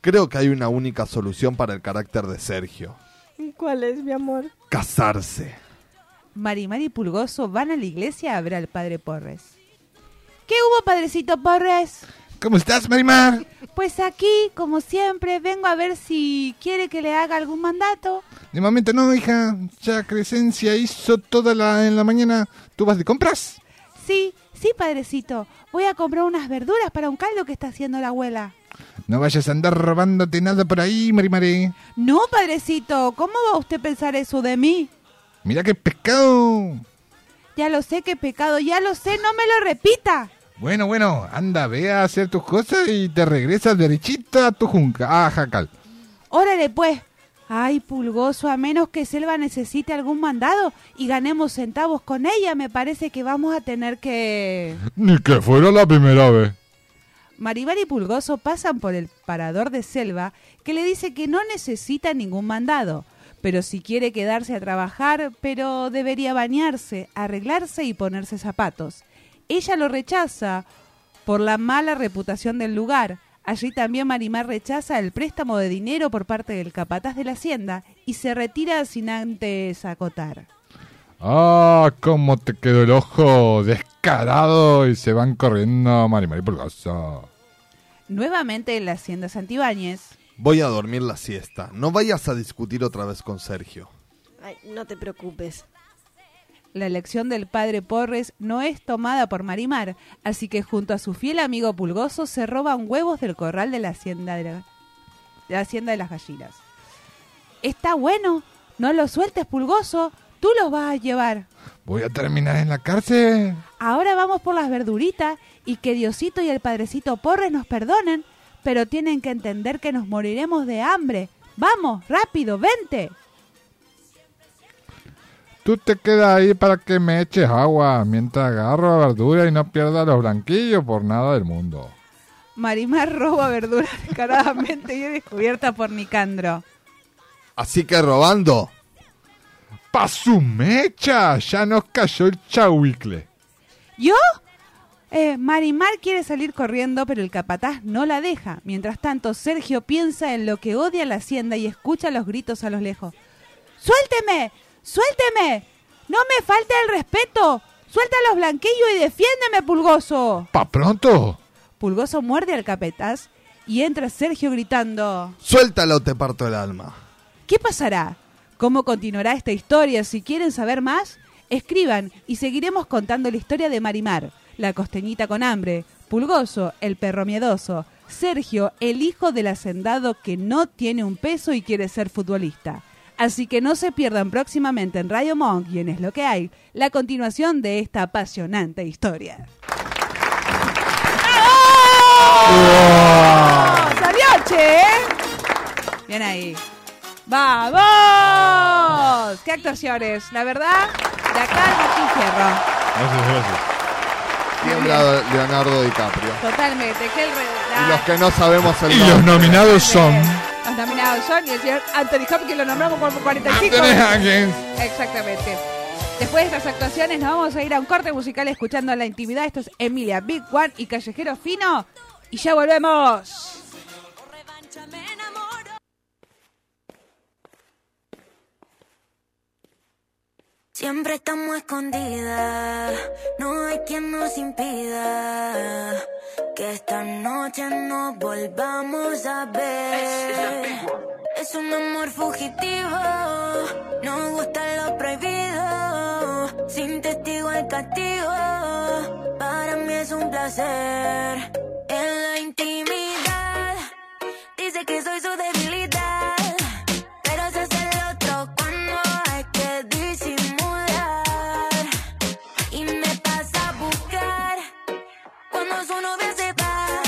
Speaker 4: Creo que hay una única solución para el carácter de Sergio.
Speaker 6: ¿Cuál es, mi amor?
Speaker 4: Casarse.
Speaker 2: Marimar y Pulgoso van a la iglesia a ver al padre Porres. ¿Qué hubo, padrecito Porres?
Speaker 3: ¿Cómo estás, Marimar?
Speaker 2: Pues aquí, como siempre, vengo a ver si quiere que le haga algún mandato.
Speaker 3: De momento no, hija. Ya Crescencia hizo toda la en la mañana. ¿Tú vas de compras?
Speaker 2: Sí, sí, padrecito. Voy a comprar unas verduras para un caldo que está haciendo la abuela.
Speaker 3: No vayas a andar robándote nada por ahí, Marimaré.
Speaker 2: No, padrecito, ¿cómo va usted a pensar eso de mí?
Speaker 3: Mira qué pescado.
Speaker 2: Ya lo sé, qué pecado, ya lo sé, no me lo repita.
Speaker 3: Bueno, bueno, anda, ve a hacer tus cosas y te regresas derechita a tu junca, a Jacal.
Speaker 2: Órale, pues. Ay, pulgoso, a menos que Selva necesite algún mandado y ganemos centavos con ella, me parece que vamos a tener que...
Speaker 3: Ni que fuera la primera vez.
Speaker 2: Maribel y Pulgoso pasan por el parador de Selva, que le dice que no necesita ningún mandado, pero si quiere quedarse a trabajar, pero debería bañarse, arreglarse y ponerse zapatos. Ella lo rechaza por la mala reputación del lugar. Allí también Marimar rechaza el préstamo de dinero por parte del capataz de la hacienda y se retira sin antes acotar.
Speaker 3: Ah, cómo te quedó el ojo descarado y se van corriendo Marimar y Pulgoso.
Speaker 2: Nuevamente en la hacienda Santibáñez.
Speaker 4: Voy a dormir la siesta. No vayas a discutir otra vez con Sergio.
Speaker 6: Ay, no te preocupes.
Speaker 2: La elección del padre Porres no es tomada por Marimar, así que junto a su fiel amigo Pulgoso se roban huevos del corral de la hacienda de, la, de la hacienda de las gallinas. Está bueno, no lo sueltes Pulgoso, tú los vas a llevar.
Speaker 3: Voy a terminar en la cárcel.
Speaker 2: Ahora vamos por las verduritas y que Diosito y el padrecito Porres nos perdonen, pero tienen que entender que nos moriremos de hambre. Vamos, rápido, vente.
Speaker 3: Tú te quedas ahí para que me eches agua mientras agarro la verdura y no pierda los blanquillos por nada del mundo.
Speaker 2: Marimar roba verduras descaradamente y es descubierta por Nicandro.
Speaker 4: Así que robando.
Speaker 3: ¡Pa su mecha! Ya nos cayó el chahuicle.
Speaker 2: ¿Yo? Eh, Marimar quiere salir corriendo, pero el capataz no la deja. Mientras tanto, Sergio piensa en lo que odia la hacienda y escucha los gritos a los lejos. ¡Suélteme! ¡Suélteme! ¡No me falte el respeto! ¡Suelta a los blanquillos y defiéndeme, Pulgoso!
Speaker 3: ¡Pa pronto!
Speaker 2: Pulgoso muerde al capataz y entra Sergio gritando.
Speaker 4: Suéltalo, te parto el alma.
Speaker 2: ¿Qué pasará? ¿Cómo continuará esta historia? Si quieren saber más, escriban y seguiremos contando la historia de Marimar, la costeñita con hambre, Pulgoso, el perro miedoso, Sergio, el hijo del hacendado que no tiene un peso y quiere ser futbolista. Así que no se pierdan próximamente en Radio Monk y en Es lo que hay, la continuación de esta apasionante historia. ¡Bravo! ¡Salió, che! Bien ahí. ¡Vamos! ¡Qué actuaciones! La verdad, de acá Martín Fierro.
Speaker 3: Gracias, gracias.
Speaker 4: Tiembla Leonardo DiCaprio.
Speaker 2: Totalmente, qué el re-
Speaker 4: Y los que no sabemos el
Speaker 3: Y los
Speaker 4: nombre.
Speaker 3: nominados son...
Speaker 2: Los nominados son y el señor Anthony Hopkins, lo nombramos por 45.
Speaker 3: Anthony Hopkins.
Speaker 2: Exactamente. Después de estas actuaciones nos vamos a ir a un corte musical escuchando la intimidad. Esto es Emilia, Big One y Callejero Fino. Y ya volvemos.
Speaker 11: Siempre estamos escondidas, no hay quien nos impida que esta noche nos volvamos a ver.
Speaker 12: Es un amor fugitivo, nos gusta lo prohibido, sin testigo el castigo, para mí es un placer. En la intimidad, dice que soy su debilidad, pero se hace el otro cuando hay que disimular. Y me pasa a buscar cuando su novia se va.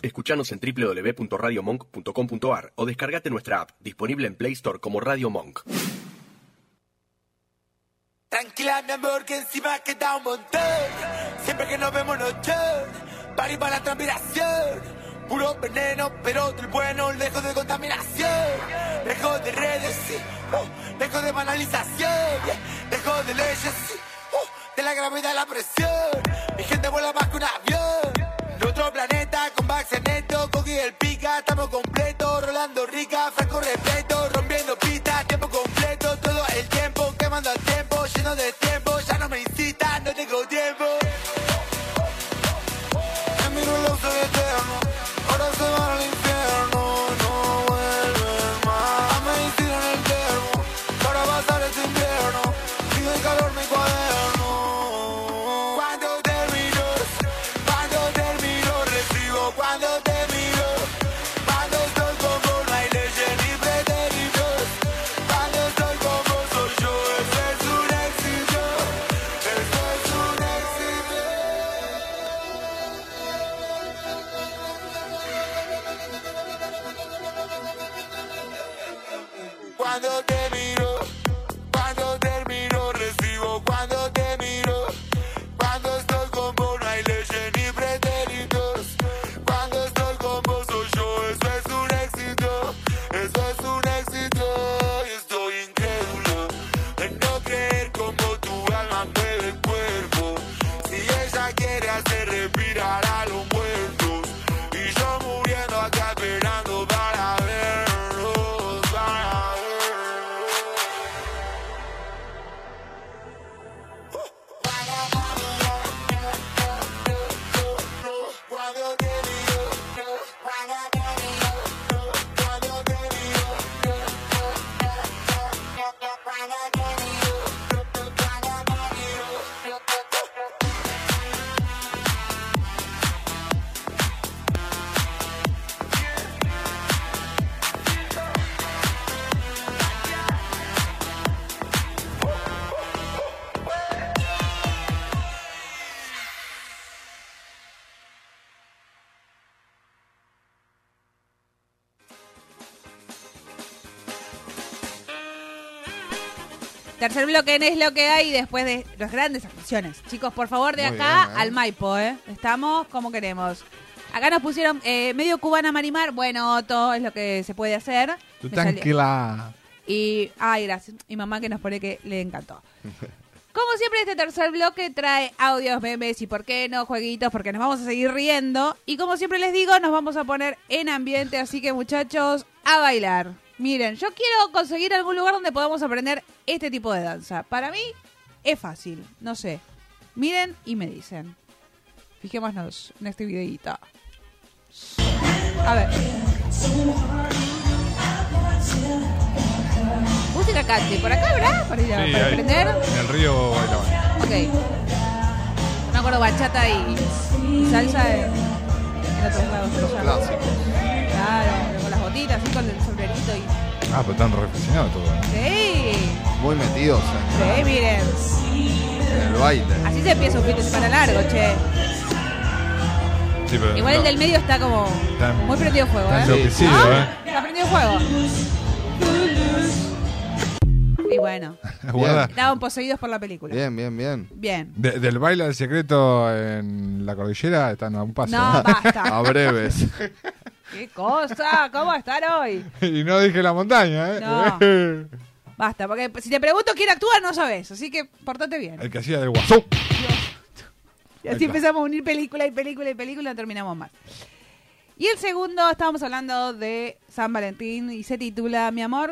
Speaker 13: Escuchanos en www.radiomonk.com.ar o descargate nuestra app, disponible en Play Store como Radio Monk.
Speaker 14: Tranquila, mi amor, que encima queda un montón. Siempre que nos vemos noche, para para la transpiración. Puro veneno, pero del bueno, lejos de contaminación. Lejos de redes, sí, oh, lejos de banalización. yeah. Lejos de leyes, sí, oh, de la gravedad y la presión. Mi gente vuela más que un avión. De otro planeta, con Max en neto, Coqui y el pica, estamos completos. Rolando rica, franco respeto, rompiendo pistas, tiempo completo. Todo el tiempo, quemando al tiempo, lleno de tiempo. Ya no me incitas, no tengo tiempo. En mi reloj soy eterno, ahora se van al infierno, no vuelven más. Ah, me hicieron el termo, ahora va a ser
Speaker 12: cuando te miro, cuando termino, recibo cuando te miro, cuando estoy con vos no hay leyes ni pretéritos, cuando estoy con vos soy yo, eso es un éxito, eso es un éxito, y estoy incrédulo, en no creer como tu alma mueve el cuerpo, si ella quiere hacer respirar a los muertos, y yo muriendo acá esperando para verlos, para Cuando te miro, cuando te miro, cuando te miro, cuando te miro, cuando te miro.
Speaker 2: Tercer bloque en es lo que hay después de las grandes actuaciones. Chicos, por favor, de
Speaker 15: Muy
Speaker 2: acá
Speaker 15: bien, ¿eh?
Speaker 2: al Maipo, ¿eh? Estamos como queremos. Acá nos pusieron eh, medio cubana Marimar. Bueno, todo es lo que se puede hacer.
Speaker 3: Tú
Speaker 2: Me salió.
Speaker 3: tranquila.
Speaker 2: Y, ay, gracias. Y mamá que nos pone que le encantó. Como siempre, este tercer bloque trae audios, memes y, ¿por qué no?, jueguitos, porque nos vamos a seguir riendo. Y como siempre les digo, nos vamos a poner en ambiente, así que muchachos, a bailar. Miren, yo quiero conseguir algún lugar donde podamos aprender este tipo de danza. Para mí es fácil, no sé. Miren y me dicen. Fijémonos en este videíto. A ver. Música cante, por acá habrá para ir a
Speaker 3: Sí,
Speaker 2: para
Speaker 3: ahí,
Speaker 2: aprender.
Speaker 3: En el río bailaban.
Speaker 2: Ok. No me acuerdo bachata y, y salsa de. Los
Speaker 3: clásicos.
Speaker 2: Claro, pero con las botitas y con el sombrerito y.
Speaker 3: Ah, pero están reflexionados todos.
Speaker 2: Sí,
Speaker 4: Muy metidos
Speaker 2: sí, miren.
Speaker 4: en el baile.
Speaker 2: Así se empieza un fin de semana largo, che.
Speaker 3: Sí, pero
Speaker 2: Igual el
Speaker 3: no,
Speaker 2: del medio está como.
Speaker 3: están-
Speaker 2: Muy prendido fuego,
Speaker 3: están
Speaker 2: ¿eh?
Speaker 3: enloquecidos,
Speaker 2: Ah, Está prendido fuego. Y bueno.
Speaker 3: ¿eh? Guarda.
Speaker 2: Estaban poseídos por la película.
Speaker 4: Bien, bien, bien.
Speaker 2: Bien.
Speaker 3: De- del baile del secreto en la cordillera están a un paso.
Speaker 2: No,
Speaker 3: ¿eh?
Speaker 2: basta. A breves. ¿Qué cosa? ¿Cómo estar hoy?
Speaker 3: y no dije la montaña, ¿eh?
Speaker 2: No. Basta, porque si te pregunto quién actúa, no sabes. Así que portate bien.
Speaker 3: El que hacía del guasón.
Speaker 2: Y así empezamos a unir película y película y película, no terminamos más. Y el segundo, estábamos hablando de San Valentín y se titula Mi amor,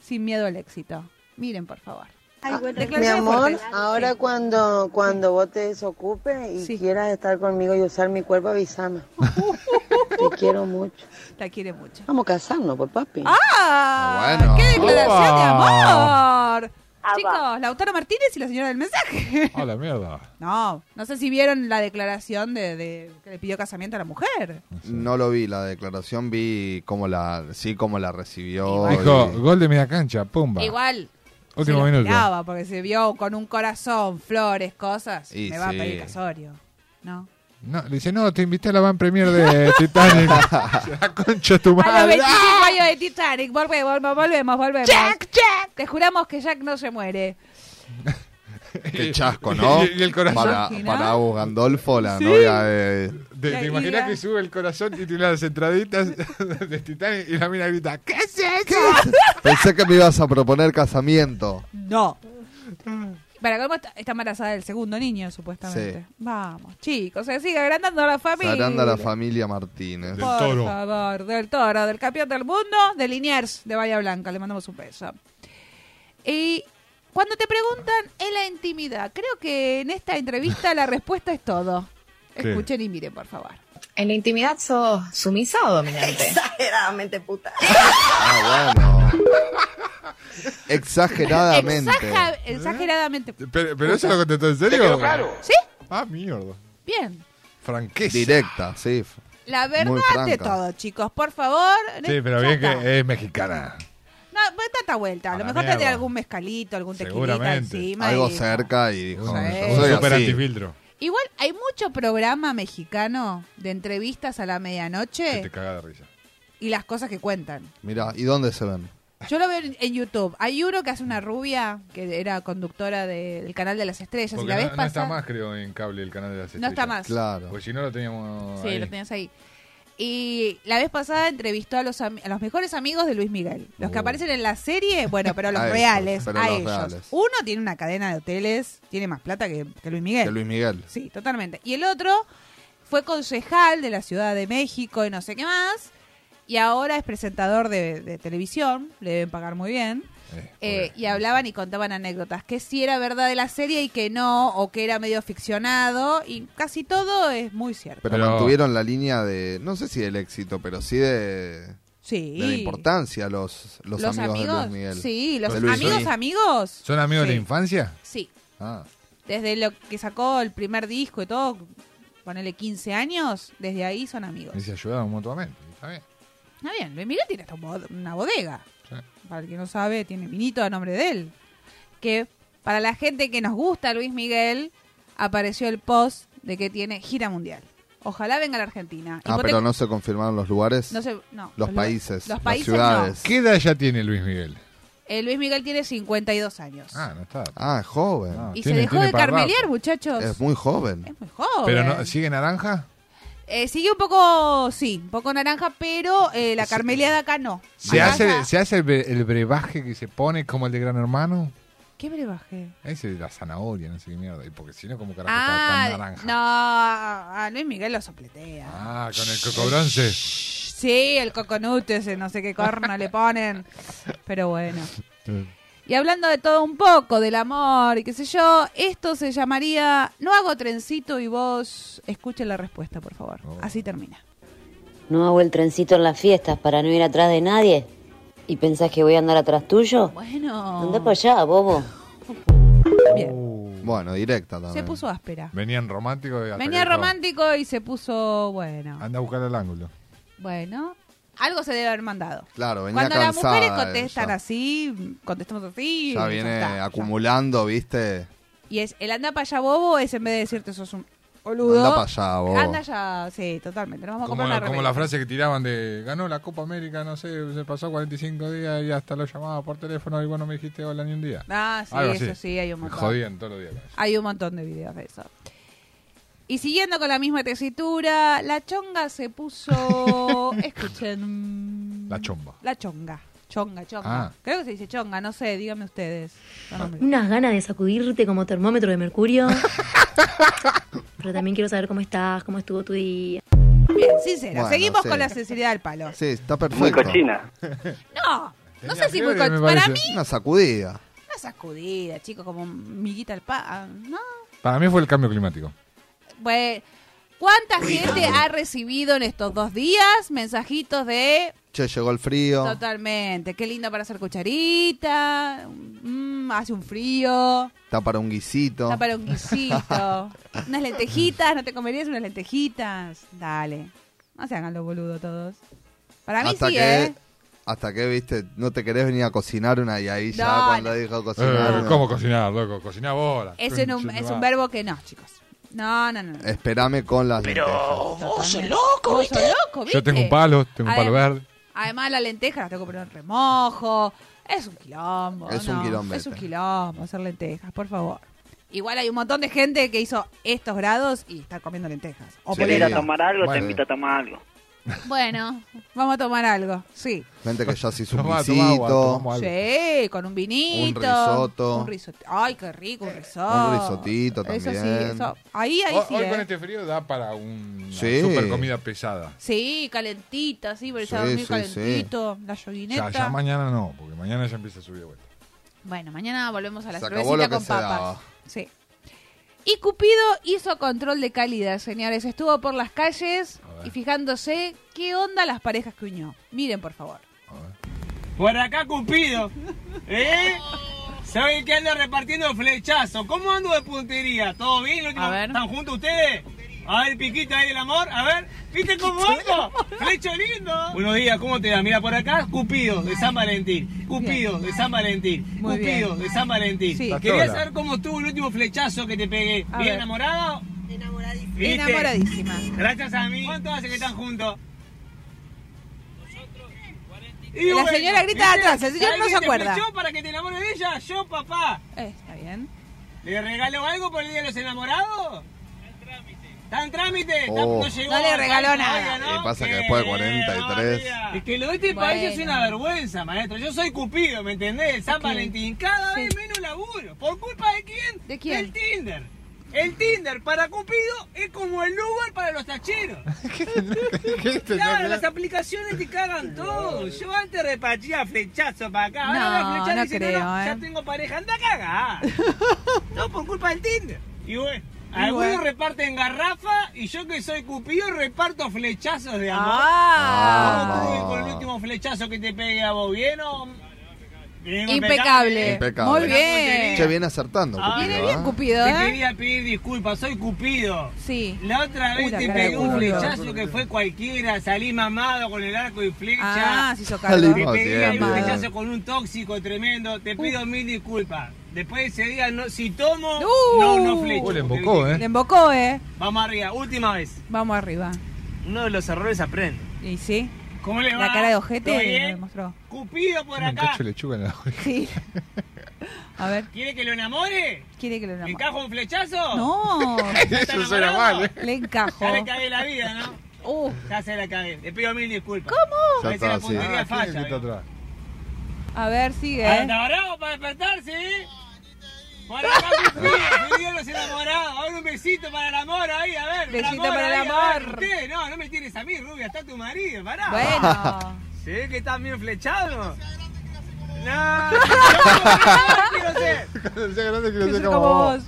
Speaker 2: sin miedo al éxito. Miren, por favor.
Speaker 1: Ah,
Speaker 16: Mi
Speaker 2: Declaraciones
Speaker 16: amor,
Speaker 2: fuertes.
Speaker 16: ahora cuando, cuando vos te desocupes y quieras estar conmigo y usar mi cuerpo, avísame. te quiero mucho.
Speaker 2: La quiere mucho.
Speaker 16: Vamos a casarnos, pues, papi.
Speaker 2: ¡Ah!
Speaker 16: Bueno.
Speaker 2: ¡Qué declaración de
Speaker 16: Opa.
Speaker 2: amor! Chicos, Lautaro Martínez y la señora del mensaje.
Speaker 3: Hola, Ah, mierda.
Speaker 2: No, no sé si vieron la declaración de, de que le pidió casamiento a la mujer.
Speaker 4: No lo vi, la declaración vi cómo la, sí, cómo la recibió.
Speaker 3: Dijo, gol de media cancha, pumba.
Speaker 2: Igual.
Speaker 3: Último
Speaker 2: se lo
Speaker 3: minuto.
Speaker 2: esperaba, porque se vio con un corazón, flores, cosas.
Speaker 3: Y
Speaker 2: me va a
Speaker 3: sí.
Speaker 2: pedir casorio. ¿No?
Speaker 3: No, le dice, no, te invité a la van premier de Titanic. la concha de tu
Speaker 2: A los
Speaker 3: madre.
Speaker 2: 25 años de Titanic, volvemos, volvemos, volvemos. Jack, Jack. Te juramos que Jack no se muere.
Speaker 4: Qué chasco, ¿no?
Speaker 3: Y- y el corazón.
Speaker 4: Para,
Speaker 3: ¿Imaginás?
Speaker 4: para Agus Gandolfo, la
Speaker 3: Sí.
Speaker 4: novia de...
Speaker 3: ¿Te, te imaginas que sube el corazón y tiene las entraditas de Titanic y la mina grita, ¿qué es eso?
Speaker 4: Pensé que me ibas a proponer casamiento.
Speaker 2: No. Para cómo está, está embarazada del segundo niño, supuestamente.
Speaker 4: Sí.
Speaker 2: Vamos, chicos, se sigue agrandando la familia.
Speaker 4: Saranda la familia Martínez.
Speaker 2: Por favor, del toro, del campeón del mundo, de Liniers, de Bahía Blanca. Le mandamos un beso. Y cuando te preguntan en la intimidad, creo que en esta entrevista la respuesta es todo.
Speaker 17: Sí.
Speaker 2: Escuchen y miren, por favor.
Speaker 17: En la intimidad sos sumisa o dominante.
Speaker 16: Exageradamente puta.
Speaker 4: Ah, bueno. Exageradamente.
Speaker 2: Exaja-
Speaker 3: ¿Eh?
Speaker 2: exageradamente.
Speaker 3: Pero, pero eso lo contestó en
Speaker 4: Te
Speaker 3: serio.
Speaker 4: quedó claro.
Speaker 2: ¿Sí?
Speaker 3: Ah, mierda.
Speaker 2: Bien.
Speaker 3: Franqueza.
Speaker 4: Directa, sí.
Speaker 2: La
Speaker 3: Muy
Speaker 2: verdad de
Speaker 3: franca.
Speaker 2: todo, chicos. Por favor.
Speaker 3: Sí, pero
Speaker 2: Ya
Speaker 3: bien
Speaker 2: está.
Speaker 3: que es mexicana.
Speaker 2: No, pues tanta vuelta. A lo
Speaker 3: la
Speaker 2: mejor tendría
Speaker 3: mierda.
Speaker 2: algún mezcalito, algún tequilita
Speaker 3: Seguramente.
Speaker 2: encima. y-
Speaker 4: cerca y dijo,
Speaker 3: Un
Speaker 4: soy
Speaker 3: super
Speaker 4: así.
Speaker 3: antifiltro.
Speaker 2: Igual hay mucho programa mexicano de entrevistas a la medianoche
Speaker 3: Te caga de risa.
Speaker 2: y las cosas que cuentan.
Speaker 4: Mira, ¿y dónde se ven?
Speaker 2: Yo lo veo en, en YouTube. Hay uno que hace una rubia que era conductora de- del canal de las estrellas. y
Speaker 3: Porque
Speaker 2: la vez
Speaker 3: no, no está
Speaker 2: pasada-
Speaker 3: más, creo, en cable el canal de las
Speaker 2: No está
Speaker 3: estrellas.
Speaker 2: más. Claro.
Speaker 3: Porque si no lo teníamos.
Speaker 2: Sí,
Speaker 3: ahí.
Speaker 2: lo tenías ahí. Y la vez pasada entrevistó a los, ami- a los mejores amigos de Luis Miguel. Los que aparecen en la serie, bueno, pero los
Speaker 4: Uh. A ellos,
Speaker 2: reales.
Speaker 4: pero
Speaker 2: a
Speaker 4: los
Speaker 2: ellos.
Speaker 4: reales.
Speaker 2: Uno tiene una cadena de hoteles, tiene más plata que, que Luis Miguel.
Speaker 4: De Luis Miguel.
Speaker 2: Sí, totalmente. Y el otro fue concejal de la Ciudad de México y no sé qué más. Y ahora es presentador de, de televisión. Le deben pagar muy bien. Eh, y hablaban y contaban anécdotas, que sí era verdad de la serie y que no, o que era medio ficcionado, y casi todo es muy cierto.
Speaker 4: Pero, mantuvieron la línea de, no sé si del éxito, pero sí de,
Speaker 2: Sí.
Speaker 4: de la importancia los, los, amigos, de Luis Miguel.
Speaker 2: Sí, los
Speaker 4: De Luis
Speaker 2: amigos,
Speaker 4: Miguel.
Speaker 2: amigos.
Speaker 3: ¿Son amigos de
Speaker 2: Sí.
Speaker 3: la infancia?
Speaker 2: Sí,
Speaker 3: Ah.
Speaker 2: desde lo que sacó el primer disco y todo, ponele 15 años, desde ahí son amigos.
Speaker 3: Y se ayudaban mutuamente. Está bien.
Speaker 2: Está bien, Luis Miguel tiene hasta un bod- una bodega. Para el que no sabe, tiene vinito a nombre de él. Que para la gente que nos gusta Luis Miguel, apareció el post de que tiene gira mundial. Ojalá venga a la Argentina.
Speaker 4: Ah,
Speaker 2: Hipote-
Speaker 4: pero no se confirmaron los lugares.
Speaker 2: No se- no.
Speaker 4: Los
Speaker 2: Los-
Speaker 4: países,
Speaker 2: los
Speaker 4: las
Speaker 2: países
Speaker 4: ciudades.
Speaker 3: ¿Qué edad ya tiene Luis Miguel?
Speaker 2: Eh, Luis Miguel tiene 52 años.
Speaker 3: Ah, no está.
Speaker 4: Ah, es joven.
Speaker 2: y se dejó de carmelear, muchachos.
Speaker 4: Es muy joven.
Speaker 2: Muy joven.
Speaker 3: Pero no, Ah, ¿sigue naranja?
Speaker 2: Eh, sigue un poco, sí, un poco naranja, pero eh, la carmeleada acá no.
Speaker 3: ¿Se
Speaker 2: Acá
Speaker 3: hace,
Speaker 2: ya-
Speaker 3: ¿Se hace el, bre- el brebaje que se pone como el de Gran Hermano?
Speaker 2: ¿Qué brebaje?
Speaker 3: Ese de la zanahoria, no sé qué mierda. Y porque si no, como carajo
Speaker 2: Ah,
Speaker 3: está tan naranja.
Speaker 2: no, a Luis Miguel lo sopletea.
Speaker 3: Ah, con el cocobronce.
Speaker 2: Sí, el coconut ese, no sé qué corno le ponen. Pero bueno. Y hablando de todo un poco, del amor y qué sé yo, esto se llamaría No hago trencito y vos escuchen la respuesta, por favor.
Speaker 3: Oh.
Speaker 2: Así termina.
Speaker 15: No hago el trencito en las fiestas para no ir atrás de nadie. ¿Y pensás que voy a andar atrás tuyo?
Speaker 2: Bueno.
Speaker 15: Andá para allá, bobo.
Speaker 3: Uh.
Speaker 4: Bueno, directa
Speaker 2: Se
Speaker 4: también.
Speaker 2: puso áspera.
Speaker 3: Venían románticos. y hasta
Speaker 2: Venía
Speaker 3: que dijo,
Speaker 2: romántico y se puso, bueno,
Speaker 3: Anda a buscar el ángulo.
Speaker 2: bueno. Algo se debe haber mandado.
Speaker 4: Claro, venía
Speaker 2: Cuando las
Speaker 4: cansada.
Speaker 2: mujeres
Speaker 4: eh,
Speaker 2: contestan
Speaker 4: ya.
Speaker 2: así, contestamos así.
Speaker 4: Ya
Speaker 2: ya
Speaker 4: viene
Speaker 2: está.
Speaker 4: acumulando, ¿viste?
Speaker 2: Y es, el anda para allá bobo es en vez de decirte sos un boludo.
Speaker 4: Anda para allá, vos.
Speaker 2: Anda ya, sí, totalmente. Nos vamos a
Speaker 3: Como,
Speaker 2: comprar una
Speaker 3: la- como
Speaker 2: remera.
Speaker 3: la frase que tiraban de ganó la Copa América, no sé, se pasó 45 días y hasta lo llamaba por teléfono y vos no me dijiste hola ni un día.
Speaker 2: Ah, sí,
Speaker 3: Algo
Speaker 2: eso
Speaker 3: así.
Speaker 2: sí, hay un
Speaker 3: Me
Speaker 2: montón.
Speaker 3: jodían todos los días. con eso.
Speaker 2: Hay un montón de videos de eso. Y siguiendo con la misma tesitura, la chonga se puso. Escuchen.
Speaker 3: La chomba.
Speaker 2: La chonga. Chonga, chonga.
Speaker 18: Ah.
Speaker 2: Creo que se dice chonga, no sé, díganme ustedes. No,
Speaker 4: Ah.
Speaker 2: no me-
Speaker 18: Unas ganas de sacudirte como termómetro de mercurio. Pero también quiero saber cómo estás, cómo estuvo tu día.
Speaker 2: Bien, sincera.
Speaker 4: Bueno,
Speaker 2: Seguimos
Speaker 4: sí.
Speaker 2: con la sinceridad del palo.
Speaker 4: Sí, está perfecto. Muy cochina.
Speaker 2: No, no sé si muy con- Para mí,
Speaker 4: Una sacudida.
Speaker 2: una sacudida, chico, como miguita al pa. ah, No.
Speaker 3: Para mí fue el cambio climático.
Speaker 2: Bueno, ¿cuánta gente ha recibido en estos dos días mensajitos de
Speaker 4: Che, llegó el frío.
Speaker 2: totalmente, qué lindo para hacer cucharita, mm, hace un frío,
Speaker 4: Está para un guisito.
Speaker 2: está para un guisito, unas lentejitas, no te comerías unas lentejitas, dale, no se hagan los boludos todos. Para mí
Speaker 4: hasta
Speaker 2: sí,
Speaker 4: que,
Speaker 2: ¿eh?
Speaker 4: Hasta que, viste, no te querés venir a cocinar una y ahí ya
Speaker 2: No,
Speaker 4: cuando
Speaker 2: no.
Speaker 4: dijo cocinar.
Speaker 3: Eh,
Speaker 4: una-
Speaker 3: ¿Cómo cocinar, loco? Cocinar bola.
Speaker 2: Es, en un, es un verbo que no, chicos. No, no, no. no.
Speaker 4: Esperame con las
Speaker 2: Pero vos sos loco, loco, ¿viste?
Speaker 3: Yo tengo un palo, tengo un palo
Speaker 2: Además-
Speaker 3: verde.
Speaker 2: Además, la lenteja las tengo que poner en remojo. Es un quilombo.
Speaker 4: Es
Speaker 2: ¿no?
Speaker 4: un quilombete.
Speaker 2: Es un quilombo hacer lentejas, por favor. Igual hay un montón de gente que hizo estos grados y está comiendo lentejas. O
Speaker 4: Sí.
Speaker 2: polenta.
Speaker 4: Bueno,
Speaker 19: a tomar algo.
Speaker 2: Bueno, vamos a tomar algo. Sí.
Speaker 4: Gente que ya se hizo un
Speaker 3: Tomá, tomá
Speaker 4: guisito.
Speaker 3: agua, tomamos
Speaker 2: Sí, con un vinito.
Speaker 4: Un risotto.
Speaker 2: Un risotto. Ay, qué rico, un risotto.
Speaker 4: Un risotito también.
Speaker 2: Eso sí, eso. Ahí, ahí
Speaker 3: Hoy-
Speaker 2: sí.
Speaker 3: hoy
Speaker 2: ¿eh?
Speaker 3: con este frío da para una
Speaker 4: Sí.
Speaker 3: super comida pesada.
Speaker 2: Sí, calentita, sí, porque ya
Speaker 3: Sí,
Speaker 2: dormí
Speaker 3: sí,
Speaker 2: calentito. La
Speaker 3: O sea,
Speaker 2: yoguineta.
Speaker 3: ya mañana no, porque mañana ya empieza a subir de vuelta.
Speaker 2: Bueno, mañana volvemos a la
Speaker 3: Se acabó
Speaker 2: cervecita
Speaker 3: lo que
Speaker 2: con
Speaker 3: se
Speaker 2: papas.
Speaker 3: daba.
Speaker 2: Sí. Y Cupido hizo control de calidad, señores. Estuvo por las calles y fijándose qué onda las parejas que unió. Miren, por favor.
Speaker 20: Por acá Cupido, ¿eh? Soy el que anda repartiendo flechazos. ¿Cómo ando de puntería? ¿Todo bien? ¿Lo último- ¿Están juntos ustedes? A ver, piquita ahí el amor. A ver, ¿viste cómo ando? Flecho lindo. Buenos días, ¿cómo te va? Mira, por acá Cupido de San Valentín. Cupido de San Valentín.
Speaker 19: Muy bien.
Speaker 20: Cupido de San Valentín.
Speaker 19: Sí.
Speaker 20: Quería
Speaker 19: Pastora.
Speaker 20: saber cómo estuvo el último flechazo que te pegué.
Speaker 19: A
Speaker 20: ¿Bien
Speaker 19: ver.
Speaker 20: enamorado? Enamoradísima.
Speaker 2: Enamoradísima.
Speaker 20: Gracias a mí. ¿Cuánto hace que están juntos? Nosotros, 40 Y
Speaker 2: La
Speaker 20: bueno,
Speaker 2: señora grita
Speaker 20: ¿viste?
Speaker 2: atrás, el señor
Speaker 20: ¿Alguien
Speaker 2: no se
Speaker 20: te
Speaker 2: acuerda. Eh,
Speaker 20: flechó para que te enamores de ella? Yo, papá.
Speaker 2: está bien.
Speaker 20: ¿Le regaló algo por el día de los enamorados? Está en trámite. Está en trámite.
Speaker 4: Oh.
Speaker 20: No, llegó
Speaker 2: No le
Speaker 20: al
Speaker 2: regaló
Speaker 20: país
Speaker 2: nada.
Speaker 20: todavía, ¿no?
Speaker 4: Y pasa que después de 43.
Speaker 20: Es que lo de este
Speaker 2: Bueno.
Speaker 20: país es una vergüenza, maestro. Yo soy Cupido, ¿me entendés? El San
Speaker 2: Ok.
Speaker 20: Valentín. Cada vez menos laburo. ¿Por culpa de quién?
Speaker 2: ¿De quién?
Speaker 20: Del Tinder. El Tinder para Cupido es como el Uber para los tacheros. Claro, las aplicaciones te cagan todo. Yo antes repartía flechazo para acá. Ahora
Speaker 2: No,
Speaker 20: voy a flechar
Speaker 2: no
Speaker 20: y dice,
Speaker 2: creo,
Speaker 20: no, no,
Speaker 2: ¿eh?
Speaker 20: ya tengo pareja. Anda a cagar. no, por culpa del Tinder. Y bueno,
Speaker 2: Y
Speaker 20: algunos
Speaker 2: bueno.
Speaker 20: reparten garrafa y yo que soy cupido reparto flechazos de amor.
Speaker 2: Ah.
Speaker 20: ¿Cómo estuve con el último flechazo que te pegué a vos? ¿Bien o...? Bien,
Speaker 2: Impecable.
Speaker 4: Impecable.
Speaker 2: Muy bien.
Speaker 4: Che, viene acertando.
Speaker 20: Ah,
Speaker 4: Cupido,
Speaker 20: viene
Speaker 4: ¿eh?
Speaker 2: Cupido,
Speaker 20: Te
Speaker 2: ¿eh?
Speaker 20: quería pedir disculpas, soy Cupido.
Speaker 2: Sí.
Speaker 20: La otra vez
Speaker 2: Una
Speaker 20: te
Speaker 2: cara de
Speaker 20: pegué un
Speaker 2: culo.
Speaker 20: flechazo que fue cualquiera, salí mamado con el arco y flecha.
Speaker 2: Ah, se hizo
Speaker 20: Te
Speaker 2: cargo. Uh.
Speaker 20: pegué un
Speaker 2: Mamado.
Speaker 20: flechazo con un tóxico tremendo, te pido mil disculpas. Después de ese día, no, si tomo,
Speaker 2: Uh.
Speaker 20: no, no flecho.
Speaker 3: Uh, le
Speaker 20: porque
Speaker 3: embocó,
Speaker 20: viste-
Speaker 3: ¿eh?
Speaker 2: Le embocó, ¿eh?
Speaker 20: Vamos arriba, última vez.
Speaker 2: Vamos arriba.
Speaker 20: Uno de los errores aprende.
Speaker 2: ¿Y sí?
Speaker 20: ¿Cómo le va?
Speaker 2: La cara de
Speaker 20: ¿Todo
Speaker 2: ojete
Speaker 20: bien?
Speaker 2: lo demostró.
Speaker 20: Cupido por
Speaker 3: Tiene un
Speaker 20: acá.
Speaker 3: cacho de lechuga en la oreja.
Speaker 2: Sí. A ver,
Speaker 20: ¿Quiere que lo enamore?
Speaker 2: quiere que lo
Speaker 20: ¿Le
Speaker 2: enamore.
Speaker 20: encajo un flechazo?
Speaker 2: No.
Speaker 20: ¿Está enamorado?
Speaker 4: ¿eh?
Speaker 2: Le encajo.
Speaker 20: Ya le cagué la vida, ¿no?
Speaker 2: Uh,
Speaker 20: Ya se la cagué. Le pido mil disculpas.
Speaker 4: Ya
Speaker 20: ¿Cómo?
Speaker 4: está,
Speaker 20: la
Speaker 4: sí.
Speaker 20: puntería
Speaker 4: Ah,
Speaker 20: falla.
Speaker 3: ¿Quién está atrás?
Speaker 2: a ver, sigue.
Speaker 20: ¿Eh?
Speaker 2: ¿eh?
Speaker 20: ¿Enamorados para despertarse, eh? Por acá cumplí, me dieron los enamorados. Ahora un besito para el amor ahí, a ver.
Speaker 2: Besito para el
Speaker 20: ahí, a ver,
Speaker 2: amor.
Speaker 20: Usted, no, no me tienes a mí, rubia, está tu marido, pará.
Speaker 2: Bueno.
Speaker 20: Se ve que estás bien flechado. No, no, no, quiero ser.
Speaker 3: Cuando sea grande quiero
Speaker 2: Yo soy
Speaker 3: ser
Speaker 2: como vos.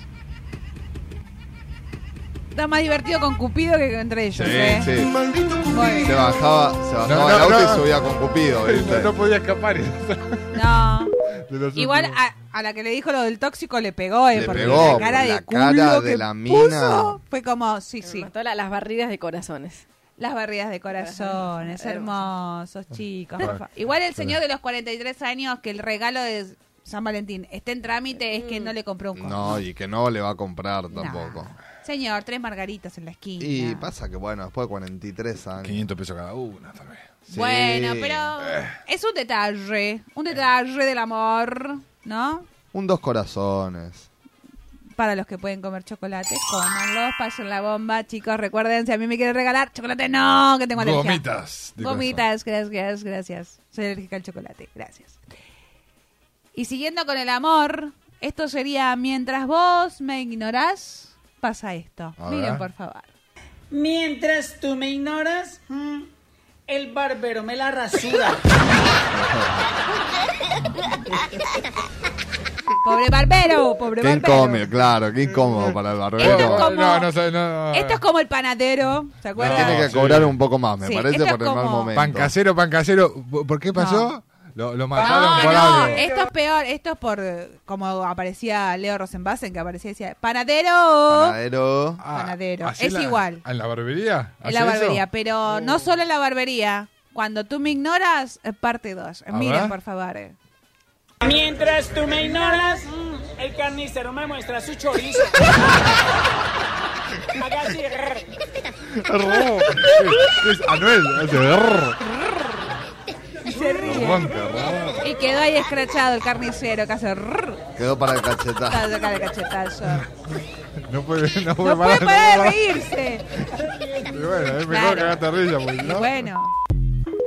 Speaker 2: Está más divertido con Cupido que entre ellos, ¿eh?
Speaker 4: Sí, sí.
Speaker 2: Bueno.
Speaker 4: Se bajaba, se bajaba
Speaker 3: No, no,
Speaker 4: el auto
Speaker 3: no.
Speaker 4: y subía con Cupido, ¿viste?
Speaker 3: No, no podía escapar. de
Speaker 2: No.
Speaker 3: los
Speaker 2: Igual
Speaker 3: últimos.
Speaker 2: a, a la que le dijo lo del tóxico le pegó, ¿eh?
Speaker 4: Le
Speaker 2: porque la
Speaker 4: pegó,
Speaker 2: cara
Speaker 4: la
Speaker 2: de culo
Speaker 4: cara de
Speaker 2: que
Speaker 4: la mina.
Speaker 2: puso fue como, sí, sí.
Speaker 6: Mató la- las barrigas de corazones.
Speaker 2: Las barridas de corazones, hermosos
Speaker 4: Ah.
Speaker 2: chicos. por
Speaker 3: Bueno.
Speaker 2: fa- Igual el señor de los 43 años que el regalo de San Valentín esté en trámite es
Speaker 6: Mm.
Speaker 2: que no le compró un coche.
Speaker 4: No, y que no le va a comprar tampoco.
Speaker 2: Señor, tres margaritas en la esquina.
Speaker 4: Y pasa que, bueno, después de 43 años.
Speaker 3: 500 pesos cada una, tal vez.
Speaker 4: Sí. Eh.
Speaker 2: Bueno, pero es un detalle, un detalle del amor, ¿no?
Speaker 4: Un dos corazones.
Speaker 2: Para los que pueden comer chocolate, cómanlos, pasen la bomba, chicos. Recuerden, si a mí me quieren regalar chocolate, no, que tengo alergia.
Speaker 3: Gomitas. de
Speaker 2: Gomitas, gracias, gracias. Soy alérgica al chocolate, gracias. Y siguiendo con el amor, esto sería mientras vos me ignorás, pasa esto.
Speaker 3: A
Speaker 2: Miren,
Speaker 3: ver.
Speaker 2: por favor.
Speaker 21: Mientras tú me ignoras, mm, el barbero me la rasura.
Speaker 2: Pobre barbero, pobre
Speaker 4: Qué
Speaker 2: barbero.
Speaker 4: incómodo, claro, qué incómodo para el
Speaker 2: Esto es
Speaker 4: barbero.
Speaker 2: como-
Speaker 3: No, no, sé, no.
Speaker 2: Esto es como el panadero, ¿se acuerdan?
Speaker 4: Tiene que
Speaker 3: Sí.
Speaker 4: cobrar un poco más, me
Speaker 2: Sí,
Speaker 4: parece,
Speaker 2: esto es
Speaker 4: por el mal
Speaker 2: como-
Speaker 4: momento.
Speaker 3: Pan casero, pan casero. ¿Por qué pasó? Lo, lo mataron
Speaker 2: Ah, No,
Speaker 3: por
Speaker 2: no,
Speaker 3: algo.
Speaker 2: esto es peor, esto es por eh, como aparecía Leo Rosenbassen, que aparecía y decía, panadero,
Speaker 4: Panadero.
Speaker 3: Ah,
Speaker 2: panadero.
Speaker 3: ¿así
Speaker 2: Es
Speaker 3: la-
Speaker 2: igual.
Speaker 3: ¿En la barbería?
Speaker 2: en la
Speaker 3: ¿Hace
Speaker 2: barbería,
Speaker 3: ¿Ah, eso? Oh.
Speaker 2: pero no solo en la barbería. Cuando tú me ignoras, eh, parte 2.
Speaker 3: A
Speaker 2: Miren,
Speaker 3: ver.
Speaker 2: por favor. eh.
Speaker 21: Mientras tú me ignoras, mm, el carnicero me muestra su chorizo. Haga así, rrr.
Speaker 3: Ro- es, es Anuel. Hace rrr,
Speaker 2: Se ríe.
Speaker 3: ronca, rrr.
Speaker 2: Y quedó ahí escrachado el carnicero que hace rrr,
Speaker 4: Quedó para el cachetazo.
Speaker 2: cada- cada cachetazo.
Speaker 3: No puede, no puede
Speaker 2: No puede
Speaker 3: parar.
Speaker 2: parar de
Speaker 3: no puede
Speaker 2: reírse.
Speaker 3: parar. Y Bueno, es
Speaker 2: Claro.
Speaker 3: mejor cagarte risa. Porque,
Speaker 2: Y
Speaker 3: ¿no?
Speaker 2: bueno,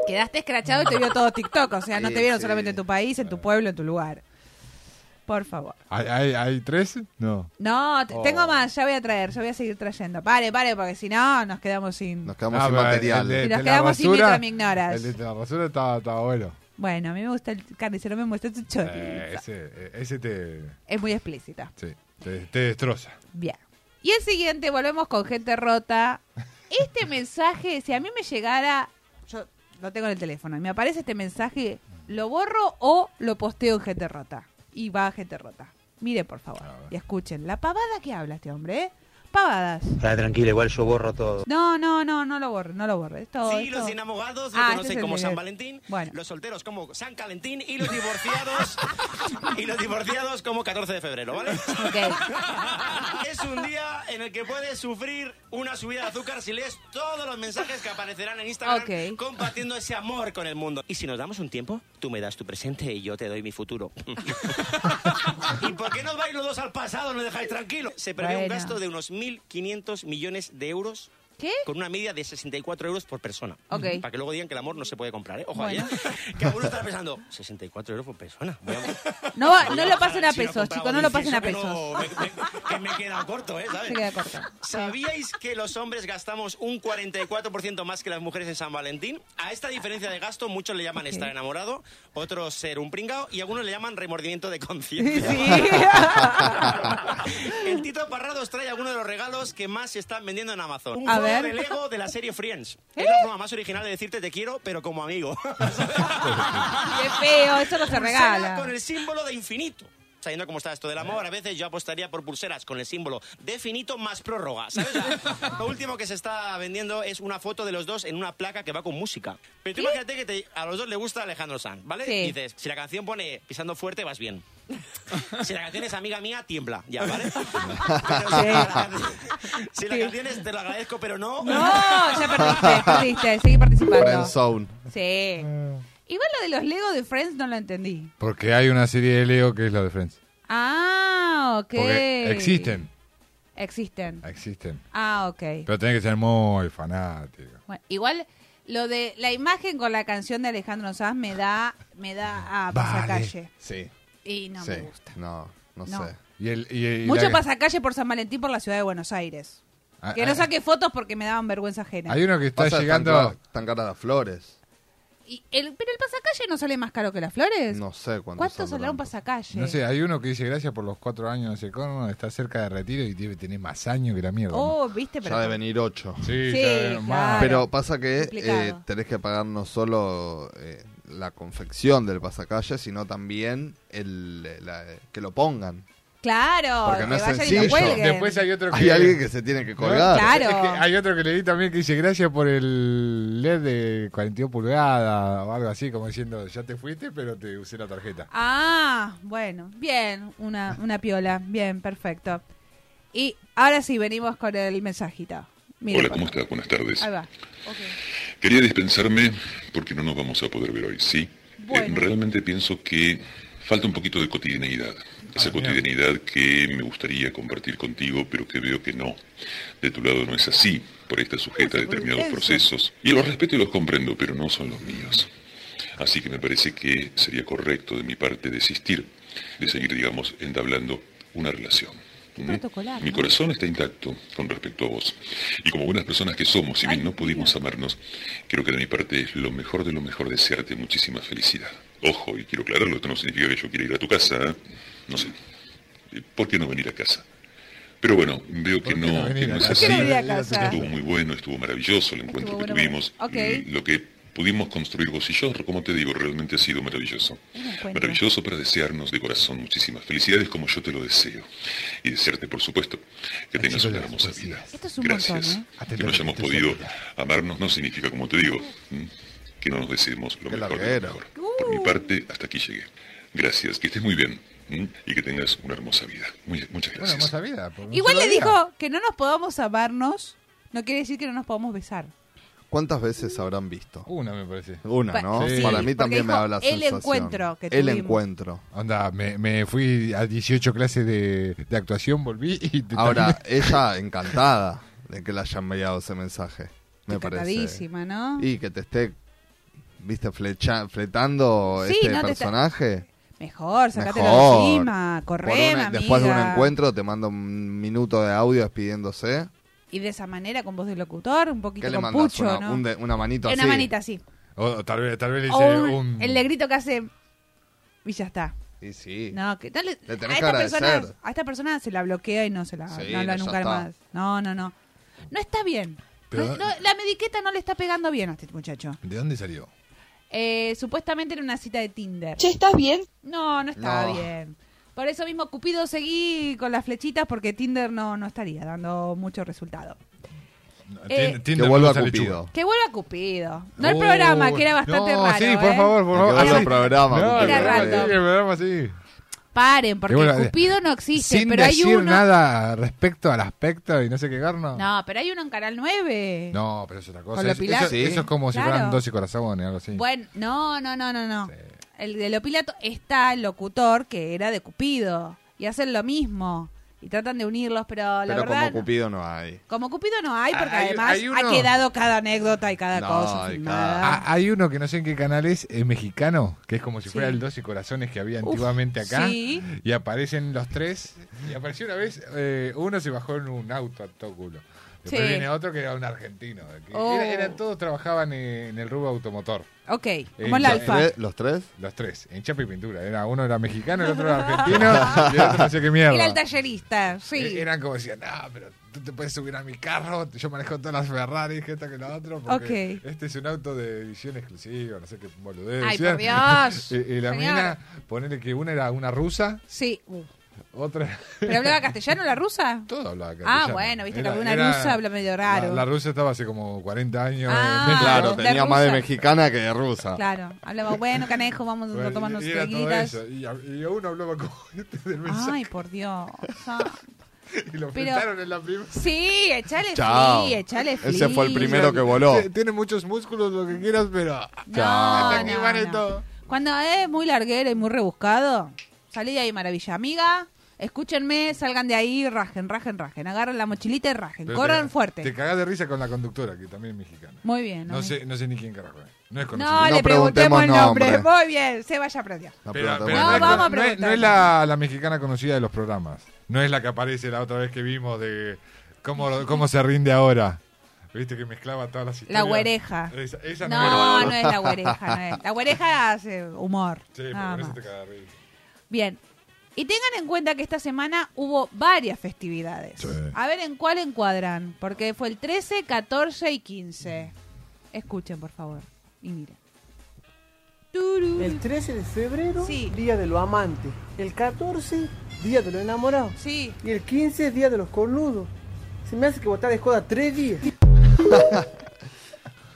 Speaker 2: quedaste escrachado y te vio todo TikTok. O sea, no
Speaker 4: Sí,
Speaker 2: te vieron
Speaker 4: sí.
Speaker 2: solamente en tu país, en tu pueblo, en tu lugar. Por favor.
Speaker 3: ¿Hay, hay, ¿Hay tres? No.
Speaker 2: No, te-
Speaker 3: Oh.
Speaker 2: tengo más, ya voy a traer, ya voy a seguir trayendo. Pare, pare, porque si no, nos quedamos sin.
Speaker 4: Nos quedamos
Speaker 3: Ah,
Speaker 4: sin
Speaker 3: pero el-
Speaker 4: material.
Speaker 3: el de-
Speaker 2: Y nos
Speaker 3: de la
Speaker 2: quedamos sin
Speaker 3: basura-
Speaker 2: mientras me ignoras.
Speaker 3: El de la basura estaba, estaba bueno.
Speaker 2: Bueno, a mí me gusta el carnicero, me muestra su chorizo.
Speaker 3: Eh, ese, eh, ese te,
Speaker 2: Es muy explícita.
Speaker 3: sí, te, te destroza.
Speaker 2: Bien. Y el siguiente, volvemos con gente rota. Este mensaje, si a mí me llegara, yo lo tengo en el teléfono, y me aparece este mensaje, ¿lo borro o lo posteo en gente rota? Y va a gente rota. Mire, por favor, y escuchen la pavada que habla este hombre, ¿eh? pavadas.
Speaker 1: Está tranquilo, igual yo borro todo.
Speaker 2: No, no, no, no lo borre, no lo borre. Esto,
Speaker 19: Sí,
Speaker 2: esto-
Speaker 19: los enamorados
Speaker 2: Ah, este
Speaker 19: lo
Speaker 2: es
Speaker 19: conocen
Speaker 2: el
Speaker 19: como
Speaker 2: de-
Speaker 19: San Valentín, los solteros como San Calentín y los divorciados y los divorciados como 14 de febrero, ¿vale? Es un día en el que puedes sufrir una subida de azúcar si lees todos los mensajes que aparecerán en Instagram
Speaker 2: Ok.
Speaker 19: compartiendo ese amor con el mundo. Y si nos damos un tiempo, tú me das tu presente y yo te doy mi futuro. ¿Y por qué no vais los dos al pasado? No dejáis tranquilo. Se prevé un
Speaker 2: Bueno.
Speaker 19: gasto de unos 1.500 millones de euros. Con una media de 64 euros por persona.
Speaker 2: Ok.
Speaker 19: Para que luego digan que el amor no se puede comprar, ¿eh? Ojo
Speaker 2: Bueno.
Speaker 19: ahí, ¿eh? Que alguno estará pensando, 64 euros por persona. Voy a-
Speaker 2: Oh, No, va- no lo pasen a
Speaker 19: Si no
Speaker 2: pesos,
Speaker 19: compraba
Speaker 2: chicos, no lo
Speaker 19: bici,
Speaker 2: pasen a
Speaker 19: eso que
Speaker 2: pesos.
Speaker 19: no, me- me- que me he quedado corto, ¿eh? ¿Sabes?
Speaker 2: Se queda corto.
Speaker 19: ¿Sabíais que los hombres gastamos un 44% más que las mujeres en San Valentín? A esta diferencia de gasto muchos le llaman estar enamorado, otros ser un pringao y algunos le llaman remordimiento de conciencia. El Tito Parrados trae algunos de los regalos que más se están vendiendo en Amazon. Un
Speaker 2: A
Speaker 19: juego
Speaker 2: ver.
Speaker 19: de Lego de la serie Friends. Es la forma más original de decirte te quiero, pero como amigo.
Speaker 2: Qué feo, eso no se
Speaker 19: Pulsera
Speaker 2: regala.
Speaker 19: Con el símbolo de infinito. Sabiendo cómo está esto del amor, a veces yo apostaría por pulseras con el símbolo de finito más prórroga. ¿sabes? Lo último que se está vendiendo es una foto de los dos en una placa que va con música. Pero tú imagínate que te- a los dos le gusta Alejandro Sanz, ¿vale?
Speaker 2: Sí.
Speaker 19: Y dices, si la canción pone pisando fuerte, vas bien. Si la canción es amiga mía, tiembla, ya, ¿vale? Pero si la canción- si la canción es te lo agradezco, pero no.
Speaker 2: No, ya perdiste, perdiste, seguí participando.
Speaker 4: Friendzone.
Speaker 2: Sí. Igual lo de los Lego de Friends no lo entendí.
Speaker 3: Porque hay una serie de Leo que es la de Friends.
Speaker 2: Ah, ok.
Speaker 3: Porque existen,
Speaker 2: Existen.
Speaker 3: existen.
Speaker 2: Ah, ok.
Speaker 3: Pero tenés que ser muy fanático.
Speaker 2: Bueno, igual lo de la imagen con la canción de Alejandro Sanz me da me da a pasacalle.
Speaker 3: Sí.
Speaker 2: Y no me gusta.
Speaker 4: No, no,
Speaker 2: No.
Speaker 4: sé.
Speaker 3: Y el, y- y
Speaker 2: Mucho
Speaker 3: la-
Speaker 2: pasacalle por San Valentín por la ciudad de Buenos Aires.
Speaker 3: Ah,
Speaker 2: que no
Speaker 3: ah,
Speaker 2: saqué fotos porque me daban vergüenza ajena.
Speaker 3: Hay uno que está
Speaker 4: Pasa tan
Speaker 3: llegando.
Speaker 4: cara- Tan caras las flores.
Speaker 2: Y el- pero el pasacalle no sale más caro que las flores.
Speaker 4: No sé cuánto.
Speaker 2: ¿Cuánto saldrá un pasacalle?
Speaker 3: No sé, hay uno que dice gracias por los cuatro años, no sé cómo, está cerca de retiro y debe tener más años que la mierda.
Speaker 2: Oh, viste, pero.
Speaker 4: Ya deben ir ocho.
Speaker 3: Sí, Sí, ya deben- claro.
Speaker 4: Pero pasa que
Speaker 2: Complicado.
Speaker 4: eh, tenés que pagar no solo eh, la confección del pasacalle, sino también el, eh, la- eh, que lo pongan.
Speaker 2: Claro,
Speaker 4: Porque no
Speaker 2: que
Speaker 4: es
Speaker 2: vayan y
Speaker 4: sencillo.
Speaker 2: lo cuelguen.
Speaker 3: Después hay otro que.
Speaker 4: Hay alguien que se tiene que colgar.
Speaker 2: Claro.
Speaker 3: Es que hay otro que leí también que dice gracias por el LED de 42 pulgadas o algo así, como diciendo ya te fuiste, pero te usé la tarjeta.
Speaker 2: Ah, bueno, bien, una, una piola, bien, perfecto. Y ahora sí, venimos con el mensajito. Mira,
Speaker 22: Hola, ¿cómo estás? Buenas tardes.
Speaker 2: Ahí va.
Speaker 22: Quería dispensarme porque no nos vamos a poder ver hoy, ¿sí? Eh, realmente pienso que falta un poquito de cotidianidad.
Speaker 3: Ah,
Speaker 22: Esa cotidianidad que me gustaría compartir contigo, pero que veo que no. De tu lado no es así, por ahí está sujeta a determinados
Speaker 23: intenso.
Speaker 22: procesos. Y los respeto y los comprendo, pero no son los míos. Así que me parece que sería correcto de mi parte desistir de seguir, digamos, entablando una relación. ¿Mm?
Speaker 2: protocolar,
Speaker 22: Mi
Speaker 2: ¿no?
Speaker 22: corazón está intacto con respecto a vos. Y como buenas personas que somos, si bien no pudimos amarnos, creo que de mi parte es lo mejor de lo mejor desearte muchísima felicidad. Ojo, y quiero aclararlo, esto no significa que yo quiera ir a tu casa, ¿eh? no sé. Eh, ¿Por qué no venir a casa? Pero bueno, veo que
Speaker 3: no
Speaker 22: no,
Speaker 3: venir
Speaker 22: que no
Speaker 3: a
Speaker 22: es
Speaker 3: casa?
Speaker 22: así.
Speaker 3: ¿Por qué no venir a casa?
Speaker 22: Estuvo muy bueno, estuvo maravilloso el encuentro que
Speaker 2: bueno,
Speaker 22: tuvimos.
Speaker 2: bueno. Ok.
Speaker 22: Y Lo que pudimos construir vos y yo, como te digo, realmente ha sido maravilloso. Maravilloso para desearnos de corazón muchísimas felicidades como yo te lo deseo. Y desearte, por supuesto, que tengas una hermosa vida.
Speaker 2: Esto es un
Speaker 22: Gracias.
Speaker 2: montón, ¿eh?
Speaker 22: Que no hayamos podido amarnos no significa, como te digo, ¿m? que no nos deseemos lo mejor de lo mejor. Por mi parte, hasta aquí llegué. Gracias, que estés muy bien ¿m? y que tengas una hermosa vida. Muy- muchas
Speaker 3: Bueno,
Speaker 22: gracias.
Speaker 3: hermosa vida. por un
Speaker 2: Igual
Speaker 3: solo
Speaker 2: le
Speaker 3: día.
Speaker 2: dijo que no nos podamos amarnos, no quiere decir que no nos podamos besar.
Speaker 4: ¿Cuántas veces habrán visto?
Speaker 3: Una, me parece.
Speaker 4: Una, ¿no?
Speaker 3: Sí.
Speaker 4: Para mí
Speaker 2: porque
Speaker 4: también me
Speaker 2: dijo
Speaker 4: da la
Speaker 2: el
Speaker 4: sensación.
Speaker 2: encuentro que
Speaker 4: El
Speaker 2: tuvimos.
Speaker 4: encuentro.
Speaker 3: Onda, me, me fui a 18 clases de, de actuación, volví y te
Speaker 4: Ahora, ella encantada de que le hayan enviado ese mensaje. Me parece.
Speaker 2: Tratadísima, ¿no?
Speaker 4: Y que te esté, viste, flecha- fletando
Speaker 2: Sí,
Speaker 4: este
Speaker 2: no te está-
Speaker 4: personaje.
Speaker 2: Mejor, sacátelo
Speaker 4: Mejor.
Speaker 2: de encima, correme,
Speaker 4: Por una-
Speaker 2: amiga.
Speaker 4: Después de un encuentro te manda un minuto de audio despidiéndose.
Speaker 2: Y de esa manera, con voz de locutor, un poquito
Speaker 4: ¿Qué le
Speaker 2: con
Speaker 4: mandas?
Speaker 2: pucho,
Speaker 4: una,
Speaker 2: ¿no?
Speaker 4: un de- una manito
Speaker 2: Una
Speaker 4: así. Oh,
Speaker 2: manita así.
Speaker 3: O, o tal vez, tal vez le
Speaker 2: O
Speaker 3: hice
Speaker 2: un-
Speaker 3: un...
Speaker 2: el negrito que hace... Y ya está.
Speaker 4: Y sí.
Speaker 2: No, que dale-
Speaker 3: Le tenés
Speaker 2: a,
Speaker 3: que
Speaker 2: esta persona,
Speaker 3: agradecer.
Speaker 2: a esta persona se la bloquea y no se la
Speaker 4: Sí,
Speaker 2: no habla
Speaker 4: no, ya
Speaker 2: nunca
Speaker 4: está.
Speaker 2: más. No, no, no. No está bien.
Speaker 3: Pero-
Speaker 2: No- no, la mediqueta no le está pegando bien a este muchacho.
Speaker 3: ¿De dónde salió?
Speaker 2: Eh, supuestamente era una cita de Tinder.
Speaker 6: Che, ¿estás bien?
Speaker 2: No, no estaba
Speaker 3: No.
Speaker 2: bien. Por eso mismo, Cupido, seguí con las flechitas porque Tinder no, no estaría dando mucho resultado. Eh,
Speaker 3: Tinder
Speaker 4: que vuelva
Speaker 3: no usa
Speaker 4: Cupido.
Speaker 3: lechuga.
Speaker 2: Que vuelva Cupido. No el
Speaker 3: Oh,
Speaker 2: programa, que era bastante
Speaker 3: no,
Speaker 2: raro.
Speaker 3: sí, por
Speaker 2: ¿eh?
Speaker 3: favor, por
Speaker 4: Que
Speaker 3: favor.
Speaker 4: vuelva
Speaker 3: Ah,
Speaker 4: el programa,
Speaker 3: No,
Speaker 4: porque
Speaker 3: el
Speaker 2: Era
Speaker 3: programa, sí,
Speaker 2: raro.
Speaker 3: el programa sí.
Speaker 2: Paren, porque
Speaker 3: Que vuelva- eh,
Speaker 2: Cupido no existe,
Speaker 3: Sin
Speaker 2: pero
Speaker 3: decir
Speaker 2: hay uno.
Speaker 3: nada respecto al aspecto y no sé qué garno.
Speaker 2: No, pero hay uno en Canal 9.
Speaker 3: No, pero es otra cosa.
Speaker 2: Con lo
Speaker 3: Eso,
Speaker 2: Pilato.
Speaker 3: eso-
Speaker 2: Sí.
Speaker 3: eso es como si
Speaker 2: Claro.
Speaker 3: fueran 12 corazones, algo así.
Speaker 2: Bueno, no, no, no, no, no. El de Lopilato está el locutor que era de Cupido y hacen lo mismo y tratan de unirlos, pero la
Speaker 5: Pero
Speaker 2: verdad
Speaker 5: como Cupido no hay.
Speaker 2: como Cupido no hay
Speaker 3: Ah,
Speaker 2: porque
Speaker 5: Hay-
Speaker 2: además
Speaker 5: hay
Speaker 2: ha
Speaker 5: uno-
Speaker 2: quedado cada anécdota y cada cosa.
Speaker 5: hay
Speaker 2: filmada.
Speaker 3: Ah, hay uno que no sé en qué canal es, es mexicano, que es como si
Speaker 2: Sí.
Speaker 3: fuera el 12 corazones que había antiguamente acá.
Speaker 2: sí.
Speaker 3: Y aparecen los tres. Y apareció una vez, eh, uno se bajó en un auto a todo culo. Después
Speaker 2: Sí.
Speaker 3: viene otro que era un argentino. que
Speaker 2: Oh.
Speaker 3: era- eran todos trabajaban en, en el rubro automotor.
Speaker 2: Ok,
Speaker 3: En
Speaker 2: como el
Speaker 3: Cha-
Speaker 2: alfa.
Speaker 3: ¿Los tres?
Speaker 4: ¿Los tres?
Speaker 3: Los tres, en chapa y pintura. Era, uno era mexicano, el otro era argentino, y el otro no sé qué mierda.
Speaker 2: Era el tallerista, sí.
Speaker 4: E-
Speaker 3: Eh, Eran como decían, ah, pero tú te puedes subir a mi carro, yo manejo todas las Ferrari, que esta que la otra, porque este es un auto de edición exclusiva, no sé qué boludez.
Speaker 2: Ay,
Speaker 3: decían.
Speaker 2: por Dios,
Speaker 3: y, y la
Speaker 2: señor.
Speaker 3: mina, ponele que una era una rusa,
Speaker 2: Sí. Uh.
Speaker 3: otra...
Speaker 2: ¿Pero hablaba castellano la rusa?
Speaker 3: Todo hablaba
Speaker 2: Ah,
Speaker 3: castellano.
Speaker 2: bueno, viste que
Speaker 3: Era-
Speaker 2: alguna
Speaker 3: era-
Speaker 2: rusa habla medio raro.
Speaker 3: La, la rusa estaba hace como 40 años.
Speaker 2: Ah,
Speaker 3: eh,
Speaker 2: Claro,
Speaker 3: México.
Speaker 2: la tenía más de rusa.
Speaker 4: mexicana que de rusa.
Speaker 2: Claro, hablaba, bueno, canejo, vamos a
Speaker 3: Bueno,
Speaker 2: tomarnos
Speaker 3: y, era todo
Speaker 2: peguitas.
Speaker 3: eso, y, a- y uno hablaba como este del mensaje
Speaker 2: Ay, por Dios. ah.
Speaker 3: y lo
Speaker 2: pero-
Speaker 3: enfrentaron en la primera.
Speaker 2: Sí, echale
Speaker 5: Chao.
Speaker 2: fli, echale fli.
Speaker 5: Ese fue el primero que voló.
Speaker 3: Tiene- Tiene muchos músculos, lo que quieras, pero.
Speaker 2: No,
Speaker 3: Hasta que
Speaker 2: no,
Speaker 3: van y
Speaker 2: no.
Speaker 3: todo.
Speaker 2: Cuando es muy larguero y muy rebuscado, salí de ahí, maravilla. Amiga, escúchenme, salgan de ahí, rajen, rajen, rajen. Agarren la mochilita y rajen.
Speaker 3: Pero
Speaker 2: Corran
Speaker 3: te-
Speaker 2: fuerte.
Speaker 3: Te cagás de risa con la conductora, que también es mexicana.
Speaker 2: Muy bien.
Speaker 3: No,
Speaker 2: amigo.
Speaker 3: sé, no sé ni quién carajo es. No es conocida.
Speaker 2: No, le preguntemos el nombre. Muy bien, se vaya aprendiendo.
Speaker 3: Pero-
Speaker 2: No,
Speaker 3: pero no es-
Speaker 2: vamos a
Speaker 3: no es- No
Speaker 2: preguntar.
Speaker 3: es la, la mexicana conocida de los programas. No es la que aparece la otra vez que vimos de cómo, cómo se rinde ahora. Viste que mezclaba todas las historias.
Speaker 2: La güereja.
Speaker 3: Esa, esa
Speaker 2: no, no, es la güereja. no es. La güereja hace humor.
Speaker 3: Sí, pero
Speaker 2: nada
Speaker 3: con eso
Speaker 2: más.
Speaker 3: te cagás de risa.
Speaker 2: Bien. Y tengan en cuenta que esta semana hubo varias festividades. A ver en cuál encuadran, porque fue el 13, 14 y 15. Escuchen, por favor, y miren.
Speaker 7: El 13 de febrero, Día de los Amantes. El 14, Día de los Enamorados.
Speaker 2: Sí.
Speaker 7: Y el 15, Día de los Cornudos. Se me hace que votar de joda tres días.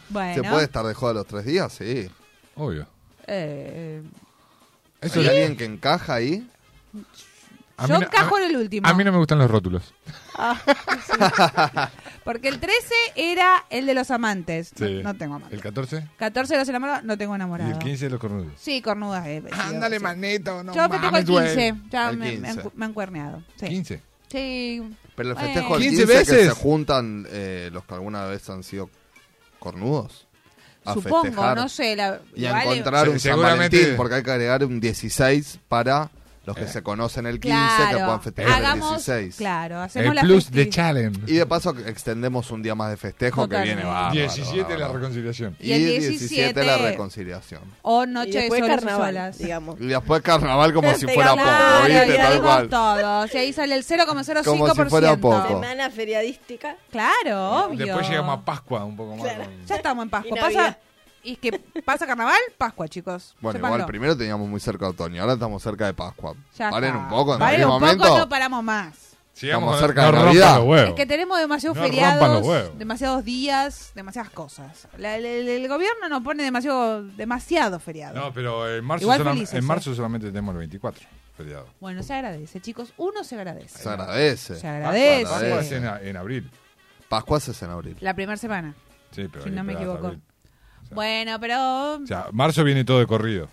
Speaker 2: Bueno.
Speaker 4: ¿Se puede estar de joda los tres días? Sí.
Speaker 3: Obvio.
Speaker 2: eh,
Speaker 4: ¿Eso ¿Hay alguien que encaja ahí?
Speaker 3: A
Speaker 2: yo
Speaker 3: mí no-
Speaker 2: encajo
Speaker 3: a-
Speaker 2: en el último.
Speaker 3: A mí no me gustan los rótulos.
Speaker 2: Ah, sí.
Speaker 3: Ah.
Speaker 2: Porque el 13 era el de los amantes. No-
Speaker 3: Sí.
Speaker 2: No, tengo amantes.
Speaker 3: Este, ¿El 14?
Speaker 2: 14 de los enamorados, no tengo enamorado.
Speaker 3: Y el 15 de los cornudos.
Speaker 2: Sí, cornudas. eh,
Speaker 3: Ándale,
Speaker 2: sí.
Speaker 3: manito, no
Speaker 2: Yo festejo el
Speaker 3: mames, güey.
Speaker 2: 15. Ya
Speaker 3: El
Speaker 2: me,
Speaker 3: 15.
Speaker 2: me han cu- me han cuerneado. Sí.
Speaker 3: 15.
Speaker 2: Sí. Eh.
Speaker 4: Pero el
Speaker 2: Bueno.
Speaker 4: festejo del
Speaker 3: 15
Speaker 4: 15 que
Speaker 3: veces.
Speaker 4: se juntan eh, los que alguna vez han sido cornudos. a
Speaker 2: Supongo,
Speaker 4: festejar
Speaker 2: no sé. La,
Speaker 4: Y a
Speaker 2: vale-
Speaker 4: encontrar
Speaker 3: Se-
Speaker 4: un San
Speaker 3: seguramente- Eh.
Speaker 4: Valentín, porque hay que agregar un 16 para los que se conocen el 15 que
Speaker 2: Claro.
Speaker 4: puedan festejar
Speaker 2: Hagamos-
Speaker 4: el 16.
Speaker 2: claro, hacemos El la
Speaker 3: plus festi- de challenge.
Speaker 4: Y de paso que extendemos un día más de festejo
Speaker 2: Totalmente.
Speaker 4: que viene Ah, bárbaro,
Speaker 3: 17 la
Speaker 4: bárbaro.
Speaker 3: reconciliación.
Speaker 4: Y, el 17 la reconciliación.
Speaker 2: O noche de
Speaker 7: después
Speaker 2: soles y
Speaker 7: carnaval,
Speaker 2: solas. Digamos.
Speaker 4: Y después carnaval como si fuera poco,
Speaker 2: Claro,
Speaker 4: ¿viste?
Speaker 2: y
Speaker 4: Tal
Speaker 2: salimos
Speaker 4: cual.
Speaker 2: todos. Y ahí sale el 0,05%.
Speaker 4: Como si fuera poco.
Speaker 7: Semana feriadística.
Speaker 2: Claro, obvio.
Speaker 3: Después llegamos a Pascua un poco más. con-
Speaker 2: Ya estamos en Pascua.
Speaker 7: Y
Speaker 2: pasa,
Speaker 7: Navidad.
Speaker 2: y es que pasa carnaval, Pascua, chicos.
Speaker 4: Bueno,
Speaker 2: Sépanlo.
Speaker 4: igual primero teníamos muy cerca de otoño, ahora estamos cerca de Pascua.
Speaker 2: Ya
Speaker 4: Paren
Speaker 2: está.
Speaker 4: un poco,
Speaker 2: Paren
Speaker 4: en cualquier
Speaker 2: un poco,
Speaker 4: momento.
Speaker 2: no paramos más.
Speaker 4: Estamos
Speaker 3: Sigamos con-
Speaker 4: cerca de
Speaker 3: no rompan
Speaker 4: Navidad.
Speaker 3: los huevos.
Speaker 2: Es que tenemos demasiados
Speaker 3: No rompan los
Speaker 2: feriados,
Speaker 3: huevos.
Speaker 2: demasiados días, demasiadas cosas. La- la- la- el gobierno nos pone demasiado, demasiado feriado.
Speaker 3: No, pero en marzo,
Speaker 2: Igual
Speaker 3: solam-
Speaker 2: felices,
Speaker 3: en
Speaker 2: ¿eh?
Speaker 3: marzo solamente tenemos el 24 feriado.
Speaker 2: Bueno, se agradece, chicos. Uno se agradece.
Speaker 4: Se agradece.
Speaker 2: Se agradece.
Speaker 3: Pascua- Pascua es en, a- en abril.
Speaker 4: Pascua se hace en abril.
Speaker 2: La primera semana.
Speaker 3: Sí, pero
Speaker 2: Si
Speaker 3: hay
Speaker 2: no
Speaker 3: que
Speaker 2: me
Speaker 3: esperar hasta
Speaker 2: equivoco.
Speaker 3: abril.
Speaker 2: Bueno, pero.
Speaker 3: O sea, marzo viene todo de corrido.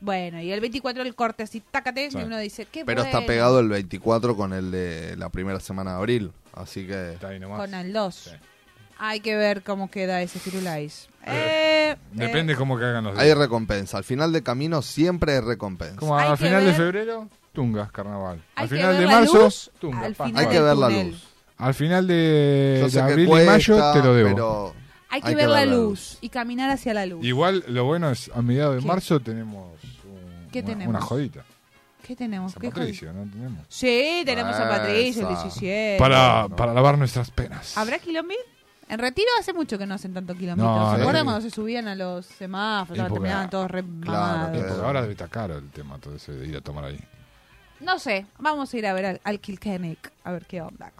Speaker 2: Bueno, y el 24 el corte así, tácate,
Speaker 4: Sí.
Speaker 2: y uno dice, qué
Speaker 4: Pero está
Speaker 2: bueno.
Speaker 4: pegado el 24 con el de la primera semana de abril. Así que.
Speaker 2: Con eh, el 2. Hay que ver cómo queda ese Firulais. Eh,
Speaker 3: Depende
Speaker 4: Eh,
Speaker 3: cómo cagan los días.
Speaker 4: Hay recompensa. Al final de camino siempre hay recompensa.
Speaker 3: Como
Speaker 2: Hay
Speaker 3: al
Speaker 2: que
Speaker 3: final de
Speaker 2: ver-
Speaker 3: febrero, tungas, carnaval.
Speaker 2: Hay
Speaker 3: al
Speaker 2: que
Speaker 3: final
Speaker 2: ver
Speaker 3: de
Speaker 2: la
Speaker 3: marzo,
Speaker 2: luz
Speaker 3: tungas,
Speaker 2: al
Speaker 3: Pascua.
Speaker 2: final Hay que del ver la túnel. luz.
Speaker 3: Al final de,
Speaker 4: Yo sé
Speaker 3: de
Speaker 4: que
Speaker 3: abril y
Speaker 4: cuesta,
Speaker 3: mayo te lo debo.
Speaker 4: pero
Speaker 2: hay que ver la luz, y caminar hacia la luz.
Speaker 3: Igual lo bueno es a mediados de
Speaker 2: ¿Qué?
Speaker 3: marzo tenemos, un-
Speaker 2: ¿Qué
Speaker 3: una,
Speaker 2: tenemos?
Speaker 3: una jodita.
Speaker 2: ¿Qué tenemos?
Speaker 3: San
Speaker 2: ¿Qué
Speaker 3: Patricio, ¿no? Tenemos.
Speaker 2: cosa? Sí, tenemos a Patricio el
Speaker 3: Esa.
Speaker 2: 17.
Speaker 3: Para, para lavar nuestras penas.
Speaker 2: ¿Habrá kilómetros? En retiro hace mucho que no hacen tanto kilómetros.
Speaker 3: No,
Speaker 2: ¿Se
Speaker 3: no,
Speaker 2: acuerdan
Speaker 3: no.
Speaker 2: cuando se subían a los semáforos?
Speaker 3: Época-
Speaker 2: Terminaban todos re mamados?
Speaker 3: porque ahora debe estar caro el tema todo ese de ir a tomar ahí.
Speaker 2: No sé, vamos a ir a ver al, al Kilkennick, a ver qué onda.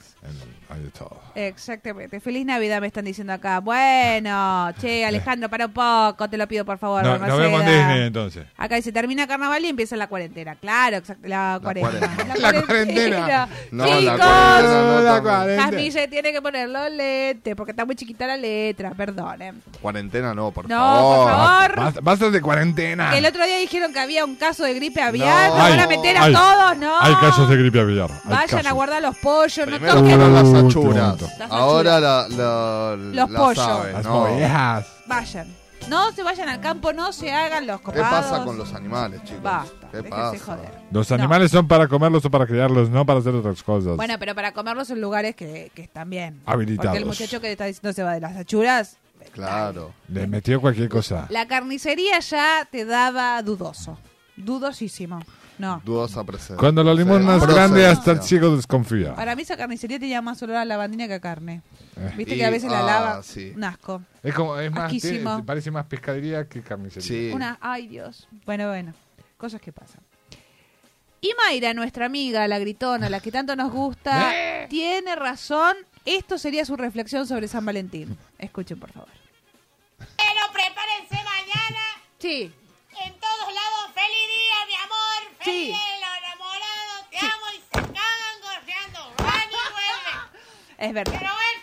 Speaker 3: Ahí está.
Speaker 2: Exactamente. Feliz Navidad me están diciendo acá. Bueno, che, Alejandro, para un poco, te lo pido por favor.
Speaker 3: No, nos
Speaker 2: Balmaceda.
Speaker 3: vemos en Disney entonces.
Speaker 2: Acá dice, termina carnaval y empieza la cuarentena. Claro, exacto, la cuarentena.
Speaker 3: cuarentena. La cuarentena.
Speaker 2: No,
Speaker 3: No,
Speaker 2: Chicos,
Speaker 3: la cuarentena no, la cuarentena.
Speaker 2: Jasmine tiene que poner los lentes porque está muy chiquita la letra, perdonen.
Speaker 4: Cuarentena no, por
Speaker 2: No,
Speaker 4: favor.
Speaker 2: por favor.
Speaker 4: Basta, basta de cuarentena.
Speaker 2: El otro día dijeron que había un caso de gripe aviar, nos
Speaker 3: Ah. Ay,
Speaker 2: van a meter a
Speaker 3: ay,
Speaker 2: todos, ¿no?
Speaker 3: Hay casos de gripe aviar. hay
Speaker 2: Vayan a
Speaker 3: casos.
Speaker 2: guardar los pollos, no
Speaker 4: Primero
Speaker 2: toquen.
Speaker 4: fueron las
Speaker 3: Último
Speaker 4: achuras.
Speaker 3: punto.
Speaker 2: Las
Speaker 4: Ahora la, la,
Speaker 2: Los
Speaker 4: las
Speaker 2: pollos.
Speaker 4: aves,
Speaker 3: Las
Speaker 4: no.
Speaker 3: ovejas.
Speaker 2: Vayan. No se vayan al campo, no se hagan los
Speaker 4: ¿Qué
Speaker 2: copados.
Speaker 4: pasa con los animales, chicos?
Speaker 2: Basta,
Speaker 4: ¿Qué
Speaker 2: déjense
Speaker 4: pasa?
Speaker 2: joder.
Speaker 3: Los animales son para comerlos o para criarlos, no para hacer otras cosas.
Speaker 2: Bueno, pero para comerlos en lugares que, que están bien. Porque
Speaker 3: Habilitados.
Speaker 2: el muchacho que le está diciendo se va de las achuras,
Speaker 4: Claro.
Speaker 3: Le metió cualquier cosa.
Speaker 2: la carnicería ya te daba dudoso. Dudosísimo. No.
Speaker 4: Dudosa presencia.
Speaker 3: Cuando la limosna es
Speaker 4: Procedencia.
Speaker 3: grande, hasta el ciego desconfía.
Speaker 2: Para mí esa carnicería tenía más olor a lavandina que a carne.
Speaker 3: Eh.
Speaker 2: Viste
Speaker 3: Y-
Speaker 2: que a veces la
Speaker 3: ah,
Speaker 2: lava
Speaker 3: sí.
Speaker 2: un asco.
Speaker 3: Es como, es más, tiene-
Speaker 2: Asquísimo.
Speaker 3: parece más pescadería que carnicería. Sí.
Speaker 2: Una, ay Dios. Bueno, bueno. Cosas que pasan. Y Mayra, nuestra amiga, la gritona, la que tanto nos gusta,
Speaker 4: ¡Eh!
Speaker 2: tiene razón. Esto sería su reflexión sobre San Valentín. Escuchen, por favor.
Speaker 8: Pero prepárense mañana.
Speaker 2: Sí.
Speaker 8: En todos lados, feliz día, mi amor. Feliz
Speaker 2: Sí.
Speaker 8: día de los enamorados. Te amo y se cagan gorreando. Van y vuelven.
Speaker 2: Es verdad.
Speaker 8: Pero bueno,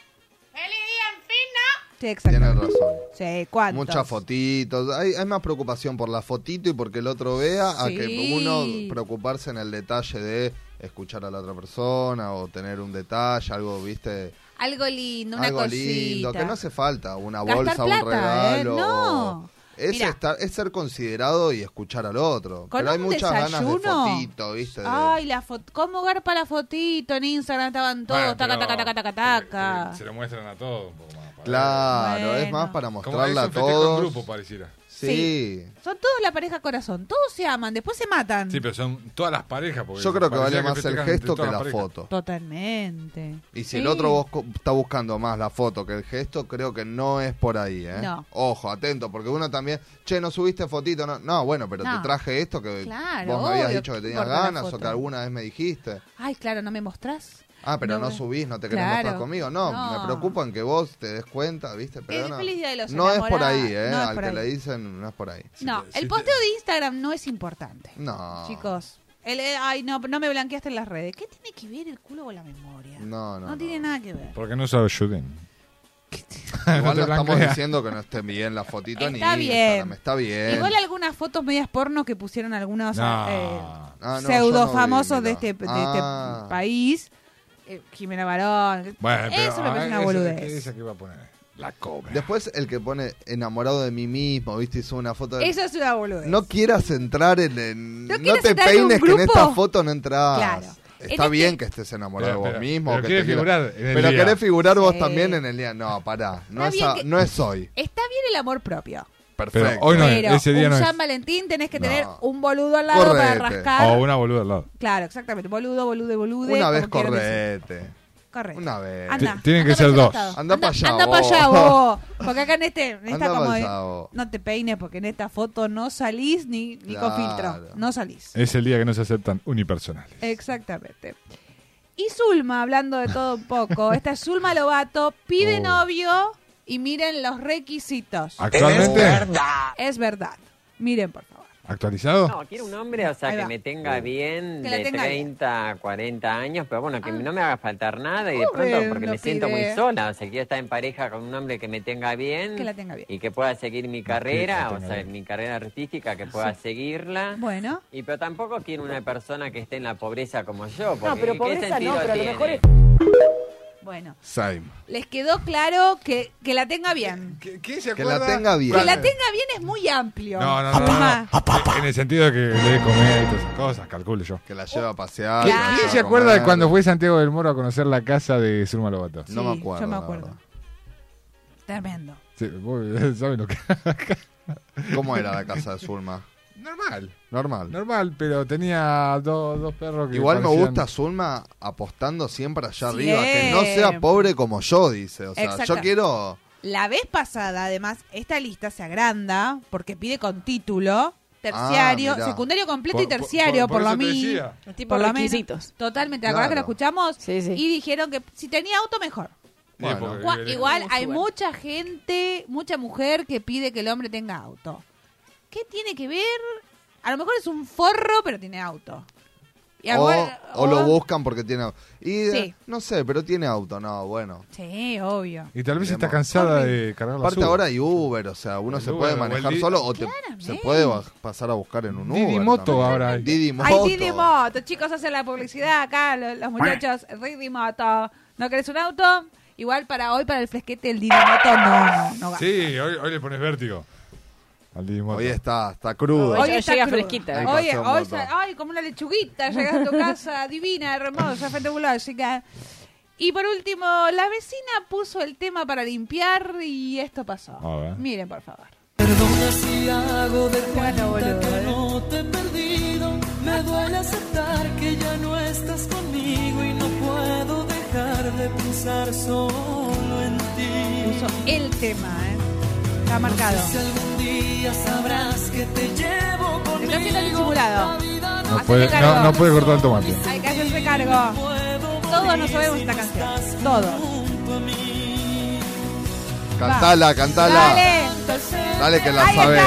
Speaker 8: feliz día, en fin, ¿no?
Speaker 2: Sí,
Speaker 4: Tienes razón.
Speaker 2: Sí, ¿cuántos?
Speaker 4: Muchas fotitos. Hay, hay más preocupación por la fotito y porque el otro vea a
Speaker 2: Sí.
Speaker 4: que uno preocuparse en el detalle de escuchar a la otra persona o tener un detalle, algo, viste,
Speaker 2: Algo lindo, una
Speaker 4: algo
Speaker 2: cosita.
Speaker 4: lindo, que no hace falta una
Speaker 2: Gastar
Speaker 4: bolsa,
Speaker 2: plata,
Speaker 4: un regalo.
Speaker 2: ¿eh? No.
Speaker 4: Es,
Speaker 2: Mirá.
Speaker 4: estar- es ser considerado y escuchar al otro.
Speaker 2: Con
Speaker 4: Pero hay
Speaker 2: un
Speaker 4: muchas
Speaker 2: desayuno. Ah,
Speaker 4: ganas de fotito, viste. de-
Speaker 2: Ay, la foto. ¿Cómo garpa la fotito? En Instagram estaban todos.
Speaker 4: Bueno,
Speaker 2: taca,
Speaker 4: pero-
Speaker 2: taca, taca, taca, taca.
Speaker 3: Se lo muestran a todos un poco más.
Speaker 4: Claro,
Speaker 2: Bueno.
Speaker 4: es más para
Speaker 3: Como
Speaker 4: mostrarla
Speaker 3: es
Speaker 4: a
Speaker 3: un festejo en
Speaker 4: todos.
Speaker 3: grupo, pareciera.
Speaker 4: Sí.
Speaker 2: Son todos la pareja corazón. Todos se aman, después se matan.
Speaker 3: Sí, pero son todas las parejas. porque
Speaker 4: Yo creo que
Speaker 3: parecía
Speaker 4: vale más el
Speaker 3: festejan
Speaker 4: gesto
Speaker 3: entre
Speaker 4: que la
Speaker 3: todas las parejas.
Speaker 4: foto.
Speaker 2: Totalmente.
Speaker 4: Y si
Speaker 2: Sí.
Speaker 4: el otro vos co- está buscando más la foto que el gesto, creo que no es por ahí, ¿eh?
Speaker 2: No.
Speaker 4: Ojo, atento, porque uno también, che, no subiste fotito, no, no bueno, pero
Speaker 2: No.
Speaker 4: te traje esto que
Speaker 2: Claro,
Speaker 4: vos me habías
Speaker 2: obvio,
Speaker 4: dicho
Speaker 2: ¿qué
Speaker 4: que tenías
Speaker 2: importa la
Speaker 4: ganas o
Speaker 2: foto?
Speaker 4: que alguna vez me dijiste.
Speaker 2: Ay, claro, no me mostrás.
Speaker 4: Ah, pero no,
Speaker 2: me-
Speaker 4: subís, no te querés
Speaker 2: eh, Claro.
Speaker 4: mostrar conmigo. No,
Speaker 2: No.
Speaker 4: me preocupa en que vos te des cuenta, ¿viste? Pero
Speaker 2: El
Speaker 4: no,
Speaker 2: feliz día de los
Speaker 4: no es por
Speaker 2: enamorados,
Speaker 4: ahí, ¿eh?
Speaker 2: no es
Speaker 4: Al
Speaker 2: por
Speaker 4: que
Speaker 2: ahí.
Speaker 4: le dicen, no es por ahí.
Speaker 2: No, el posteo de Instagram no es importante.
Speaker 4: No.
Speaker 2: Chicos. El, eh, ay, no, no me blanqueaste en las redes. ¿Qué tiene que ver el culo con la memoria?
Speaker 4: No,
Speaker 2: No,
Speaker 4: no. no.
Speaker 2: tiene nada que ver.
Speaker 3: Porque no sabe shooting.
Speaker 4: Igual
Speaker 3: te
Speaker 4: no estamos
Speaker 3: blanquea.
Speaker 4: diciendo que no estén bien las fotitos ni
Speaker 2: Está bien.
Speaker 4: Instagram, está bien.
Speaker 2: Igual algunas fotos medias porno que pusieron algunos
Speaker 4: No.
Speaker 2: eh,
Speaker 4: Ah, no, yo
Speaker 2: pseudo
Speaker 4: no vi,
Speaker 2: famosos de
Speaker 4: mirá.
Speaker 2: este, de este
Speaker 4: Ah.
Speaker 2: país. Eh, Jimena Barón.
Speaker 3: Bueno, pero,
Speaker 2: Eso me
Speaker 3: ah,
Speaker 2: parece una
Speaker 3: ese-
Speaker 2: boludez.
Speaker 3: ¿Qué dice que iba a poner? La cobra.
Speaker 4: Después el que pone enamorado de mí mismo, ¿viste? Hizo una foto de...
Speaker 2: Eso es una boludez.
Speaker 4: No quieras entrar en... en-
Speaker 2: ¿No
Speaker 4: No,
Speaker 2: quieras
Speaker 4: te
Speaker 2: entrar en un
Speaker 4: peines que en
Speaker 2: grupo?
Speaker 4: esta foto no entras.
Speaker 2: Claro. En
Speaker 4: Está
Speaker 2: este-
Speaker 4: bien que estés enamorado
Speaker 3: Pero-
Speaker 4: de vos
Speaker 3: pero-
Speaker 4: mismo.
Speaker 3: pero
Speaker 4: que
Speaker 3: quieres
Speaker 4: te quieras-
Speaker 3: figurar en el
Speaker 4: pero
Speaker 3: día.
Speaker 4: querés figurar vos
Speaker 2: Sí.
Speaker 4: también en el día. No, pará. No,
Speaker 2: Está
Speaker 4: es,
Speaker 2: bien
Speaker 4: a-
Speaker 2: que-
Speaker 4: no es hoy.
Speaker 2: Está bien el amor propio.
Speaker 4: Perfecto.
Speaker 3: Pero hoy no es,
Speaker 2: pero
Speaker 3: ese día
Speaker 2: un
Speaker 3: no es.
Speaker 2: San Valentín tenés que tener
Speaker 4: No.
Speaker 2: un boludo al lado para
Speaker 4: Correte.
Speaker 2: rascar.
Speaker 3: Este. O una boluda al lado.
Speaker 2: Claro, exactamente. Boludo, bolude, bolude.
Speaker 4: Una vez
Speaker 2: como quieran decir.
Speaker 4: correte.
Speaker 2: Correcto.
Speaker 4: Una vez.
Speaker 2: Anda,
Speaker 3: Ti- tienen que
Speaker 2: anda
Speaker 3: ser
Speaker 2: para ese
Speaker 3: dos.
Speaker 2: costado.
Speaker 4: Anda pa' allá,
Speaker 2: Anda para
Speaker 4: vos.
Speaker 2: allá vos. Porque acá en este, en esta
Speaker 4: Anda
Speaker 2: como
Speaker 4: pa'
Speaker 2: de,
Speaker 4: allá, vos.
Speaker 2: no te peines porque en esta foto no salís ni, ni con
Speaker 4: Claro.
Speaker 2: filtro. No salís.
Speaker 3: Es el día que no se aceptan unipersonales.
Speaker 2: Exactamente. Y Zulma, hablando de todo un poco, esta es Zulma Lobato, pide
Speaker 3: Oh.
Speaker 2: novio y miren los requisitos.
Speaker 3: ¿Actualmente? Es
Speaker 2: Es verdad. Miren, por favor. Oh.
Speaker 3: ¿Actualizado?
Speaker 9: No, quiero un hombre, o sea,
Speaker 2: Ahí
Speaker 9: que
Speaker 2: va.
Speaker 9: me tenga bien,
Speaker 2: Que la
Speaker 9: de
Speaker 2: tenga bien. Ah.
Speaker 9: 30, 40 años, pero bueno, que no me haga faltar nada y de
Speaker 2: Joven,
Speaker 9: pronto, porque
Speaker 2: no
Speaker 9: me siento muy
Speaker 2: pide.
Speaker 9: sola, o sea, quiero estar en pareja con un hombre que me tenga bien.
Speaker 2: Que la tenga bien.
Speaker 9: Y que pueda seguir mi
Speaker 2: que
Speaker 9: carrera,
Speaker 2: la
Speaker 9: o
Speaker 2: tenga
Speaker 9: sea,
Speaker 2: bien.
Speaker 9: mi carrera artística, que pueda seguirla.
Speaker 2: Bueno.
Speaker 9: Y pero tampoco quiero una persona que esté en la pobreza como yo, porque
Speaker 2: No, pero
Speaker 9: ¿qué
Speaker 2: pobreza no,
Speaker 9: sentido
Speaker 2: pero a lo
Speaker 9: tiene?
Speaker 2: mejor es- Bueno,
Speaker 4: Same.
Speaker 2: les quedó claro que, que la tenga bien.
Speaker 4: Que la tenga bien.
Speaker 2: Que la tenga bien es muy amplio.
Speaker 3: No, Ah, no, no, no.
Speaker 2: Zulma.
Speaker 3: En el sentido de que le dé comer y todas esas cosas, calculo yo.
Speaker 4: Que la lleva a pasear.
Speaker 3: ¿Qui-
Speaker 4: que la lleva
Speaker 3: ¿Quién se
Speaker 4: a
Speaker 3: acuerda
Speaker 4: comer.
Speaker 3: de cuando fue Santiago del Moro a conocer la casa de Zulma Lobato?
Speaker 4: No me acuerdo.
Speaker 2: Yo me
Speaker 4: la
Speaker 2: acuerdo. Tremendo.
Speaker 3: Sí, vos- ¿Saben lo que
Speaker 4: verdad. ¿Cómo era la casa de Zulma?
Speaker 3: Normal.
Speaker 4: Normal.
Speaker 3: Normal, pero tenía dos, dos perros que.
Speaker 4: Igual me
Speaker 3: parecían-
Speaker 4: gusta Zulma apostando siempre allá
Speaker 2: Sí.
Speaker 4: arriba, que no sea pobre como yo, dice. O sea, yo
Speaker 2: Exactamente.
Speaker 4: quiero...
Speaker 2: La vez pasada, además, esta lista se agranda porque pide con título terciario,
Speaker 4: Ah, mirá.
Speaker 2: secundario completo
Speaker 4: Por-
Speaker 2: y terciario, por,
Speaker 4: por- por
Speaker 2: lo
Speaker 4: eso te
Speaker 2: menos.
Speaker 4: decía.
Speaker 6: Los tipos
Speaker 2: Por lo menos.
Speaker 6: requisitos.
Speaker 2: Totalmente, ¿te acordás que lo
Speaker 6: Claro.
Speaker 2: escuchamos?
Speaker 6: Sí, sí.
Speaker 2: Y dijeron que si tenía auto, mejor.
Speaker 3: Bueno.
Speaker 2: Gua-
Speaker 3: Porque-
Speaker 2: Igual hay
Speaker 6: Suban.
Speaker 2: mucha gente, mucha mujer que pide que el hombre tenga auto. ¿Qué tiene que ver? A lo mejor es un forro, pero tiene auto. Y a lo
Speaker 4: O,
Speaker 2: mejor-
Speaker 4: o lo buscan porque tiene auto. Y eh,
Speaker 2: Sí.
Speaker 4: no sé, pero tiene auto, no, bueno.
Speaker 2: Sí, obvio.
Speaker 3: Y tal vez está cansada de cargar la
Speaker 4: Aparte
Speaker 3: sub.
Speaker 4: ahora hay Uber, o sea, uno
Speaker 3: El
Speaker 4: se
Speaker 3: Uber o
Speaker 4: puede
Speaker 3: el
Speaker 4: manejar
Speaker 3: Didi.
Speaker 4: solo o te- se puede baj- pasar a buscar en un Uber.
Speaker 3: Didi Moto
Speaker 4: también.
Speaker 3: ahora hay.
Speaker 4: Didi Moto.
Speaker 2: Ay, Didi Moto, chicos, hacen la publicidad acá, lo- los, muchachos. Didi Moto. ¿No querés un auto? Igual para hoy, para el fresquete, el Didi Moto no, no, no va.
Speaker 3: Sí, hoy, hoy le pones vértigo. Al Digimoto. Hoy
Speaker 4: está, está crudo.
Speaker 2: Hoy está
Speaker 6: llega
Speaker 2: crudo.
Speaker 6: fresquita, ¿eh?
Speaker 2: Hoy,
Speaker 3: Ahí pasó
Speaker 2: hoy
Speaker 3: moto.
Speaker 2: sa- ay, como una lechuguita, llegas a tu casa, divina, hermosa, fantástica. Y por último, la vecina puso el tema para limpiar y esto pasó.
Speaker 3: Ah.
Speaker 12: A ver.
Speaker 2: Miren, por favor.
Speaker 12: Perdona si hago de
Speaker 2: cuenta
Speaker 12: que no te he perdido. Me duele aceptar que ya no estás conmigo y no puedo dejar de pensar solo en ti.
Speaker 2: Puso el tema, ¿eh? Está marcado.
Speaker 12: No sé si algún día sabrás que te llevo conmigo.
Speaker 2: Está haciendo el disimulado.
Speaker 3: No
Speaker 2: Hacete
Speaker 3: puede,
Speaker 2: cargo.
Speaker 3: no, no puede cortar el tomate.
Speaker 2: Hay que hacerse cargo. Todos nos sabemos esta canción. Todos.
Speaker 4: Cantala, cantala.
Speaker 2: Dale.
Speaker 4: Dale que la
Speaker 2: Ahí
Speaker 4: sabés.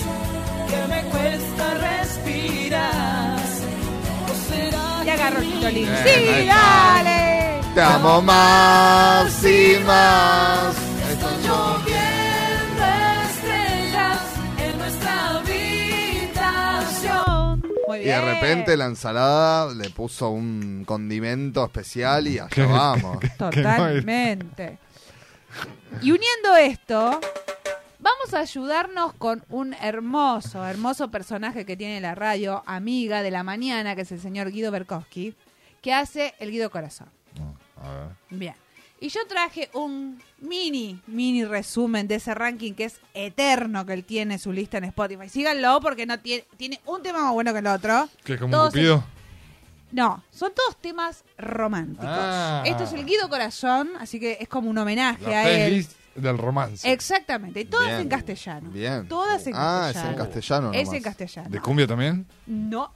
Speaker 2: está.
Speaker 12: Que me cuesta respirar. ¿O será
Speaker 2: Y agarró el titolín.
Speaker 4: Bien, ahí
Speaker 2: ¡Sí,
Speaker 4: está.
Speaker 2: dale!
Speaker 4: Te amo más y más.
Speaker 12: Estoy lloviendo estrellas en nuestra habitación.
Speaker 2: Muy
Speaker 4: Y de
Speaker 2: bien.
Speaker 4: repente la ensalada le puso un condimento especial y
Speaker 3: Que-
Speaker 4: allá vamos.
Speaker 2: Totalmente. Y uniendo esto, vamos a ayudarnos con un hermoso, hermoso personaje que tiene la radio, amiga de la mañana, que es el señor Guido Berkowski, que hace el Guido Corazón. Bien. Y yo traje un mini, mini resumen de ese ranking que es eterno que él tiene su lista en Spotify. Síganlo porque no tiene, tiene un tema más bueno que el otro.
Speaker 3: ¿Qué, como un
Speaker 2: Todos
Speaker 3: cupido?
Speaker 2: No, son todos temas románticos.
Speaker 3: Ah.
Speaker 2: Esto es el Guido Corazón, así que es como un homenaje
Speaker 3: La
Speaker 2: a él.
Speaker 3: playlist del romance.
Speaker 2: Exactamente, y todas
Speaker 4: Bien.
Speaker 2: en castellano.
Speaker 4: Bien.
Speaker 2: Todas en
Speaker 4: Ah, es
Speaker 2: castellano.
Speaker 4: en castellano
Speaker 2: Es
Speaker 4: nomás.
Speaker 2: en castellano.
Speaker 3: ¿De cumbia también?
Speaker 2: No.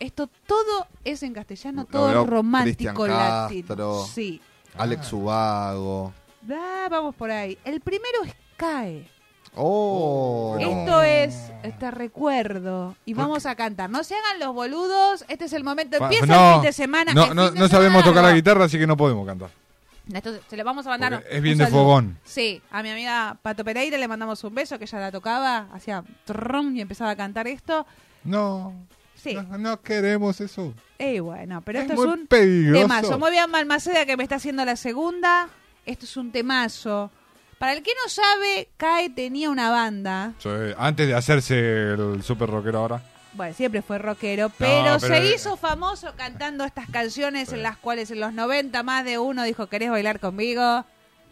Speaker 2: Esto todo es en castellano,
Speaker 4: Lo veo
Speaker 2: todo romántico
Speaker 4: Cristian
Speaker 2: latino.
Speaker 4: Castro,
Speaker 2: Sí.
Speaker 3: Ah.
Speaker 4: Alex Ubago.
Speaker 2: Ah, vamos por ahí. El primero es CAE.
Speaker 4: Oh.
Speaker 2: Esto es este recuerdo. Y vamos a cantar. No se hagan los boludos. Este es el momento.
Speaker 3: Pa-
Speaker 2: Empieza el fin de semana.
Speaker 3: No,
Speaker 2: el
Speaker 3: no,
Speaker 2: fin de
Speaker 3: no sabemos
Speaker 2: semana
Speaker 3: tocar la
Speaker 2: largo.
Speaker 3: guitarra, así que no podemos cantar.
Speaker 2: Esto se lo vamos a mandar.
Speaker 3: Porque
Speaker 2: un-
Speaker 3: es bien
Speaker 2: un
Speaker 3: de
Speaker 2: saludo.
Speaker 3: fogón.
Speaker 2: Sí, a mi amiga Pato Pereira le mandamos un beso, que ella la tocaba, hacía tron y empezaba a cantar esto.
Speaker 3: No,
Speaker 2: Sí.
Speaker 3: no, no queremos eso.
Speaker 2: Y bueno, pero
Speaker 3: Es
Speaker 2: esto es,
Speaker 3: muy
Speaker 2: un
Speaker 3: peligroso.
Speaker 2: temazo. Muy bien, Malmaceda, que me está haciendo la segunda. Esto es un temazo. Para el que no sabe, CAE tenía una banda.
Speaker 3: Yo, eh, antes de hacerse el super rockero ahora.
Speaker 2: Bueno, siempre fue rockero, pero,
Speaker 3: pero
Speaker 2: se
Speaker 3: eh,
Speaker 2: hizo famoso cantando estas canciones en las cuales en los 90 más de uno dijo, ¿querés bailar conmigo?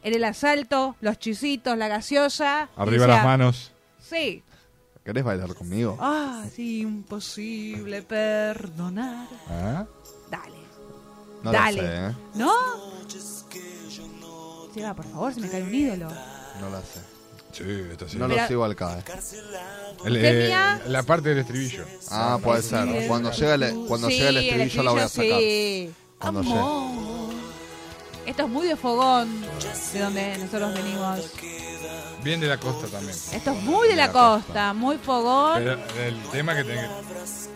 Speaker 2: En el asalto, los chisitos, la gaseosa. y
Speaker 3: Arriba
Speaker 2: decía,
Speaker 3: las manos.
Speaker 2: Sí.
Speaker 4: ¿Querés bailar conmigo?
Speaker 2: Ah, es imposible perdonar.
Speaker 4: ¿Eh?
Speaker 2: Dale.
Speaker 4: No la
Speaker 2: Dale.
Speaker 4: sé, ¿eh?
Speaker 2: ¿No? Seba, por favor, se me cae un ídolo.
Speaker 4: No la sé.
Speaker 3: Sí, esto sí.
Speaker 4: No
Speaker 2: Pero-
Speaker 4: lo sigo al CAE.
Speaker 3: El, eh,
Speaker 2: Tenía-
Speaker 3: la parte del estribillo.
Speaker 4: Ah, puede ser. Cuando llega el, cuando
Speaker 2: Sí,
Speaker 4: llega el estribillo la voy a sacar.
Speaker 2: sí.
Speaker 4: Cuando
Speaker 2: Amor. Esto es muy de fogón, de donde nosotros venimos.
Speaker 3: Bien de la costa también.
Speaker 2: Esto es muy de la costa, muy fogón.
Speaker 3: Pero el tema que tenés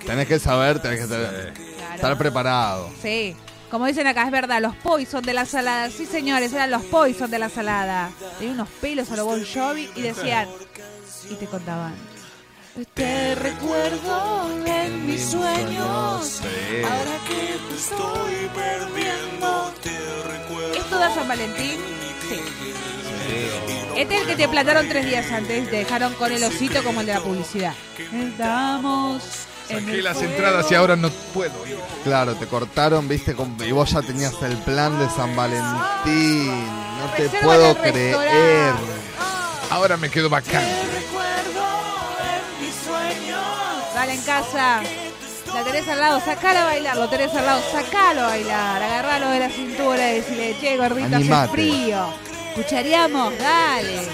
Speaker 4: Tenés que saber, tenés que tener- estar preparado.
Speaker 2: Sí, como dicen acá, es verdad, los poison de la salada. Sí, señores, eran los poison de la salada. Tenían unos pelos a lo Bon Jovi y decían, y te contaban.
Speaker 12: Te recuerdo en mis sueños.
Speaker 4: Sí.
Speaker 12: Ahora que te estoy perdiendo, te recuerdo.
Speaker 2: ¿Esto da San Valentín? Sí. Este es el que te plantaron tres días antes y te dejaron con el osito como el de la publicidad. Estamos en
Speaker 3: que
Speaker 2: el
Speaker 3: las
Speaker 2: fuego.
Speaker 3: entradas y ahora no puedo ir.
Speaker 4: Claro, te cortaron, viste, con- y vos ya tenías el plan de San Valentín. No te
Speaker 2: Reserva
Speaker 4: puedo
Speaker 2: en el
Speaker 4: creer.
Speaker 3: Ahora me quedo bacán.
Speaker 2: Dale en casa. La tenés al lado, sacalo a bailar, lo tenés al lado, sacalo a bailar, agarralo de la cintura y decirle, che, gordito, hace
Speaker 4: Animate.
Speaker 2: frío. Cuchareamos, dale.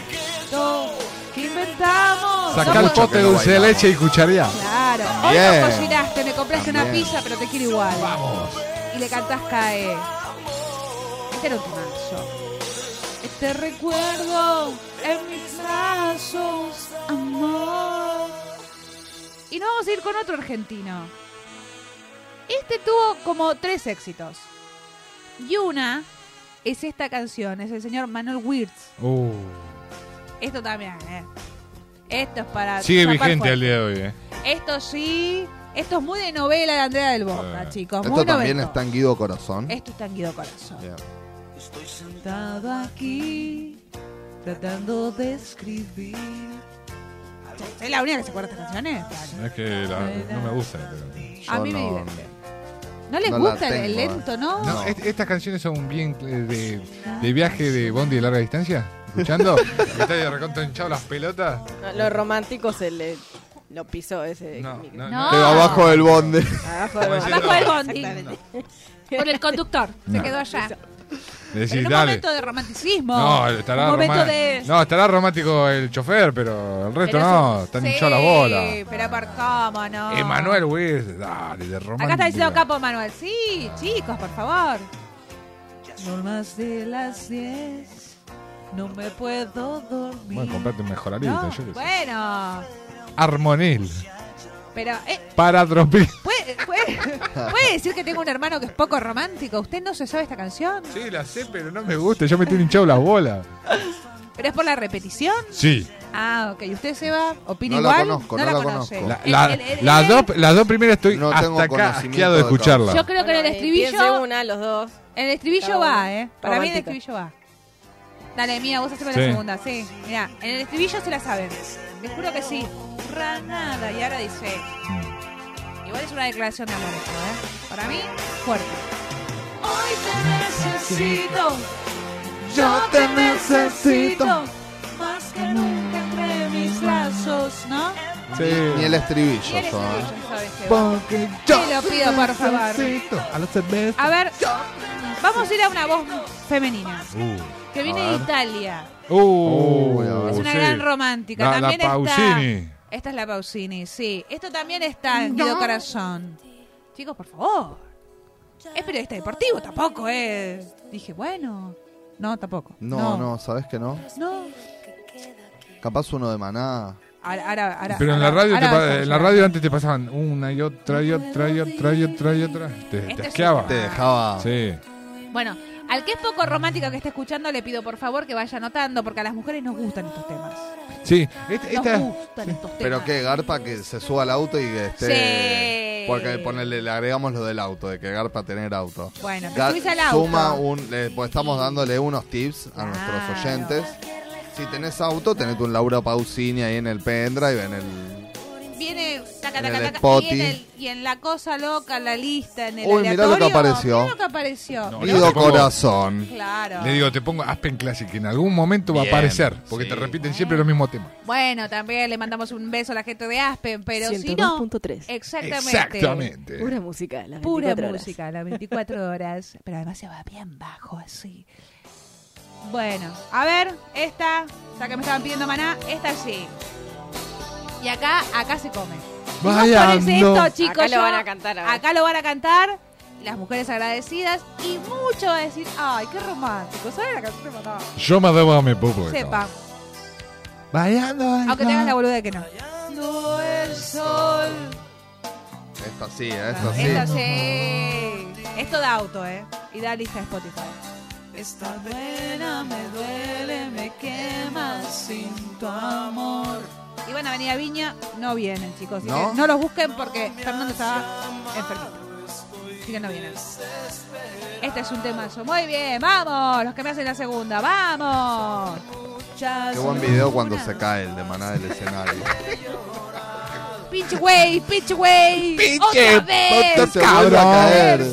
Speaker 2: Todo que inventamos.
Speaker 3: Saca el
Speaker 2: Somos-
Speaker 3: pote de dulce de leche y cucharía.
Speaker 2: Claro. Hoy
Speaker 3: Bien.
Speaker 2: no pues, cocinaste, me compraste una
Speaker 3: También.
Speaker 2: pizza, pero te quiero igual. Y le cantás cae. Este era un temazo. Este recuerdo en mis brazos, amor. Y nos vamos a ir con otro argentino. Este tuvo como tres éxitos. Y una es esta canción, es el señor Manuel Wirtz.
Speaker 3: Uh,
Speaker 2: Esto también, eh. Esto es para.
Speaker 3: sigue
Speaker 2: tapar
Speaker 3: vigente
Speaker 2: fuerte.
Speaker 3: al día de hoy, eh.
Speaker 2: Esto sí. Esto es muy de novela de Andrea del Boca,
Speaker 3: Eh,
Speaker 2: chicos.
Speaker 4: Esto
Speaker 2: muy
Speaker 4: también
Speaker 2: noventoso.
Speaker 4: está en Guido Corazón.
Speaker 2: Esto está en Guido Corazón.
Speaker 4: Bien.
Speaker 2: Sentado aquí, tratando de escribir. ¿Soy la única que se acuerda de estas canciones?
Speaker 3: Es que la- no me gusta. pero-
Speaker 2: A mí me divierte. No les gusta el- el lento, ¿no?
Speaker 3: No, est- estas canciones son bien eh, de, de viaje de bondi de larga distancia. ¿Escuchando? Que está de recontra hinchado las pelotas.
Speaker 6: No, Lo romántico se le lo pisó ese.
Speaker 3: No, no,
Speaker 4: Te va abajo del bonde.
Speaker 2: Ah.
Speaker 6: Abajo
Speaker 3: Como
Speaker 6: del
Speaker 3: diciendo-
Speaker 2: Abajo del bondi.
Speaker 6: Exactamente.
Speaker 2: Con el conductor. Se
Speaker 3: No.
Speaker 2: quedó allá.
Speaker 3: Decís,
Speaker 2: Pero en un
Speaker 3: dale.
Speaker 2: momento de romanticismo.
Speaker 3: No, estará,
Speaker 2: un momento
Speaker 3: roma-
Speaker 2: de.
Speaker 3: no, estará romántico el chofer, pero el resto
Speaker 2: Pero
Speaker 3: no.
Speaker 2: eso-
Speaker 3: Están
Speaker 2: Sí,
Speaker 3: hinchados las bolas.
Speaker 2: Pero por cómo no.
Speaker 3: Emanuel Wiz, dale, de romántico.
Speaker 2: Acá está diciendo Capo Manuel. Sí, chicos, por favor. Son más de las 10. No me puedo dormir.
Speaker 3: Bueno, comprate un mejoralito,
Speaker 2: No,
Speaker 3: yo qué sé.
Speaker 2: bueno,
Speaker 3: Armonil,
Speaker 2: pero eh,
Speaker 3: paradropil.
Speaker 2: ¿puede, puede, puede decir que tengo un hermano que es poco romántico. ¿Usted no se sabe esta canción?
Speaker 3: Sí, la sé, pero no me gusta, yo me tiene hinchado las bolas.
Speaker 2: ¿Pero es por la repetición?
Speaker 3: Sí.
Speaker 2: Ah, ok. ¿Y usted, Seba, opina
Speaker 4: No la
Speaker 2: igual?
Speaker 4: conozco,
Speaker 2: no,
Speaker 4: no
Speaker 2: la
Speaker 4: la
Speaker 2: conoce.
Speaker 4: conozco.
Speaker 3: La-
Speaker 2: El-
Speaker 3: la-
Speaker 2: el- el-
Speaker 3: las, dos, las dos primeras estoy
Speaker 4: No tengo
Speaker 3: hasta acá
Speaker 4: conocimiento
Speaker 3: asqueado de
Speaker 4: de causa.
Speaker 3: escucharla.
Speaker 2: Yo creo que en el
Speaker 6: Piense
Speaker 2: estribillo.
Speaker 6: una, los dos.
Speaker 2: En el estribillo
Speaker 6: Cada
Speaker 2: va,
Speaker 6: uno.
Speaker 2: ¿eh? Para mí en el
Speaker 6: Romántica.
Speaker 2: estribillo va. Dale, mía, vos haceme
Speaker 3: Sí.
Speaker 2: la segunda, sí. Mirá, en el estribillo se la saben. Les juro que sí. Ranada, y ahora dice.
Speaker 3: Mm.
Speaker 2: Igual es una declaración de amor esto, ¿eh? Para mí, fuerte. Hoy te necesito. Yo te necesito. Más que nunca entre mis lazos, ¿no?
Speaker 4: Ni- Ni el
Speaker 2: Y el
Speaker 4: estribillo. son, ¿eh?
Speaker 2: estribillo, ¿sabes qué?
Speaker 4: Porque
Speaker 2: Te lo pido, por favor.
Speaker 4: necesito A los cervezas.
Speaker 2: A ver, vamos a ir a una voz femenina que viene
Speaker 3: Uh, A
Speaker 2: de
Speaker 3: ver.
Speaker 2: Italia.
Speaker 3: Uy,
Speaker 2: Es una
Speaker 3: Uh, sí.
Speaker 2: gran romántica.
Speaker 3: La- la
Speaker 2: también está-
Speaker 3: Pausini.
Speaker 2: Esta es la Pausini, sí. Esto también está en Guido Corazón. Chicos, por favor. Es periodista deportivo, tampoco, ¿eh? Dije, bueno. No, tampoco.
Speaker 4: No, no, ¿sabes que no?
Speaker 2: No.
Speaker 4: Capaz uno de maná.
Speaker 2: Ahora, ahora, ahora.
Speaker 3: Pero en la
Speaker 2: ahora-
Speaker 3: radio, te
Speaker 2: ahora
Speaker 3: pa-
Speaker 2: vamos a
Speaker 3: en la
Speaker 2: llegar.
Speaker 3: radio antes te pasaban una y otra y otra y otra y otra y otra. Te, te
Speaker 2: Este es
Speaker 3: asqueaba.
Speaker 2: un- Te
Speaker 4: dejaba.
Speaker 3: Sí.
Speaker 2: Bueno, al que es poco romántico que esté escuchando, le pido por favor que vaya anotando, porque a las mujeres nos gustan estos temas.
Speaker 3: Sí.
Speaker 2: Nos gustan estos temas.
Speaker 4: Pero qué, Garpa que se suba al auto y que esté.
Speaker 2: Sí.
Speaker 4: Porque ponele, le agregamos lo del auto, de que Garpa tener auto.
Speaker 2: Bueno, te
Speaker 4: Ga-
Speaker 2: subís al auto.
Speaker 4: Suma un. le- pues estamos dándole unos tips a
Speaker 2: Claro.
Speaker 4: nuestros oyentes. Si tenés auto, tenete un Laura Pausini ahí en el pendrive, en el.
Speaker 2: Viene taca,
Speaker 4: En
Speaker 2: taca,
Speaker 4: el
Speaker 2: taca,
Speaker 4: Spotify.
Speaker 2: y, en el- y en la cosa loca, la lista, en el
Speaker 4: Uy, mirá lo que
Speaker 2: aleatorio,
Speaker 4: apareció.
Speaker 2: mirá lo que apareció.
Speaker 3: No,
Speaker 4: Guido
Speaker 3: le pongo-
Speaker 4: Corazón.
Speaker 2: Claro.
Speaker 3: Le digo, te pongo Aspen Classic, que en algún momento va a
Speaker 4: Bien,
Speaker 3: aparecer, porque te
Speaker 2: Ah.
Speaker 3: repiten siempre los mismos temas.
Speaker 2: Bueno, también le mandamos un beso a la gente de Aspen, pero si no.
Speaker 6: 102.3.
Speaker 2: Exactamente.
Speaker 3: Exactamente.
Speaker 6: Pura música. Las
Speaker 2: Pura
Speaker 6: 24 horas.
Speaker 2: música, las 24 horas. Pero además se va bien bajo así. Bueno, a ver, esta, ya que me estaban pidiendo maná, esta sí. Y acá, acá se come. Si vos
Speaker 3: Vaya,
Speaker 2: pones
Speaker 3: no.
Speaker 2: esto, chicos.
Speaker 6: Acá lo
Speaker 2: yo-
Speaker 6: van a cantar ahora.
Speaker 2: Acá lo van a cantar. Las mujeres agradecidas. Y mucho va a decir, ay, qué romántico. ¿Sabes la canción de maná?
Speaker 3: Yo me debo a mi popo.
Speaker 2: Sepa,
Speaker 3: Bailando.
Speaker 2: aunque tengas la boluda de que no.
Speaker 4: Esta sí, esta sí.
Speaker 2: Esto sí. Esto da auto, ¿eh? Y da lista de Spotify. Esta buena me duele, me quema sin tu amor. Y van a venir a Viña, no vienen, chicos. Así
Speaker 4: ¿No?
Speaker 2: que no los busquen porque Fernando estaba enfermito. Así que no vienen. Este es un temazo. Muy bien, vamos, los que me hacen la segunda, vamos.
Speaker 4: Qué buen video cuando se cae el de maná del escenario.
Speaker 2: Pinche güey, pinche güey.
Speaker 4: Pinche
Speaker 2: Otra vez.
Speaker 4: puto se vuelve a caer.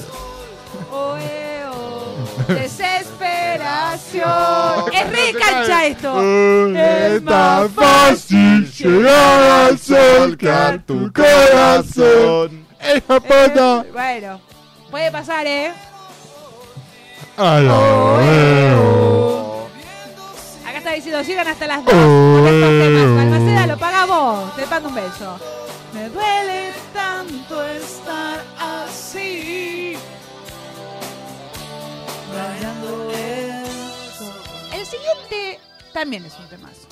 Speaker 2: Oe, o, Desesperación. es re cancha esto.
Speaker 3: Eh,
Speaker 12: Es más fácil llegar al sol que a tu corazón.
Speaker 3: Esa
Speaker 12: puta.
Speaker 2: Bueno, puede pasar, ¿eh?
Speaker 3: A la-
Speaker 2: Oh, Acá está está diciendo, llegan hasta las 2
Speaker 3: Eh.
Speaker 2: con estos temas. Balmaceda, lo pagamos. Te mando un beso. Me duele tanto estar así. Bailando eso. El siguiente también es un temazo.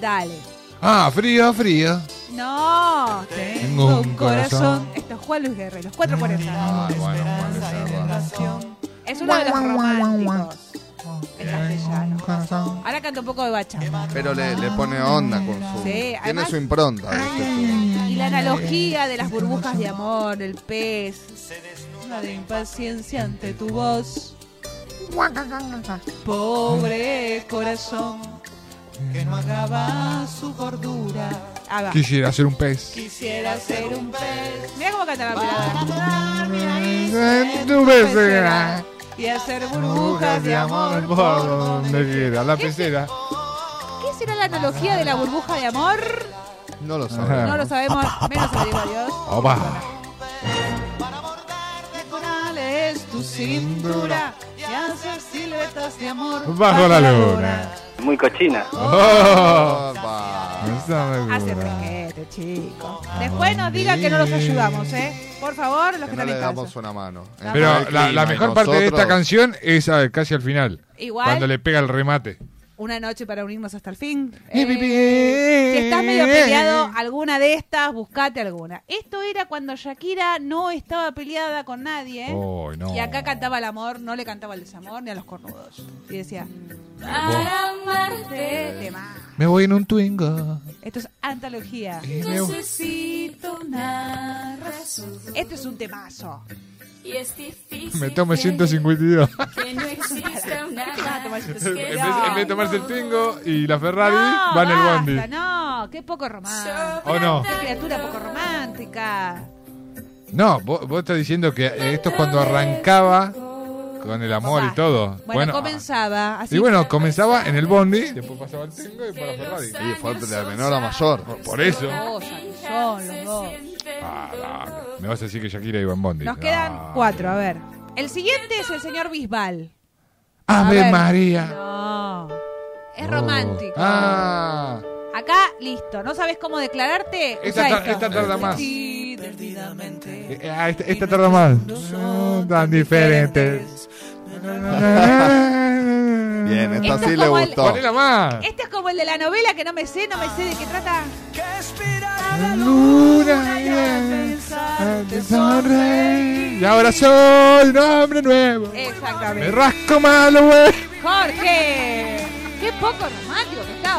Speaker 2: Dale.
Speaker 3: Ah, fría, fría.
Speaker 2: No,
Speaker 3: Tengo un corazón.
Speaker 2: Esto es Juan Luis Guerrero, los 440.
Speaker 3: Ah, bueno, bueno, ya va.
Speaker 2: Es uno de los románticos. En castellano. Ahora canta un poco de bachata.
Speaker 4: Pero le, le pone onda con su.
Speaker 2: Sí,
Speaker 4: tiene
Speaker 2: además-
Speaker 4: su impronta. ¿viste?
Speaker 2: Y la analogía de las burbujas de amor, del pez. Una de impaciencia ante tu voz. Pobre corazón que no acaba su gordura. Ah, va.
Speaker 3: Quisiera ser un pez.
Speaker 2: Quisiera ser un pez. Mira cómo canta la pelada.
Speaker 3: Tu pecera.
Speaker 2: Y hacer burbujas Pues de amor.
Speaker 3: eh, por donde quiera. La pecera.
Speaker 2: ¿Qué será la analogía de la burbuja de amor?
Speaker 4: No lo
Speaker 3: sabe.
Speaker 2: No lo sabemos, menos averigua Dios.
Speaker 3: Oh, Opa.
Speaker 2: es tu cintura y hacer siluetas de amor
Speaker 3: Bajo la luna.
Speaker 24: Muy cochina.
Speaker 3: Oh.
Speaker 2: Hace requete, este chico. Después nos digan que no los ayudamos, ¿eh? Por favor, los que
Speaker 4: Que no
Speaker 2: están
Speaker 4: le
Speaker 2: en
Speaker 4: damos
Speaker 2: casa.
Speaker 4: una mano.
Speaker 3: Pero la, la mejor parte de esta canción es ah, casi al final.
Speaker 2: Igual.
Speaker 3: Cuando le pega el remate.
Speaker 2: Una noche para unirnos hasta el fin. Eh, si estás medio
Speaker 1: Eh.
Speaker 2: peleado, alguna de estas, buscate alguna. Esto era cuando Shakira no estaba peleada con nadie. ¿eh?
Speaker 3: Oh, no.
Speaker 2: Y acá cantaba el amor, no le cantaba el desamor ni a los cornudos. Y decía, Ah.
Speaker 3: Para
Speaker 2: amarte. Tema.
Speaker 3: Me voy en un Twingo.
Speaker 2: Esto es antología.
Speaker 3: Y me-
Speaker 2: Necesito una razón. Este es un temazo. Y es difícil.
Speaker 3: Me tomo 152.
Speaker 2: Que no exista una
Speaker 3: en, vez, en vez de tomarse el Twingo y la Ferrari, van el bondi.
Speaker 2: No, qué poco romántico.
Speaker 3: ¿O no?
Speaker 2: Qué criatura poco romántica.
Speaker 3: No, vos, vos estás diciendo que esto es cuando arrancaba con el amor y todo. ah,
Speaker 2: Bueno, comenzaba así.
Speaker 3: y bueno, comenzaba en el bondi. Después pasaba el
Speaker 4: Y fue de la menor a mayor.
Speaker 3: Por eso.
Speaker 2: Oh, son los dos.
Speaker 3: Ah, me vas a decir que Shakira iba en bondi.
Speaker 2: Nos
Speaker 3: Ah,
Speaker 2: quedan cuatro, a ver. El siguiente es el señor Bisbal.
Speaker 3: Ave
Speaker 2: ver.
Speaker 3: María.
Speaker 2: No. Es
Speaker 3: Oh.
Speaker 2: romántico.
Speaker 3: Ah.
Speaker 2: Acá, listo. ¿No sabes cómo declararte?
Speaker 3: Esta
Speaker 2: Usa
Speaker 3: tar-
Speaker 2: esto.
Speaker 3: esta tarda más.
Speaker 2: Sí, perdidamente.
Speaker 3: Eh, eh, ah, esta, esta tarda más. No tan diferentes. Bien,
Speaker 2: esta Esto sí es le como el- gustó.
Speaker 3: Ponela más.
Speaker 2: Este es como el de la novela que no me sé, no me sé de qué trata.
Speaker 3: Luna y de sonreír. Y ahora soy un hombre nuevo. Me
Speaker 2: Eh. Exactamente.
Speaker 3: rasco malo, güey.
Speaker 2: Jorge. Qué poco romántico que está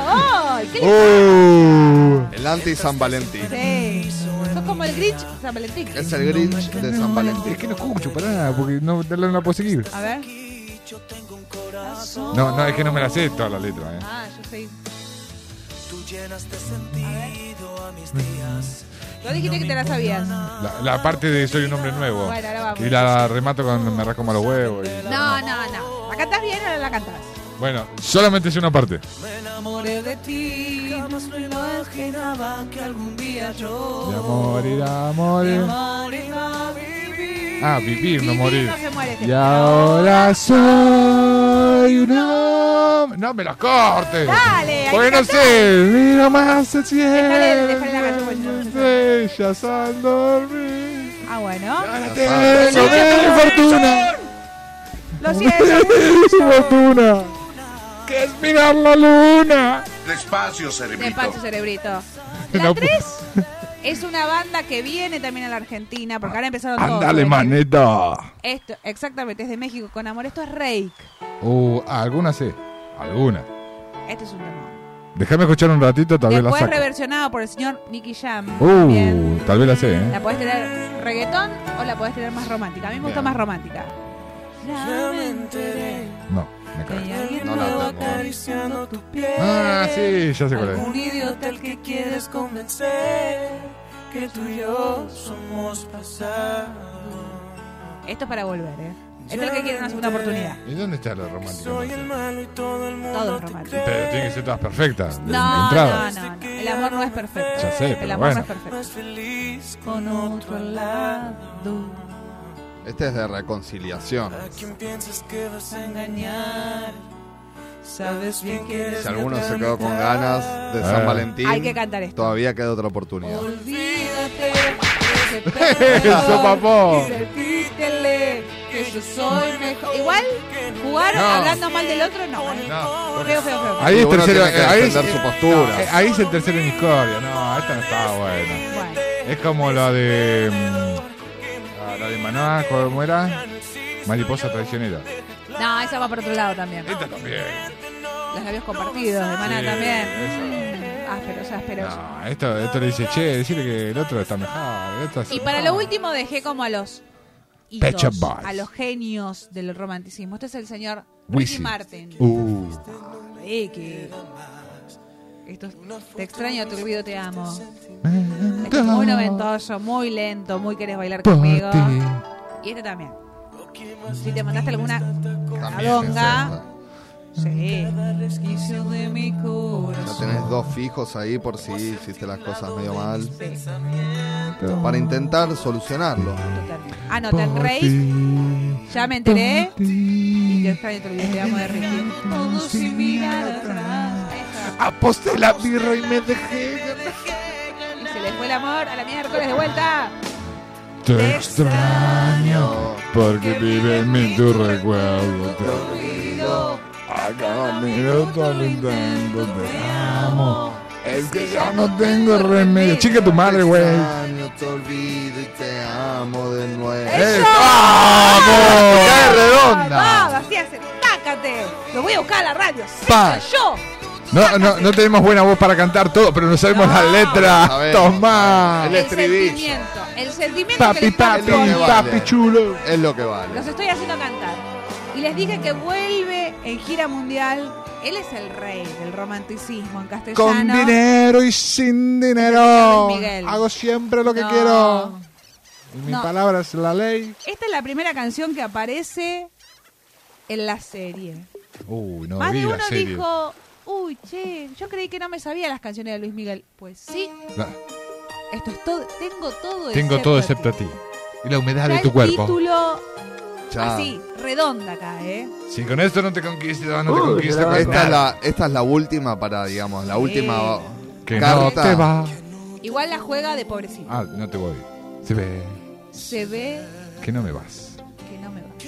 Speaker 2: hoy. ¿Qué le
Speaker 3: ¡Uh!
Speaker 4: El anti San Valentín.
Speaker 2: Sí. Sos como el Grinch San Valentín.
Speaker 4: Es el Grinch de San Valentín.
Speaker 3: Es que no escucho para nada porque no, no la puedo seguir.
Speaker 2: A ver.
Speaker 3: No, no, es que no me la sé toda la letra. Eh.
Speaker 2: Ah, yo sé.
Speaker 14: Tú llenas de sentido a mis días.
Speaker 2: Lo dijiste que te la sabías. No,
Speaker 3: La, la parte de soy un hombre nuevo.
Speaker 2: Bueno, ahora vamos.
Speaker 3: y la remato cuando me rasco malo huevos. y-
Speaker 2: no, no. ¿La cantás bien o no la cantás?
Speaker 3: Bueno, solamente es una parte.
Speaker 2: Amore de ti. Jamás lo imaginaba que algún día yo.
Speaker 3: De amor y de amor. Ah, vivir, no morir.
Speaker 2: no se muere.
Speaker 3: Y ahora soy un hombre. No me los cortes.
Speaker 2: Dale, hay que
Speaker 3: Porque no
Speaker 2: cantar.
Speaker 3: sé, mira más el cielo.
Speaker 2: Déjale- déjale la canción, porque no
Speaker 3: Estrellas al dormir.
Speaker 2: Ah, bueno.
Speaker 3: Ahora te lo de fortuna.
Speaker 2: Lo
Speaker 3: De fortuna. Que es mirar la luna.
Speaker 12: Despacio, cerebrito.
Speaker 2: Despacio, cerebrito.
Speaker 3: No pues,
Speaker 2: La
Speaker 3: pu-
Speaker 2: 3 es una banda que viene también a la Argentina, porque ahora empezaron todos.
Speaker 3: Ándale, maneta.
Speaker 2: Esto, exactamente, es de México con amor. Esto es Reik.
Speaker 3: Uh, alguna sí. Alguna.
Speaker 2: Este es un tema.
Speaker 3: Déjame escuchar un ratito, tal vez la
Speaker 2: Después
Speaker 3: saco.
Speaker 2: reversionado por el señor Nicky Jam. Bien.
Speaker 3: Uh, tal vez la sé, ¿eh?
Speaker 2: La podés tener reggaetón o la podés tener más romántica. A mí me gusta
Speaker 3: Bien.
Speaker 2: más romántica.
Speaker 3: No, me cagué. No la tengo.
Speaker 14: Acariciando tu piel.
Speaker 3: Ah, sí, ya sé cuál es.
Speaker 14: Un idiota al que quieres convencer que tú y yo somos pasado.
Speaker 2: Esto es para volver, ¿eh? Esto es el que quiere una segunda oportunidad.
Speaker 3: ¿Y dónde está lo romántico?
Speaker 14: Soy el malo y todo el mundo
Speaker 2: Todo es
Speaker 14: te
Speaker 2: romántico.
Speaker 3: Pero tiene que ser todas perfectas. de- de
Speaker 2: No,
Speaker 3: entrada.
Speaker 2: no, no, no. El amor no es perfecto.
Speaker 3: Ya sé,
Speaker 2: El
Speaker 3: pero
Speaker 2: amor no
Speaker 3: bueno.
Speaker 2: es perfecto.
Speaker 14: feliz con otro al lado.
Speaker 4: Este es de reconciliación.
Speaker 14: ¿A quién piensas que vas a engañar? Sabes bien que eres
Speaker 4: Si alguno se quedó con ganas de San
Speaker 5: Eh.
Speaker 4: Valentín,
Speaker 2: Hay que cantar esto.
Speaker 4: todavía queda otra oportunidad.
Speaker 8: Olvídate
Speaker 4: El sopapón.
Speaker 8: Y repítele que yo soy mejor.
Speaker 2: Igual, jugar
Speaker 3: No.
Speaker 2: hablando mal del otro, no. Feo, feo, feo.
Speaker 3: Ahí es
Speaker 4: Porque uno
Speaker 3: tercero.
Speaker 4: tiene que
Speaker 3: ahí, es,
Speaker 4: defender su postura.
Speaker 3: no, eh, ahí es el tercero en discordia. No, esta no estaba buena. Es como la de. mm, la- La de Maná, ¿cómo era? Mariposa traicionera.
Speaker 2: No, esa va para otro lado también.
Speaker 3: Bien.
Speaker 2: Los labios compartidos, de maná
Speaker 3: Sí,
Speaker 2: también. Mm, Ásperos, ásperos.
Speaker 3: No, Ah, esto, esto le dice, che, decirle que el otro está mejor. el otro es-
Speaker 2: Y para lo último dejé como a los
Speaker 3: Pet Shop
Speaker 2: hitos,
Speaker 3: Boys.
Speaker 2: a los genios del romanticismo. Este es el señor Ricky
Speaker 3: Wisin.
Speaker 2: Martin.
Speaker 3: Uh.
Speaker 2: Eh, que- Esto es- te extraño, te olvido, te amo. Este Es muy noventoso, muy lento, muy querés bailar
Speaker 3: Por
Speaker 2: conmigo.
Speaker 3: ti.
Speaker 2: Y este también. Si te mandaste alguna
Speaker 4: También
Speaker 2: cadonga. Sí. de mi
Speaker 4: Ya
Speaker 2: corazón.
Speaker 4: tenés dos fijos ahí por si hiciste las cosas medio mal.
Speaker 2: Sí.
Speaker 4: Pero para intentar solucionarlo.
Speaker 2: Anota el rey. Ya me enteré. Y te extraño, te olvido, te amo de Ricky. Todo sin mirar atrás. Ahí está.
Speaker 4: Aposté la birra y me dejé.
Speaker 2: Y se le fue el amor a la miércoles de vuelta.
Speaker 3: Te extraño porque vive en mí tu recuerdo. Te
Speaker 2: olvido.
Speaker 3: A cada minuto lo intento, te amo. Es que ya no tengo remedio. Chica tu madre, güey.
Speaker 4: Extraño, te olvido y te amo de nuevo.
Speaker 2: ¡Eso!
Speaker 4: ¡Vamos! ¡Qué
Speaker 2: ¡Vamos,
Speaker 4: redonda!
Speaker 2: así hace! ¡Tácate! Lo voy a buscar a la radio.
Speaker 3: Pa.
Speaker 2: ¡Seca yo!
Speaker 3: No, no, no tenemos buena voz para cantar todo, pero no sabemos la
Speaker 4: A
Speaker 3: letra.
Speaker 4: ver.
Speaker 3: Tomá.
Speaker 4: El estribillo.
Speaker 2: Sentimiento. El sentimiento que
Speaker 3: Papi,
Speaker 2: les
Speaker 3: papi,
Speaker 2: paso.
Speaker 3: papi chulo.
Speaker 4: Es lo que vale.
Speaker 2: Los estoy haciendo cantar. Y les dije que vuelve en gira mundial. Él es el rey del romanticismo en castellano.
Speaker 3: Con dinero y sin
Speaker 2: Luis
Speaker 3: dinero.
Speaker 2: Miguel.
Speaker 3: Hago siempre lo que
Speaker 2: No.
Speaker 3: quiero. Y mi
Speaker 2: No.
Speaker 3: palabra es la ley.
Speaker 2: Esta es la primera canción que aparece en la serie.
Speaker 3: Uy, no,
Speaker 2: Más
Speaker 3: vi
Speaker 2: de
Speaker 3: la
Speaker 2: uno
Speaker 3: serie.
Speaker 2: dijo, uy, che, yo creí que no me sabía las canciones de Luis Miguel. Pues sí,
Speaker 3: La-
Speaker 2: esto es todo, tengo todo
Speaker 3: tengo
Speaker 2: excepto
Speaker 3: todo
Speaker 2: a
Speaker 3: excepto a ti. Y la humedad
Speaker 2: Ya
Speaker 3: de tu
Speaker 2: el
Speaker 3: cuerpo.
Speaker 2: título
Speaker 4: Chao.
Speaker 2: así, redonda acá, ¿eh?
Speaker 3: Si con esto no te conquisto, no te
Speaker 4: Uy,
Speaker 3: conquisto. con
Speaker 4: esta, es
Speaker 3: nada.
Speaker 4: la, esta es la última para, digamos, la
Speaker 2: Sí.
Speaker 4: última
Speaker 3: Que no
Speaker 4: carta.
Speaker 3: te va.
Speaker 2: Igual la juega de pobrecito.
Speaker 3: Ah, no te voy. Se ve
Speaker 2: Se ve
Speaker 3: que no me vas.
Speaker 2: que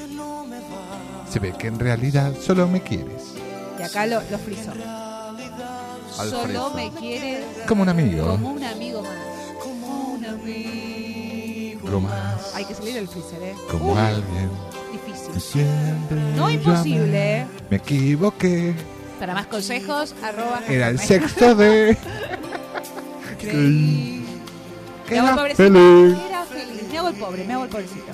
Speaker 2: no me va.
Speaker 3: Se ve que en realidad solo me quieres.
Speaker 2: Y acá lo, lo frizó.
Speaker 3: friso.
Speaker 2: Solo me quiere
Speaker 3: Como un amigo.
Speaker 2: Como un amigo más. Como un amigo
Speaker 3: Como más.
Speaker 2: Hay que salir del freezer, ¿eh?
Speaker 3: Como
Speaker 2: Uy,
Speaker 3: alguien. que
Speaker 2: Difícil.
Speaker 3: Siempre
Speaker 2: No
Speaker 3: yo
Speaker 2: imposible, ¿eh?
Speaker 3: amé. Me equivoqué.
Speaker 2: Para más consejos, arroba.
Speaker 3: Era el sexto de.
Speaker 2: Me hago el pobrecito.
Speaker 3: feliz.
Speaker 2: Era feliz. Me hago el pobre, me hago el pobrecito.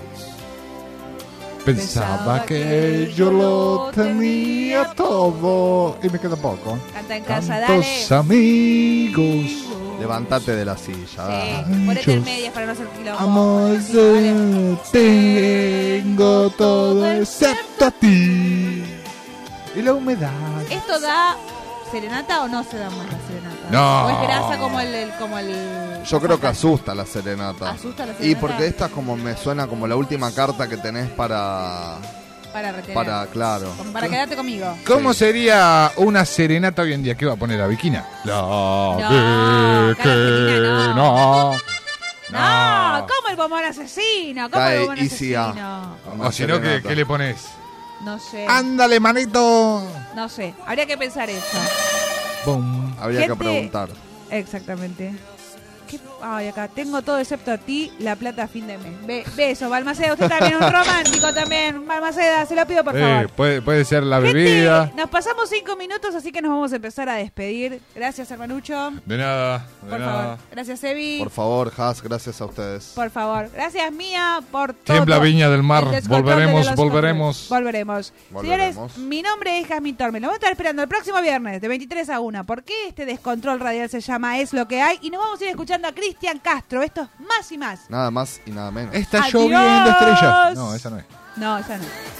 Speaker 3: Pensaba que yo lo tenía todo. Y me queda poco.
Speaker 2: Canta en casa, dale.
Speaker 3: Tantos amigos.
Speaker 4: Levantate de la silla.
Speaker 2: Sí,
Speaker 4: dale.
Speaker 2: ponete en medias para no hacer quilombo.
Speaker 3: Amor, solo tengo todo excepto a ti. Y la humedad.
Speaker 2: ¿Esto da serenata o no se da más la serenata?
Speaker 4: No.
Speaker 2: ¿O esperanza como el, el- como el
Speaker 4: Yo creo que asusta la serenata.
Speaker 2: Asusta la
Speaker 4: Y
Speaker 2: serenata.
Speaker 4: porque esta es como me suena como la última carta que tenés para.
Speaker 2: para retener?
Speaker 4: Para, claro.
Speaker 2: Como para quedarte conmigo.
Speaker 3: ¿Cómo sería una serenata hoy en día? ¿Qué va a poner la viquina? La
Speaker 2: No,
Speaker 3: viquina.
Speaker 4: Ah.
Speaker 2: No, como Ah, el bombón asesino, como el
Speaker 3: Cae
Speaker 2: bombón
Speaker 3: Easy A.
Speaker 2: asesino.
Speaker 3: O si no, ¿qué, qué le pones?
Speaker 2: No sé.
Speaker 3: Ándale, manito.
Speaker 2: No sé. Habría que pensar eso.
Speaker 4: Habría que
Speaker 2: Gente-
Speaker 4: preguntar.
Speaker 2: Exactamente. ¿Qué- Ay, acá tengo todo excepto a ti, la plata a fin de mes. Be- beso, Balmaceda, usted también, un romántico también. Balmaceda, se lo pido por
Speaker 3: Eh,
Speaker 2: favor.
Speaker 3: puede, puede ser la
Speaker 2: Gente,
Speaker 3: bebida.
Speaker 2: Nos pasamos cinco minutos, así que nos vamos a empezar a despedir. Gracias, hermanucho.
Speaker 3: De nada, de
Speaker 2: Por
Speaker 3: nada.
Speaker 2: favor. Gracias, Evi.
Speaker 4: Por favor, Has, gracias a ustedes.
Speaker 2: Por favor. Gracias, Mía, por todo.
Speaker 3: Tiembla Viña del Mar.
Speaker 2: El descontrol
Speaker 3: Volveremos,
Speaker 2: de los
Speaker 3: volveremos.
Speaker 2: Volveremos.
Speaker 3: Volveremos.
Speaker 2: Señores, mi nombre es Jasmine Tormes. Lo voy a estar esperando el próximo viernes de 23 a 1. ¿Por qué este descontrol radial se llama Es lo que hay? Y nos vamos a ir escuchando a Cristian Castro. Esto es más y más.
Speaker 4: Nada más y nada menos.
Speaker 3: Está
Speaker 2: Adiós. lloviendo estrellas. No,
Speaker 3: esa no es.
Speaker 2: No, ya no.
Speaker 1: Oh,